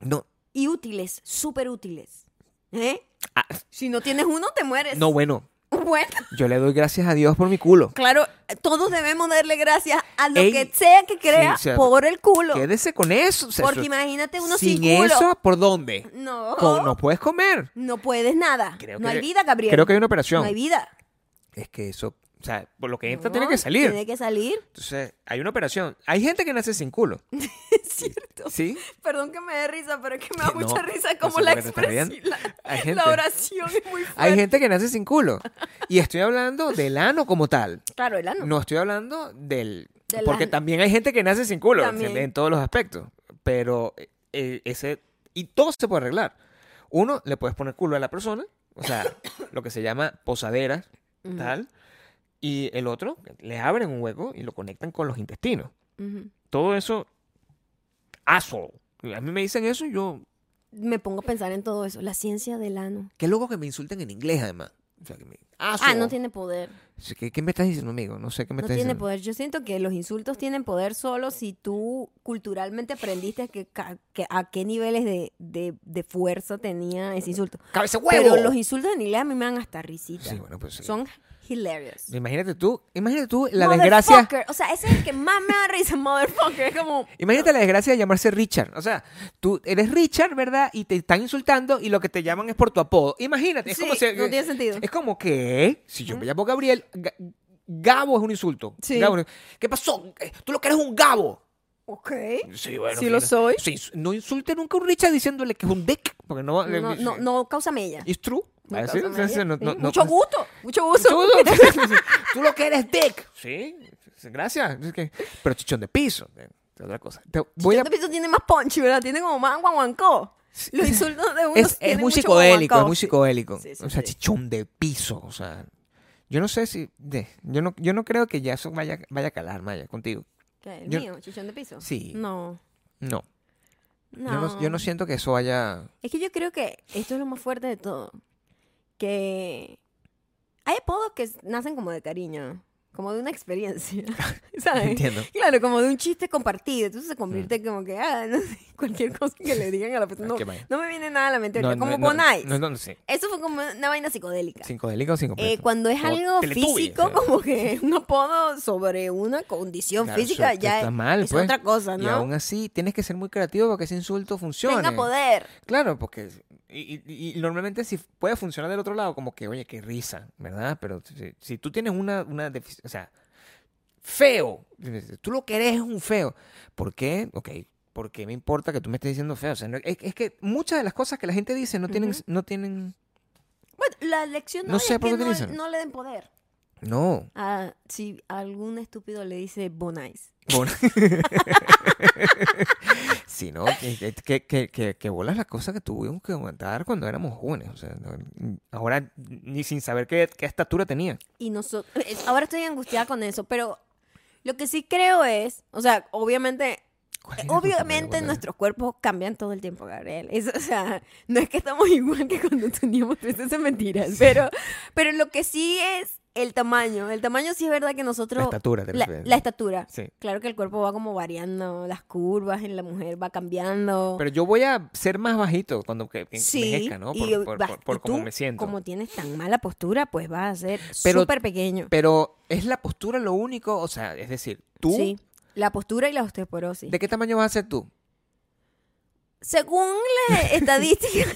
Speaker 2: No,
Speaker 1: Y útiles, súper útiles. ¿Eh?
Speaker 2: Ah.
Speaker 1: Si no tienes uno, te mueres.
Speaker 2: no, bueno,
Speaker 1: Bueno,
Speaker 2: yo le doy gracias a Dios por mi culo.
Speaker 1: claro, todos debemos darle gracias a lo
Speaker 2: Ey,
Speaker 1: que sea que crea
Speaker 2: sí, o sea,
Speaker 1: por el culo.
Speaker 2: Quédese con eso. o sea,
Speaker 1: Porque
Speaker 2: eso-
Speaker 1: imagínate uno sin,
Speaker 2: sin,
Speaker 1: culo.
Speaker 2: eso, ¿por dónde?
Speaker 1: No.
Speaker 2: Co- no puedes comer.
Speaker 1: No puedes nada.
Speaker 2: Creo
Speaker 1: no
Speaker 2: que-
Speaker 1: hay vida, Gabriel.
Speaker 2: Creo que hay una
Speaker 1: no
Speaker 2: operación.
Speaker 1: hay vida.
Speaker 2: Es que eso, o sea, por lo que entra
Speaker 1: No,
Speaker 2: tiene que salir.
Speaker 1: Tiene que salir.
Speaker 2: Entonces, hay una operación. Hay gente que nace sin culo.
Speaker 1: Es cierto.
Speaker 2: ¿Sí?
Speaker 1: Perdón que me dé risa, pero es que me da
Speaker 2: No,
Speaker 1: mucha risa
Speaker 2: no
Speaker 1: como
Speaker 2: sé
Speaker 1: la
Speaker 2: por qué te estás
Speaker 1: expresión.
Speaker 2: riendo.
Speaker 1: La,
Speaker 2: Hay
Speaker 1: la
Speaker 2: gente.
Speaker 1: oración es muy fuerte.
Speaker 2: Hay gente que nace sin culo. Y estoy hablando del ano como tal.
Speaker 1: Claro, el ano.
Speaker 2: No estoy hablando del...
Speaker 1: Del
Speaker 2: porque
Speaker 1: ano.
Speaker 2: también hay gente que nace sin culo,
Speaker 1: También.
Speaker 2: ¿entiendes? En todos los aspectos. Pero eh, ese... Y todo se puede arreglar. Uno, le puedes poner culo a la persona. O sea, lo que se llama posaderas,
Speaker 1: Ujú,
Speaker 2: tal. Y el otro, le abren un hueco y lo conectan con los intestinos.
Speaker 1: ujú.
Speaker 2: Todo eso... Asshole. A mí me dicen eso y yo...
Speaker 1: Me pongo a pensar en todo eso. La ciencia del ano.
Speaker 2: Qué loco que me insulten en inglés, además. O sea, que me...
Speaker 1: Ah,
Speaker 2: Asshole.
Speaker 1: no tiene poder.
Speaker 2: Sí, ¿Qué, qué me estás diciendo, amigo? No sé qué me
Speaker 1: No
Speaker 2: estás
Speaker 1: tiene
Speaker 2: diciendo.
Speaker 1: poder. Yo siento que los insultos tienen poder solo si tú culturalmente aprendiste que, ca- que- a qué niveles de, de- de fuerza tenía ese insulto.
Speaker 2: ¡Cabeza
Speaker 1: Pero
Speaker 2: huevo!
Speaker 1: los insultos en inglés a mí me dan hasta risita.
Speaker 2: Sí, bueno, pues sí.
Speaker 1: Son hilarious.
Speaker 2: Imagínate tú, imagínate tú la desgracia.
Speaker 1: Motherfucker. O sea, ese es el que más me da risa, motherfucker. Es como.
Speaker 2: Imagínate la desgracia de llamarse Richard. O sea, tú eres Richard, ¿verdad? Y te están insultando y lo que te llaman es por tu apodo. Imagínate, es
Speaker 1: Sí,
Speaker 2: como si-
Speaker 1: no tiene sentido.
Speaker 2: Es como que si yo me llamo Gabriel, Ga- Gabo es un insulto.
Speaker 1: Sí.
Speaker 2: Gabo es- ¿Qué pasó? Eh, Tú lo que eres es un Gabo.
Speaker 1: Ok.
Speaker 2: Sí, bueno.
Speaker 1: Sí lo
Speaker 2: fino.
Speaker 1: soy.
Speaker 2: Sí, no insulte nunca a un Richard diciéndole que es un dick, porque no.
Speaker 1: No, no, no causa mella.
Speaker 2: It's true.
Speaker 1: No
Speaker 2: Así,
Speaker 1: causa
Speaker 2: o
Speaker 1: mella.
Speaker 2: sea, no- no-
Speaker 1: Sí,
Speaker 2: no-
Speaker 1: mucho gusto. Mucho gusto.
Speaker 2: Tú, tú- tú- tú lo que eres dick. Sí, gracias. Es que- pero chichón de piso. eh, es otra cosa. Te voy a-
Speaker 1: Este piso tiene más punch, ¿verdad? Tiene como más guanguancó. Los insultos de uno
Speaker 2: es, es
Speaker 1: tienen
Speaker 2: muy
Speaker 1: mucho
Speaker 2: psicodélico, es
Speaker 1: guanguancó.
Speaker 2: muy psicodélico.
Speaker 1: Sí, sí,
Speaker 2: o sea,
Speaker 1: sí.
Speaker 2: chichón de piso. O sea, yo no sé si. de- yo, no, yo no creo que ya eso vaya, vaya a calar, Maya, contigo.
Speaker 1: ¿Qué, ¿El
Speaker 2: Yo-
Speaker 1: mío? ¿Chichón de piso?
Speaker 2: Sí.
Speaker 1: No.
Speaker 2: No.
Speaker 1: No.
Speaker 2: Yo, no. yo no siento que eso vaya.
Speaker 1: Es que yo creo que esto es lo más fuerte de todo. Que hay apodos que nacen como de cariño, como de una experiencia, ¿sabes?
Speaker 2: Entiendo.
Speaker 1: Claro, como de un chiste compartido. Entonces se convierte como que, ah, no sé, cualquier cosa que le digan a la persona.
Speaker 2: Ah,
Speaker 1: No,
Speaker 2: qué vaina.
Speaker 1: no me viene nada a la mente.
Speaker 2: No,
Speaker 1: ahorita, como
Speaker 2: no,
Speaker 1: Bonai.
Speaker 2: No, no, no sé.
Speaker 1: Eso fue como una vaina psicodélica.
Speaker 2: Psicodélico,
Speaker 1: Eh,
Speaker 2: psicodélico.
Speaker 1: cuando es
Speaker 2: Como
Speaker 1: algo
Speaker 2: Teletubbies,
Speaker 1: físico,
Speaker 2: ¿sabes?
Speaker 1: como que un apodo sobre una condición
Speaker 2: Claro,
Speaker 1: física,
Speaker 2: eso
Speaker 1: ya
Speaker 2: está
Speaker 1: es,
Speaker 2: mal,
Speaker 1: es
Speaker 2: pues.
Speaker 1: otra cosa,
Speaker 2: Y aún
Speaker 1: ¿no?
Speaker 2: así tienes que ser muy creativo para que ese insulto funcione.
Speaker 1: Tenga poder.
Speaker 2: Claro, porque y, y- y normalmente si puede funcionar del otro lado, como que, oye, qué risa, ¿verdad? Pero si, si tú tienes una, una defici- o sea, feo, tú lo que eres es un feo. ¿Por qué? Ok, ¿por qué me importa que tú me estés diciendo feo? O sea, no- es, es que muchas de las cosas que la gente dice no tienen,
Speaker 1: Ujú.
Speaker 2: no tienen,
Speaker 1: Bueno, la lección
Speaker 2: No
Speaker 1: hoy
Speaker 2: sé
Speaker 1: es
Speaker 2: por
Speaker 1: que
Speaker 2: qué
Speaker 1: no,
Speaker 2: utilizan.
Speaker 1: no le den poder.
Speaker 2: no.
Speaker 1: Ah, si algún estúpido le dice Bonais.
Speaker 2: Bueno. sí, no, que, que, que, que, que bolas las cosas que tuvimos que aguantar cuando éramos jóvenes. O sea, no- ahora ni sin saber qué, qué estatura tenía.
Speaker 1: Y nosotros. Ahora estoy angustiada con eso, pero lo que sí creo es. O sea, obviamente.
Speaker 2: ¿Cuál es la cosa,
Speaker 1: Obviamente
Speaker 2: María?
Speaker 1: nuestros cuerpos cambian todo el tiempo, Gabriel. Eso, o sea, no es que estamos igual que cuando teníamos tres esas mentiras, pero, pero lo que sí es el tamaño. El tamaño sí es verdad que
Speaker 2: La
Speaker 1: nosotros...
Speaker 2: estatura, te
Speaker 1: la,
Speaker 2: refieres,
Speaker 1: la
Speaker 2: ¿no?
Speaker 1: estatura.
Speaker 2: Sí.
Speaker 1: Claro que el cuerpo va como variando, las curvas en la mujer va cambiando.
Speaker 2: Pero yo voy a ser más bajito cuando que que
Speaker 1: Oh. sí,
Speaker 2: envejezca, ¿no? Por,
Speaker 1: y
Speaker 2: por-
Speaker 1: vas-
Speaker 2: por-
Speaker 1: y
Speaker 2: por cómo
Speaker 1: tú,
Speaker 2: me siento.
Speaker 1: Como tienes tan mala postura, pues vas a ser
Speaker 2: Pero-
Speaker 1: súper pequeño.
Speaker 2: Pero es la postura lo único, o sea, es decir, tú,
Speaker 1: Sí, la postura y la osteoporosis.
Speaker 2: ¿de qué tamaño vas a ser tú?
Speaker 1: Según la estadística,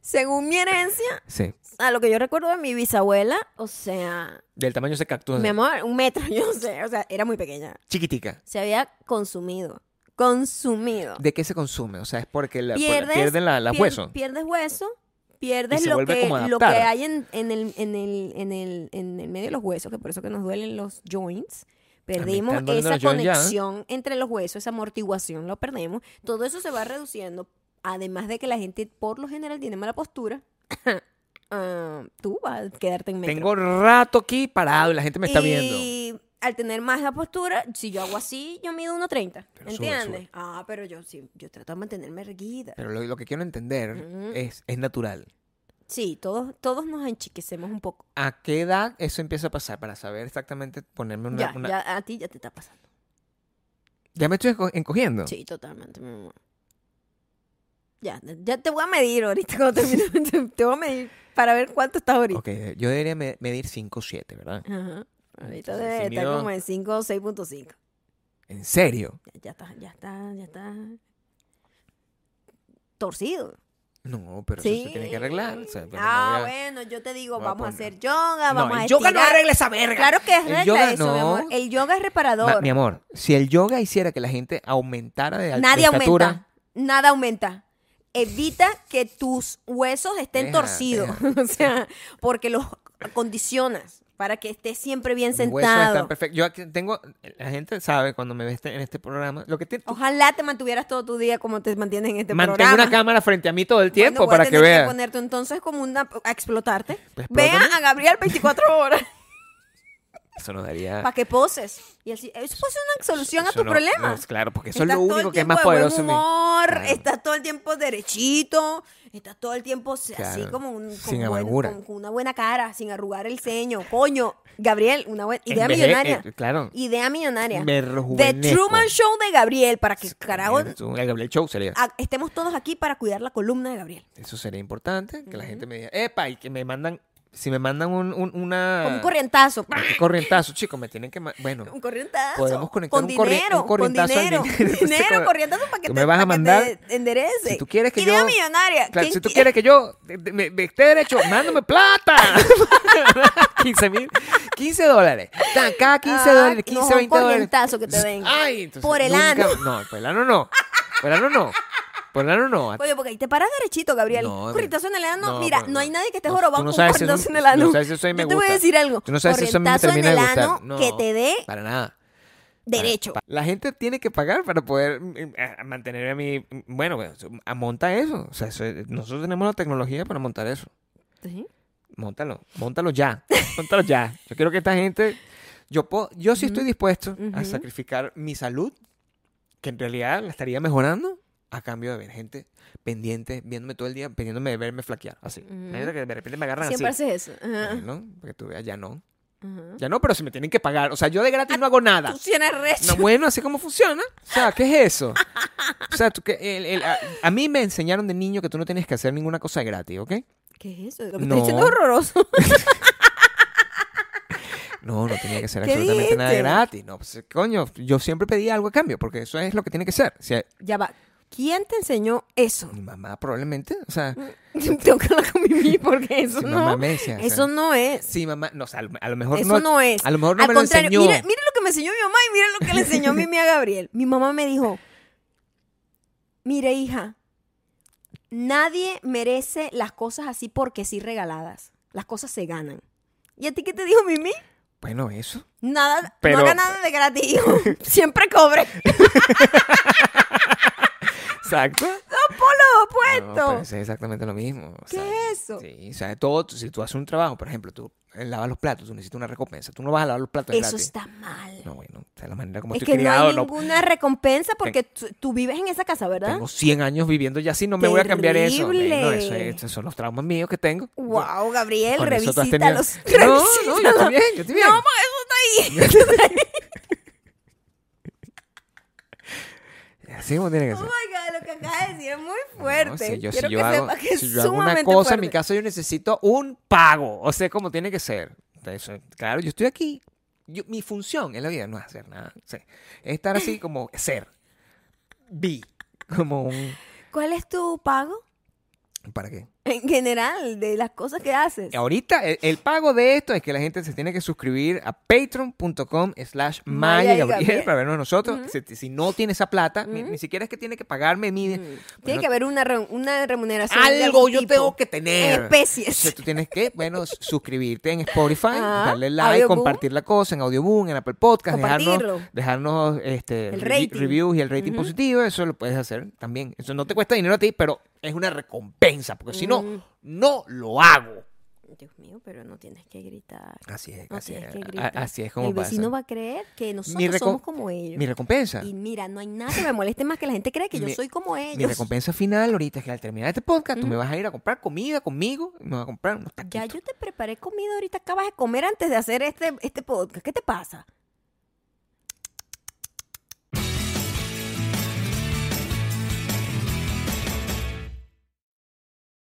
Speaker 1: según mi herencia,
Speaker 2: Sí.
Speaker 1: a lo que yo recuerdo de mi bisabuela, o sea,
Speaker 2: Del tamaño de ese cactus.
Speaker 1: mi amor, un metro, yo no sé, o sea, era muy pequeña.
Speaker 2: Chiquitica.
Speaker 1: Se había consumido, consumido.
Speaker 2: ¿De qué se consume? O sea, es porque la, por la-
Speaker 1: Pierdes-
Speaker 2: pierden la, la
Speaker 1: Pier-
Speaker 2: hueso.
Speaker 1: Pierdes hueso,
Speaker 2: Y
Speaker 1: pierdes
Speaker 2: se
Speaker 1: lo
Speaker 2: vuelve
Speaker 1: que,
Speaker 2: como a
Speaker 1: lo que
Speaker 2: adaptar.
Speaker 1: hay en, en el, en, el, en, el, en el medio de los huesos, que por eso que nos duelen los joints. Perdimos
Speaker 2: están doliendo
Speaker 1: esa
Speaker 2: los joints ya.
Speaker 1: conexión entre los huesos, esa amortiguación lo perdemos. Todo eso se va reduciendo. Además de que la gente por lo general tiene mala postura, ah, tú vas a quedarte en metro.
Speaker 2: Tengo rato aquí parado y la gente me está viendo.
Speaker 1: Y al tener más la postura, si yo hago así, yo mido 1.30.
Speaker 2: Pero sube, Eh,
Speaker 1: ¿Entiendes?
Speaker 2: sube.
Speaker 1: Ah, pero yo sí, yo trato de mantenerme erguida. Mm.
Speaker 2: Pero lo, lo que quiero entender
Speaker 1: Ujú.
Speaker 2: es, es natural.
Speaker 1: Sí, todos, todos nos enchiquecemos un poco.
Speaker 2: ¿A qué edad eso empieza a pasar? Para saber exactamente ponerme una...
Speaker 1: ya,
Speaker 2: una- Ya.
Speaker 1: ya, a ti ya te está pasando.
Speaker 2: me estoy enco- encogiendo.
Speaker 1: Sí, totalmente, mi amor. Ya, ya te voy a medir ahorita cuando termine. te, te voy a medir para ver cuánto estás ahorita.
Speaker 2: Ok, eh, yo debería me- medir 5 o 7, ¿verdad?
Speaker 1: Ajá. Ahorita
Speaker 2: Entonces,
Speaker 1: debe
Speaker 2: si
Speaker 1: estar
Speaker 2: mido-
Speaker 1: como en 5 o 6.5.
Speaker 2: ¿En serio?
Speaker 1: Ya, ya está, ya está, ya está. Torcido.
Speaker 2: No, pero eso se tiene que arreglar. o sea, pero no
Speaker 1: ah,
Speaker 2: voy a-
Speaker 1: bueno, yo te digo,
Speaker 2: voy a
Speaker 1: vamos a,
Speaker 2: poner-
Speaker 1: hacer yoga,
Speaker 2: No,
Speaker 1: vamos a
Speaker 2: el yoga no
Speaker 1: estirar.
Speaker 2: arregla esa verga.
Speaker 1: Claro que
Speaker 2: El
Speaker 1: arregla
Speaker 2: yoga
Speaker 1: eso, mi
Speaker 2: no.
Speaker 1: amor. El yoga es
Speaker 2: Ma-
Speaker 1: reparador.
Speaker 2: mi amor, si el yoga hiciera que la gente aumentara de, al- de
Speaker 1: Nadie
Speaker 2: estatura...
Speaker 1: aumenta. Nada aumenta. Evita que tus huesos estén
Speaker 2: Deja,
Speaker 1: torcidos. o sea, porque los condicionas para que estés siempre bien
Speaker 2: Mis huesos están
Speaker 1: sentado.
Speaker 2: perfectos. Yo aquí tengo, la gente sabe cuando me ve este- en este programa, lo que te,
Speaker 1: Ojalá te mantuvieras todo tu día como te mantienes en este
Speaker 2: mantengo
Speaker 1: programa.
Speaker 2: una cámara frente a mí todo el
Speaker 1: Bueno,
Speaker 2: tiempo
Speaker 1: voy a
Speaker 2: para que
Speaker 1: tener
Speaker 2: vean.
Speaker 1: ponerte entonces como una a explotarte.
Speaker 2: Pues
Speaker 1: Vea
Speaker 2: explótame.
Speaker 1: a Gabriel 24 horas
Speaker 2: Eso no daría.
Speaker 1: para que poses. Y así, eso puede ser una solución a
Speaker 2: Ah. eso
Speaker 1: tu
Speaker 2: no-
Speaker 1: problema.
Speaker 2: no, claro, porque eso es
Speaker 1: Estás
Speaker 2: lo
Speaker 1: todo el
Speaker 2: único que es
Speaker 1: tiempo
Speaker 2: más
Speaker 1: de buen
Speaker 2: poderoso. en mí.
Speaker 1: humor,
Speaker 2: Claro.
Speaker 1: Estás todo el tiempo derechito, estás todo el tiempo se- así
Speaker 2: Claro,
Speaker 1: como un, con,
Speaker 2: sin
Speaker 1: buen-
Speaker 2: amargura.
Speaker 1: con- con una buena cara, sin arrugar el ceño. Coño, Gabriel, una buena idea
Speaker 2: En vez de-
Speaker 1: millonaria.
Speaker 2: eh, claro.
Speaker 1: Idea millonaria.
Speaker 2: Me
Speaker 1: The
Speaker 2: rejuvenezco.
Speaker 1: Truman Show de Gabriel, para que carajo
Speaker 2: Eso, El Gabriel Show sería.
Speaker 1: a- estemos todos aquí para cuidar la columna de Gabriel.
Speaker 2: Eso sería importante, que la gente me diga, epa, y que me mandan, si me mandan un, un- una...
Speaker 1: Con un corrientazo.
Speaker 2: ¿Qué corrientazo, chicos? Me tienen que... ma- Bueno,
Speaker 1: Un corrientazo.
Speaker 2: Podemos conectar
Speaker 1: con
Speaker 2: un corri-
Speaker 1: dinero,
Speaker 2: un corrientazo al
Speaker 1: con dinero.
Speaker 2: dinero. Ese
Speaker 1: Dinero,
Speaker 2: cor-
Speaker 1: corrientazo para que
Speaker 2: Tú
Speaker 1: te,
Speaker 2: me vas a
Speaker 1: para que
Speaker 2: mandar-
Speaker 1: te enderece.
Speaker 2: si tú quieres que
Speaker 1: Idea
Speaker 2: yo-
Speaker 1: millonaria.
Speaker 2: Claro,
Speaker 1: ¿Quién
Speaker 2: si tú
Speaker 1: qui-
Speaker 2: quieres que yo de- de- me, me esté derecho, mándame plata. 15 mil, 15 dólares. Tan, Cada 15
Speaker 1: Ah,
Speaker 2: dólares, 15,
Speaker 1: no,
Speaker 2: 20
Speaker 1: un
Speaker 2: dólares.
Speaker 1: corrientazo que te den.
Speaker 2: Ay, entonces
Speaker 1: Por el
Speaker 2: nunca-
Speaker 1: ano.
Speaker 2: No, por el ano no. Por el ano no. Por el ano no.
Speaker 1: Oye, porque ahí te paras derechito, Gabriel.
Speaker 2: No,
Speaker 1: Un corrientazo en el ano.
Speaker 2: no,
Speaker 1: Mira,
Speaker 2: pero
Speaker 1: no hay nadie que esté
Speaker 2: no,
Speaker 1: jorobado
Speaker 2: tú no
Speaker 1: con un
Speaker 2: sabes si
Speaker 1: corrientazo
Speaker 2: eso-
Speaker 1: en el ano.
Speaker 2: no sabes si eso a mí me
Speaker 1: Yo te voy a
Speaker 2: gusta.
Speaker 1: decir algo.
Speaker 2: Tú no sabes si eso a mí me
Speaker 1: Corrientazo
Speaker 2: termina
Speaker 1: en
Speaker 2: de
Speaker 1: el
Speaker 2: gustar.
Speaker 1: ano
Speaker 2: No, Ah,
Speaker 1: que te dé
Speaker 2: Para nada.
Speaker 1: derecho.
Speaker 2: Pa- La gente tiene que pagar para poder mm, eh, mantener a mi... Bueno, bueno, a- monta eso. O sea, eso- eh, nosotros tenemos la tecnología para montar eso.
Speaker 1: Sí.
Speaker 2: Móntalo, móntalo ya, móntalo ya. Yo quiero que esta gente, yo puedo, yo sí estoy dispuesto a
Speaker 1: Ujú.
Speaker 2: sacrificar mi salud, que en realidad la estaría mejorando, a cambio de ver gente pendiente, viéndome todo el día, pendiéndome de verme flaquear, así.
Speaker 1: Ujú.
Speaker 2: Imagínate que de repente me agarran
Speaker 1: Siempre
Speaker 2: así.
Speaker 1: haces eso. Ajá,
Speaker 2: Bueno, porque tú veas, ya no.
Speaker 1: ajá.
Speaker 2: Ya no, pero si me tienen que pagar. O sea, yo de gratis no hago nada.
Speaker 1: Ah, Tú tienes recho.
Speaker 2: No, bueno, así como funciona. O sea, ¿qué es eso? O sea, tú que- el- el- a, a mí me enseñaron de niño que tú no tienes que hacer ninguna cosa gratis, ¿ok?
Speaker 1: ¿Qué es eso? Lo que
Speaker 2: No.
Speaker 1: estoy diciendo es horroroso.
Speaker 2: No, no tenía que ser
Speaker 1: ¿Qué
Speaker 2: absolutamente nada
Speaker 1: dijiste?
Speaker 2: gratis. No, pues, coño, yo siempre pedía algo a cambio, porque eso es lo que tiene que ser. O sea,
Speaker 1: ya va. ¿Quién te enseñó eso?
Speaker 2: mi mamá probablemente, o sea,
Speaker 1: Tengo que hablar con Mimi porque eso
Speaker 2: Si
Speaker 1: Mm, no.
Speaker 2: mamá me decía, o sea,
Speaker 1: eso no es.
Speaker 2: sí, mamá, no, o sea, a lo- a lo mejor
Speaker 1: Eso no, es.
Speaker 2: A lo mejor no
Speaker 1: Al
Speaker 2: me lo
Speaker 1: contrario,
Speaker 2: enseñó.
Speaker 1: Mira, mira lo que me enseñó mi mamá y mira lo que le enseñó mi a Gabriel. Mi mamá me dijo, mira hija, nadie merece las cosas así porque sí regaladas. Las cosas se ganan. ¿Y a ti qué te dijo Mimi?
Speaker 2: Bueno, eso.
Speaker 1: Nada,
Speaker 2: Pero-
Speaker 1: no haga nada de gratis, hijo. Siempre cobre.
Speaker 2: Exacto.
Speaker 1: Polo
Speaker 2: No, pues,
Speaker 1: opuesto.
Speaker 2: pero eso es exactamente lo mismo. o
Speaker 1: ¿Qué
Speaker 2: sea,
Speaker 1: es eso?
Speaker 2: Sí, o sea, todo, si tú haces un trabajo, por ejemplo, tú eh, lavas los platos, tú necesitas una recompensa, tú no vas a lavar los platos
Speaker 1: Eso
Speaker 2: gratis.
Speaker 1: está mal.
Speaker 2: No, bueno, o sea, la manera como
Speaker 1: es
Speaker 2: estoy
Speaker 1: que no
Speaker 2: criado,
Speaker 1: hay ninguna recompensa porque tú, tú vives en esa casa, ¿verdad?
Speaker 2: Tengo 100 años viviendo y así no me voy a cambiar eso. Bueno, eso
Speaker 1: Terrible.
Speaker 2: es- esos son los traumas míos que tengo.
Speaker 1: Wow, Gabriel,
Speaker 2: Con eso tú has
Speaker 1: revisita los.
Speaker 2: tenido- No, no, yo estoy bien, yo estoy bien.
Speaker 1: No, porque eso está ahí.
Speaker 2: Así como tiene que
Speaker 1: oh
Speaker 2: ser.
Speaker 1: my God, lo que acabas de decir es muy
Speaker 2: No,
Speaker 1: fuerte.
Speaker 2: si yo, si
Speaker 1: Quiero
Speaker 2: yo
Speaker 1: que
Speaker 2: hago,
Speaker 1: sepas que es
Speaker 2: si yo hago una
Speaker 1: sumamente
Speaker 2: cosa, en mi
Speaker 1: fuerte.
Speaker 2: caso yo necesito un pago. O sea, como tiene que ser. Eso, claro, yo estoy aquí. Yo- mi función en la vida no es hacer nada. O sea, es estar así como ser. Be. como un...
Speaker 1: ¿Cuál es tu pago
Speaker 2: ¿Para qué?
Speaker 1: en general de las cosas que haces?
Speaker 2: Eh, Ahorita el, el pago de esto es que la gente se tiene que suscribir a patreon.com slash Maya
Speaker 1: Maya y
Speaker 2: Gabriel
Speaker 1: Gabriel.
Speaker 2: para vernos nosotros. si, si no tiene esa plata, ni,
Speaker 1: Ujú.
Speaker 2: ni siquiera es que tiene que pagarme mi...
Speaker 1: Mm.
Speaker 2: Bueno,
Speaker 1: Tiene que haber una, re- una remuneración. de
Speaker 2: Algo
Speaker 1: algún
Speaker 2: yo
Speaker 1: tipo.
Speaker 2: tengo que tener.
Speaker 1: En especies.
Speaker 2: Entonces, tú tienes que, bueno, s- suscribirte en Spotify,
Speaker 1: Ajá.
Speaker 2: darle like,
Speaker 1: Ah, Audioboom.
Speaker 2: compartir la cosa en Audioboom, en Apple Podcast, dejarnos,
Speaker 1: Compartirlo.
Speaker 2: dejarnos este,
Speaker 1: El
Speaker 2: revi-
Speaker 1: rating.
Speaker 2: reviews y el rating
Speaker 1: Ujú.
Speaker 2: positivo. Eso lo puedes hacer también. Eso no te cuesta dinero a ti, pero es una recompensa, porque si no,
Speaker 1: Mm.
Speaker 2: no lo hago.
Speaker 1: Dios mío, pero no tienes que gritar.
Speaker 2: Así es,
Speaker 1: No
Speaker 2: así es.
Speaker 1: tienes que
Speaker 2: A-
Speaker 1: gritar.
Speaker 2: Así es como
Speaker 1: El
Speaker 2: pasa.
Speaker 1: vecino va a creer que nosotros
Speaker 2: reco-
Speaker 1: somos como ellos.
Speaker 2: Mi recompensa.
Speaker 1: Y mira, no hay nada que me moleste más que la gente cree que yo
Speaker 2: Mi-
Speaker 1: soy como ellos.
Speaker 2: Mi recompensa final ahorita es que al terminar este podcast, tú me vas a ir a comprar comida conmigo, y me vas a comprar unos
Speaker 1: Ya
Speaker 2: taquitos.
Speaker 1: yo te preparé comida ahorita, acabas de comer antes de hacer este, este podcast. ¿Qué te pasa?